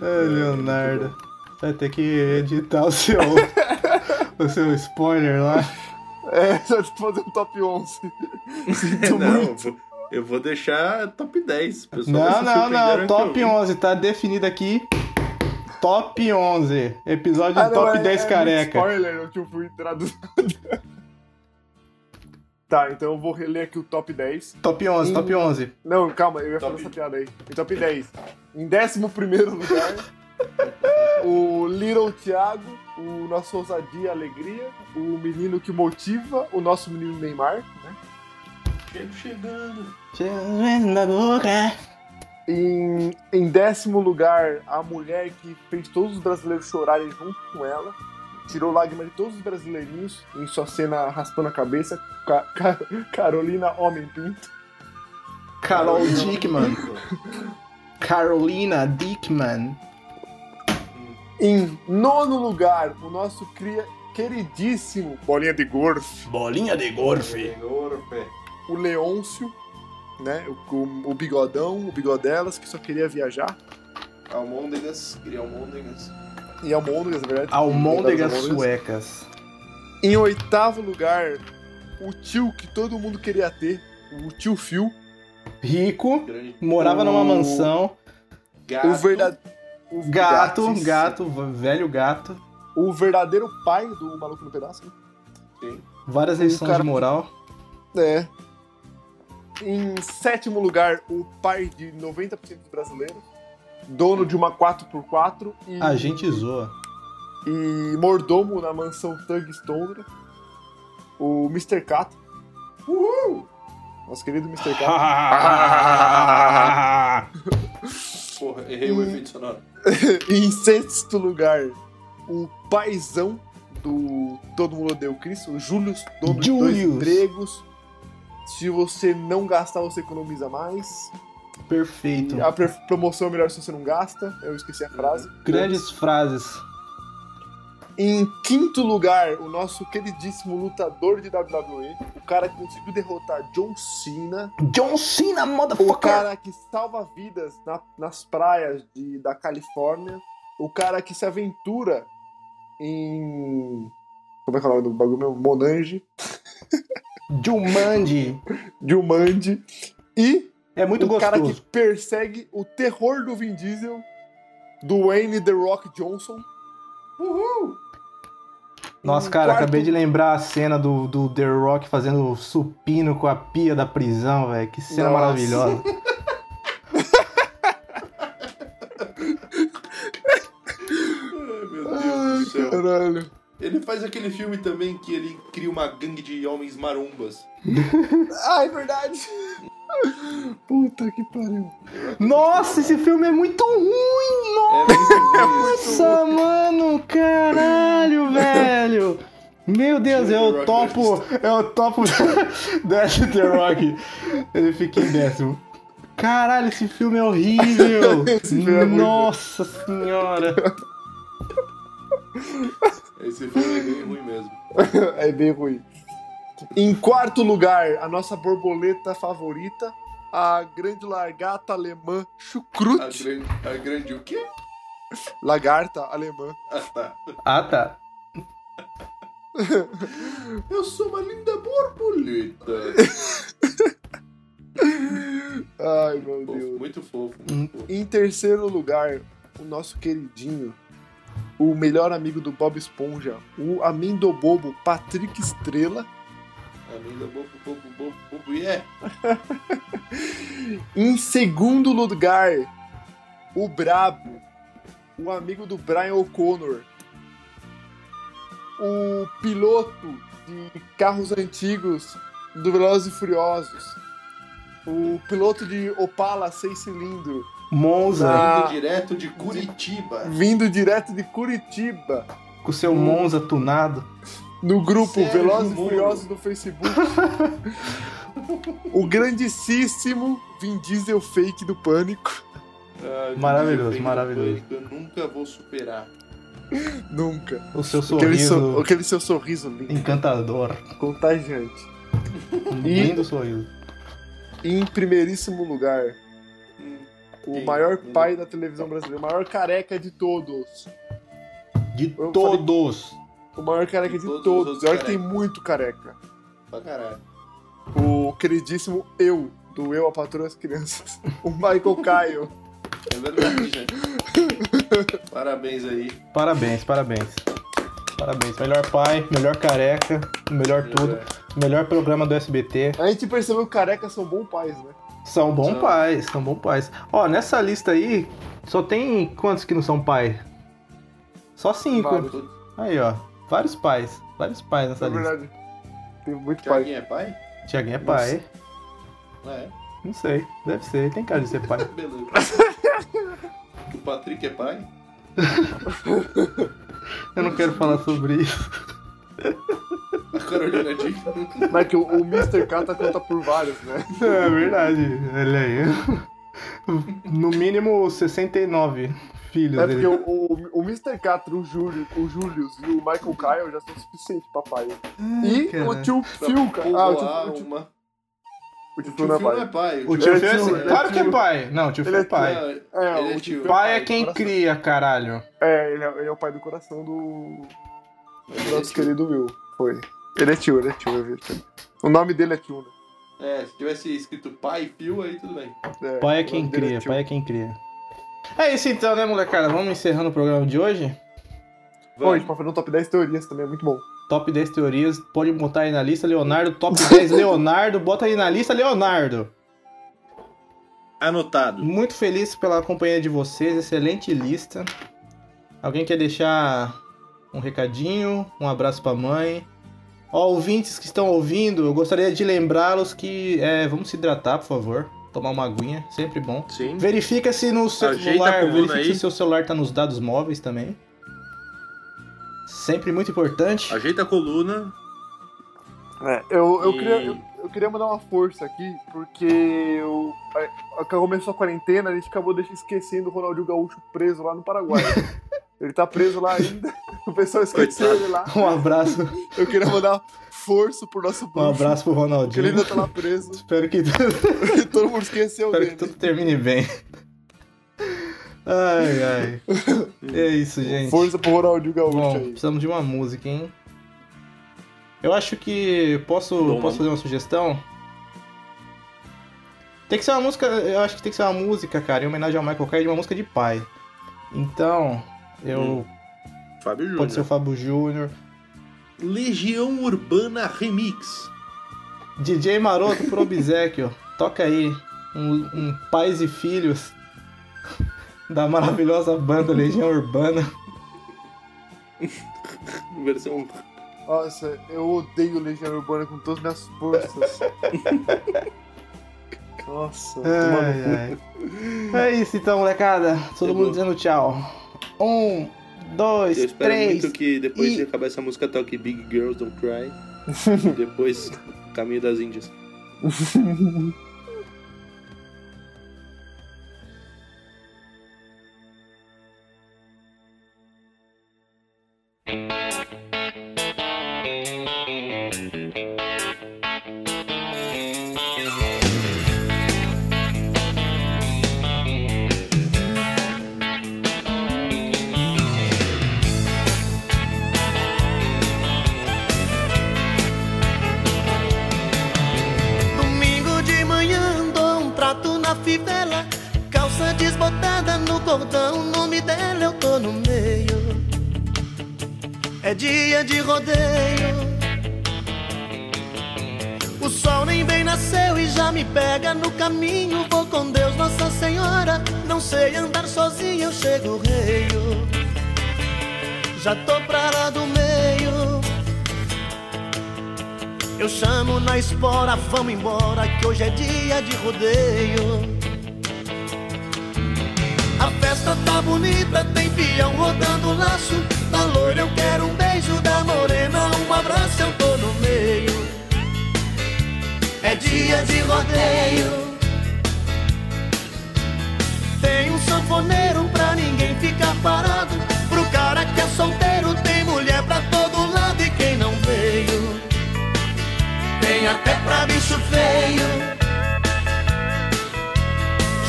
S2: Ai, Leonardo. Vai ter que editar o seu, o seu spoiler lá.
S3: É, já tô fazendo top 11. Sinto
S1: Não,
S3: muito.
S1: eu vou, eu vou deixar top 10. Pessoal,
S2: Não,
S1: vocês
S2: não,
S1: surpreenderam
S2: não.
S1: que
S2: Top
S1: eu-
S2: 11, tá definido aqui. Top 11. Episódio
S3: Ah,
S2: do
S3: não,
S2: Um top
S3: é-
S2: 10
S3: é muito
S2: careca.
S3: Spoiler, tipo, o tio Phil entrar do nada. Tá, então eu vou reler aqui o top 10.
S2: Top 11, top 11.
S3: Não, calma, eu ia
S1: Top.
S3: fazer essa piada aí. Em top 10. Em 11 lugar, o Little Thiago, o nosso ousadia e alegria, o menino que motiva, o nosso menino Neymar, né?
S1: Chego Tá chegando.
S2: Na boca.
S3: Em, em décimo lugar, a mulher que fez todos os brasileiros chorarem junto com ela. Tirou lágrimas de todos os brasileirinhos em sua cena raspando a cabeça. Ca- Ca- Carolina Homem Pinto.
S2: Carol Dickman. Carolina Dickman.
S3: Em nono lugar, o nosso cria queridíssimo Bolinha de Golf,
S2: Bolinha de golfe.
S3: o Leôncio, né? O, o, o bigodão, o bigodelas, que só queria viajar.
S1: Almôndegas, queria almôndegas.
S3: E Almôndegas, na verdade.
S2: Almôndegas
S3: Almôndegas.
S2: suecas.
S3: Em oitavo lugar, o tio que todo mundo queria ter, o tio Phil.
S2: Rico.
S1: Grande
S2: Morava numa
S3: O-
S2: mansão.
S1: gato.
S3: O verdadeiro. O
S2: Gato,
S3: gato,
S2: gato, v- velho gato.
S3: O verdadeiro pai do Maluco no Pedaço. né?
S2: Várias
S3: Um
S2: lições
S3: cara-
S2: de moral.
S3: É. Em sétimo lugar, o pai de 90% dos brasileiros. Dono de uma 4x4 e,
S2: A gente zoa.
S3: e mordomo na mansão Thug Stone. O Mr. Cat. Uhul! Nosso querido Mr. Cat.
S1: Porra, errei
S2: Hum.
S1: o efeito sonoro.
S3: em sexto lugar, o paizão do Todo Mundo Odeia o Cristo, o Júlio, dono de
S2: Julius.
S3: dois empregos. Se você não gastar, você economiza mais.
S2: Perfeito.
S3: A pre- promoção é melhor se você não gasta. Eu esqueci a frase.
S2: Grandes frases.
S3: Em quinto lugar, o nosso queridíssimo lutador de WWE, o cara que conseguiu derrotar John Cena,
S2: John Cena,
S3: o
S2: motherfucker!
S3: cara que salva vidas na- nas praias de- da Califórnia, o cara que se aventura em. Como é que é o nome do bagulho meu? Monange,
S2: Jumanji.
S3: Dilmande, e
S2: É muito
S3: o cara que
S2: gostoso.
S3: persegue o terror do Vin Diesel, do Wayne The Rock Johnson.
S2: Nossa, cara,
S3: quarto-
S2: acabei de lembrar a cena do, do The Rock fazendo supino com a pia da prisão, velho. Que cena
S3: Nossa.
S2: maravilhosa.
S1: Ai, meu
S3: Ai,
S1: Deus do céu.
S3: caralho.
S1: Ele faz aquele filme também que ele cria uma gangue de homens marombas.
S3: Ah, é verdade. Puta que pariu.
S2: Nossa, esse filme é muito ruim!
S1: É muito bom isso.
S2: Nossa, mano! Caralho, velho! Meu Deus,
S1: Tira o The
S2: eu
S1: Rock
S2: topo. Eu topo Dash The Rock. Ele fica em décimo. Caralho, esse filme é horrível!
S3: Esse filme é muito bom.
S2: Nossa senhora!
S1: Esse filme é bem ruim mesmo.
S3: É bem ruim. Em quarto lugar, a nossa borboleta favorita, a grande largata alemã
S1: A
S3: Chucrute.
S1: grande, a grande o quê?
S3: Lagarta alemã.
S2: Ah, tá.
S1: Eu sou uma linda borboleta.
S3: Ai, meu
S1: Fofo,
S3: Deus.
S1: muito fofo,
S2: Hum.
S1: muito fofo.
S3: Em terceiro lugar, o nosso queridinho, o melhor amigo do Bob Esponja, o amendobobo Patrick Estrela.
S1: Amiga, bobo, bobo, bobo, bobo, e é.
S3: Em segundo lugar, o Brabo, o amigo do Brian O'Connor, o piloto de carros antigos do Velozes e Furiosos, o piloto de Opala 6 cilindro,
S2: Monza,
S3: Ah.
S1: Vindo direto de Curitiba.
S3: vindo direto de Curitiba,
S2: com seu Monza tunado.
S3: no grupo
S1: Sérgio
S3: Velozes e
S1: Moro.
S3: Furiosos no Facebook, o grandíssimo Vin Diesel fake do Pânico,
S1: Ah,
S2: Maravilhoso,
S1: eu tenho
S2: maravilhoso.
S1: pânico, Eu nunca vou superar.
S3: nunca.
S2: O seu
S3: Aquele,
S2: sorriso
S3: so- aquele seu sorriso lindo,
S2: encantador.
S3: contagiante.
S2: Um
S3: E-
S2: lindo sorriso.
S3: E em primeiríssimo lugar, o
S1: Hum, Quem? Hum.
S3: maior pai da televisão brasileira, o maior careca de todos.
S2: De
S3: falei-
S2: todos.
S3: O maior careca de,
S1: De todos os
S3: todos.
S1: outros
S3: Pior que tem
S1: carecas.
S3: muito careca.
S1: Pra caralho.
S3: O queridíssimo eu, do Eu, a Patroa das Crianças. O Michael Caio.
S1: É verdade, gente. Parabéns aí.
S2: Parabéns, parabéns. Parabéns. Melhor pai, melhor careca, melhor tudo. Melhor programa do SBT.
S3: A gente percebeu que carecas são bons pais, né?
S2: São bons
S1: São.
S2: pais, são bons pais. Ó, nessa lista aí, só tem quantos que não são pai? Só cinco.
S3: Vários. É
S1: Tu-
S2: Aí, ó. Vários pais. Vários pais nessa
S3: Na
S2: lista.
S3: verdade. Tem muito pai.
S1: Thiaguinho é pai?
S2: Tiaguinho é pai.
S1: É,
S2: Não sei. Deve ser. Tem cara de ser pai.
S1: beleza. o Patrick é pai?
S2: Eu não quero falar sobre isso.
S1: A Carolina Dick?
S3: Mas é que o, o Mr. Kata conta por vários, né?
S2: É verdade. Olha aí. No mínimo 69 filhos.
S3: É
S2: ele-
S3: porque o, o, o Mr. Catra, o Júlio, o Julius e o Michael Kyle já são suficientes pra pai. E
S2: Ai, cara.
S3: o tio Phil, cara. Ah,
S1: Povoar
S3: o tio, o tio-
S1: uma...
S3: o
S1: O tio
S3: tio Phil não é
S1: Phil
S3: pai.
S1: não é pai.
S2: O tio
S3: Ele é
S2: Phil é
S3: tio,
S2: assim-
S3: ele é
S2: Claro que é
S3: tio.
S2: pai. Não, o tio
S3: Ele
S2: Phil é
S3: é tio,
S2: pai.
S1: É,
S3: É,
S1: ele é
S3: o
S1: tio.
S3: tio-
S2: Pai é
S3: pai,
S2: quem
S3: coração.
S2: cria, caralho.
S3: É, ele é, ele é o pai do coração do
S1: Ele é
S3: nosso
S1: tio.
S3: querido Will. Foi. Ele é tio, ele é tio, eu vi. O nome dele é tio, né?
S1: É, se tivesse escrito pai e Phil, aí tudo bem.
S2: Pai é
S3: o
S2: quem
S3: nome dele
S2: cria,
S3: tio.
S2: pai é quem cria. É isso então, né, molecada? Vamos encerrando o programa de hoje.
S3: Bom, a
S1: Vamos.
S3: gente pode fazer um top 10 teorias também, é muito bom.
S2: Top 10 teorias, pode botar aí na lista, Leonardo. Top 10 Leonardo, bota aí na lista, Leonardo.
S1: Anotado.
S2: Muito feliz pela companhia de vocês, excelente lista. Alguém quer deixar um recadinho, um abraço pra mãe? Ó, ouvintes que estão ouvindo, eu gostaria de lembrá-los que é, vamos se hidratar, por favor. Tomar uma aguinha, sempre bom.
S1: Sim.
S2: Verifica se no seu
S1: Ajeita a
S2: celular,
S1: coluna
S2: verifica se
S1: aí.
S2: o seu celular tá nos dados móveis também. Sempre muito importante.
S1: Ajeita a coluna.
S3: É, eu, eu,
S1: E-
S3: queria, eu, eu queria mandar uma força aqui, porque eu, a, a, quando começou a quarentena, a gente acabou deixa- esquecendo o Ronaldinho Gaúcho preso lá no Paraguai. ele tá preso lá ainda, o pessoal esqueceu
S1: Coitado.
S3: ele lá.
S2: Um abraço,
S3: Eu queria mandar força pro nosso
S2: um
S3: bruxo,
S2: abraço pro
S3: que ele
S2: Ronaldinho.
S3: ainda tá lá preso,
S2: Espero que tudo,
S3: e todo mundo esqueceu
S2: espero
S3: dele.
S2: que tudo termine bem. Ai, ai. É isso, gente.
S3: Força pro Ronaldinho Gaúcho
S1: é
S2: Bom,
S3: aí.
S2: precisamos de uma música, hein? Eu acho que posso,
S1: Bom,
S2: posso fazer uma sugestão. Tem que ser uma música, eu acho que tem que ser uma música, cara, em homenagem ao Michael Caine, uma música de pai. Então, eu
S1: Hum, Fábio Júnior.
S2: pode ser o Fábio Júnior,
S1: Legião Urbana Remix.
S2: DJ Maroto por obsequio. Toca aí um, um Pais e Filhos da maravilhosa banda Legião Urbana.
S1: Versão
S3: Nossa, eu odeio Legião Urbana com todas as minhas forças. Nossa,
S2: É.
S3: tomando cu.
S2: Ai, ai. É isso então, molecada. Todo
S1: Chegou.
S2: mundo dizendo tchau. Um, dois,
S1: Eu espero
S2: três.
S1: muito que depois
S2: e-
S1: de acabar essa música toque Big Girls Don't Cry. e depois Caminho das Índias.
S5: dia de rodeio. O sol nem bem nasceu e já me pega no caminho. Vou com Deus, Nossa Senhora. Não sei andar sozinho, eu chego reio. Já tô pra lá do meio. Eu chamo na espora, vamos embora, que hoje é dia de rodeio. A festa tá bonita, tem peão rodando laço. Da loira eu quero um beijo, da morena um abraço, eu tô no meio. É dia de rodeio. Tem um sanfoneiro pra ninguém ficar parado. Pro cara que é solteiro, tem mulher pra todo lado e quem não veio. Tem até pra bicho feio.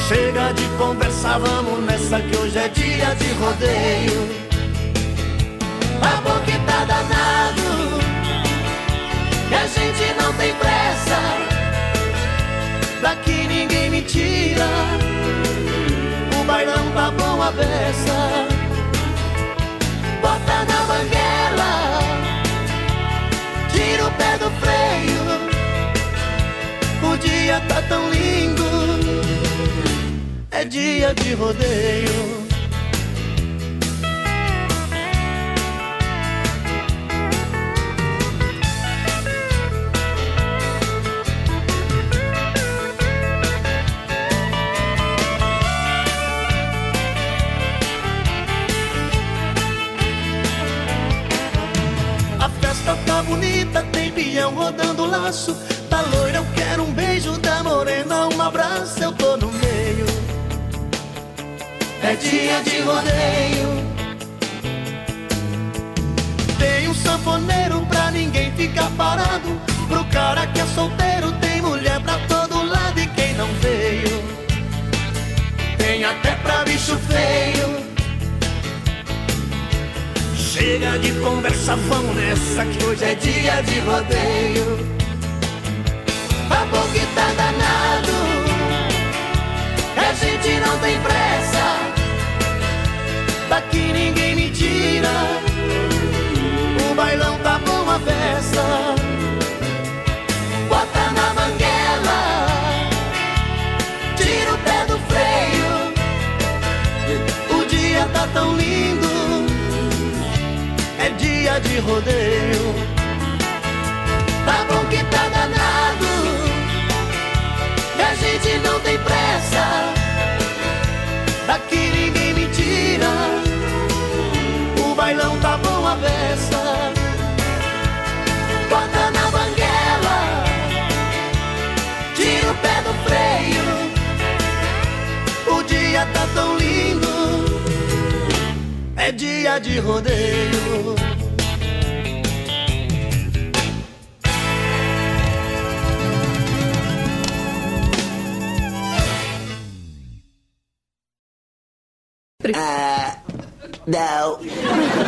S5: Chega de conversar, vamos nessa que hoje é dia de rodeio. A boca tá danado, e a gente não tem pressa. Daqui ninguém me tira, o bailão tá bom a beça. Bota na banguela, tira o pé do freio. O dia tá tão lindo é dia de rodeio. A festa tá bonita, tem peão rodando laço. Da loira eu quero um beijo, da morena um abraço, eu tô no meio. É dia de rodeio. Tem um sanfoneiro pra ninguém ficar parado. Pro cara que é solteiro, tem mulher pra todo lado e quem não veio. Tem até pra bicho feio. Chega de conversa, vamos nessa que hoje é dia de rodeio. A boca tá danado, a gente não tem pressa. Daqui ninguém me tira, o bailão tá bom a peça. Bota na manguela, tira o pé do freio. O dia tá tão lindo, é dia de rodeio. Tá bom que tá danado, e a gente não tem pressa. Daqui ninguém me tira, o bailão tá bom a beça. Bota na banguela, tira o pé do freio. O dia tá tão lindo, é dia de rodeio. Não.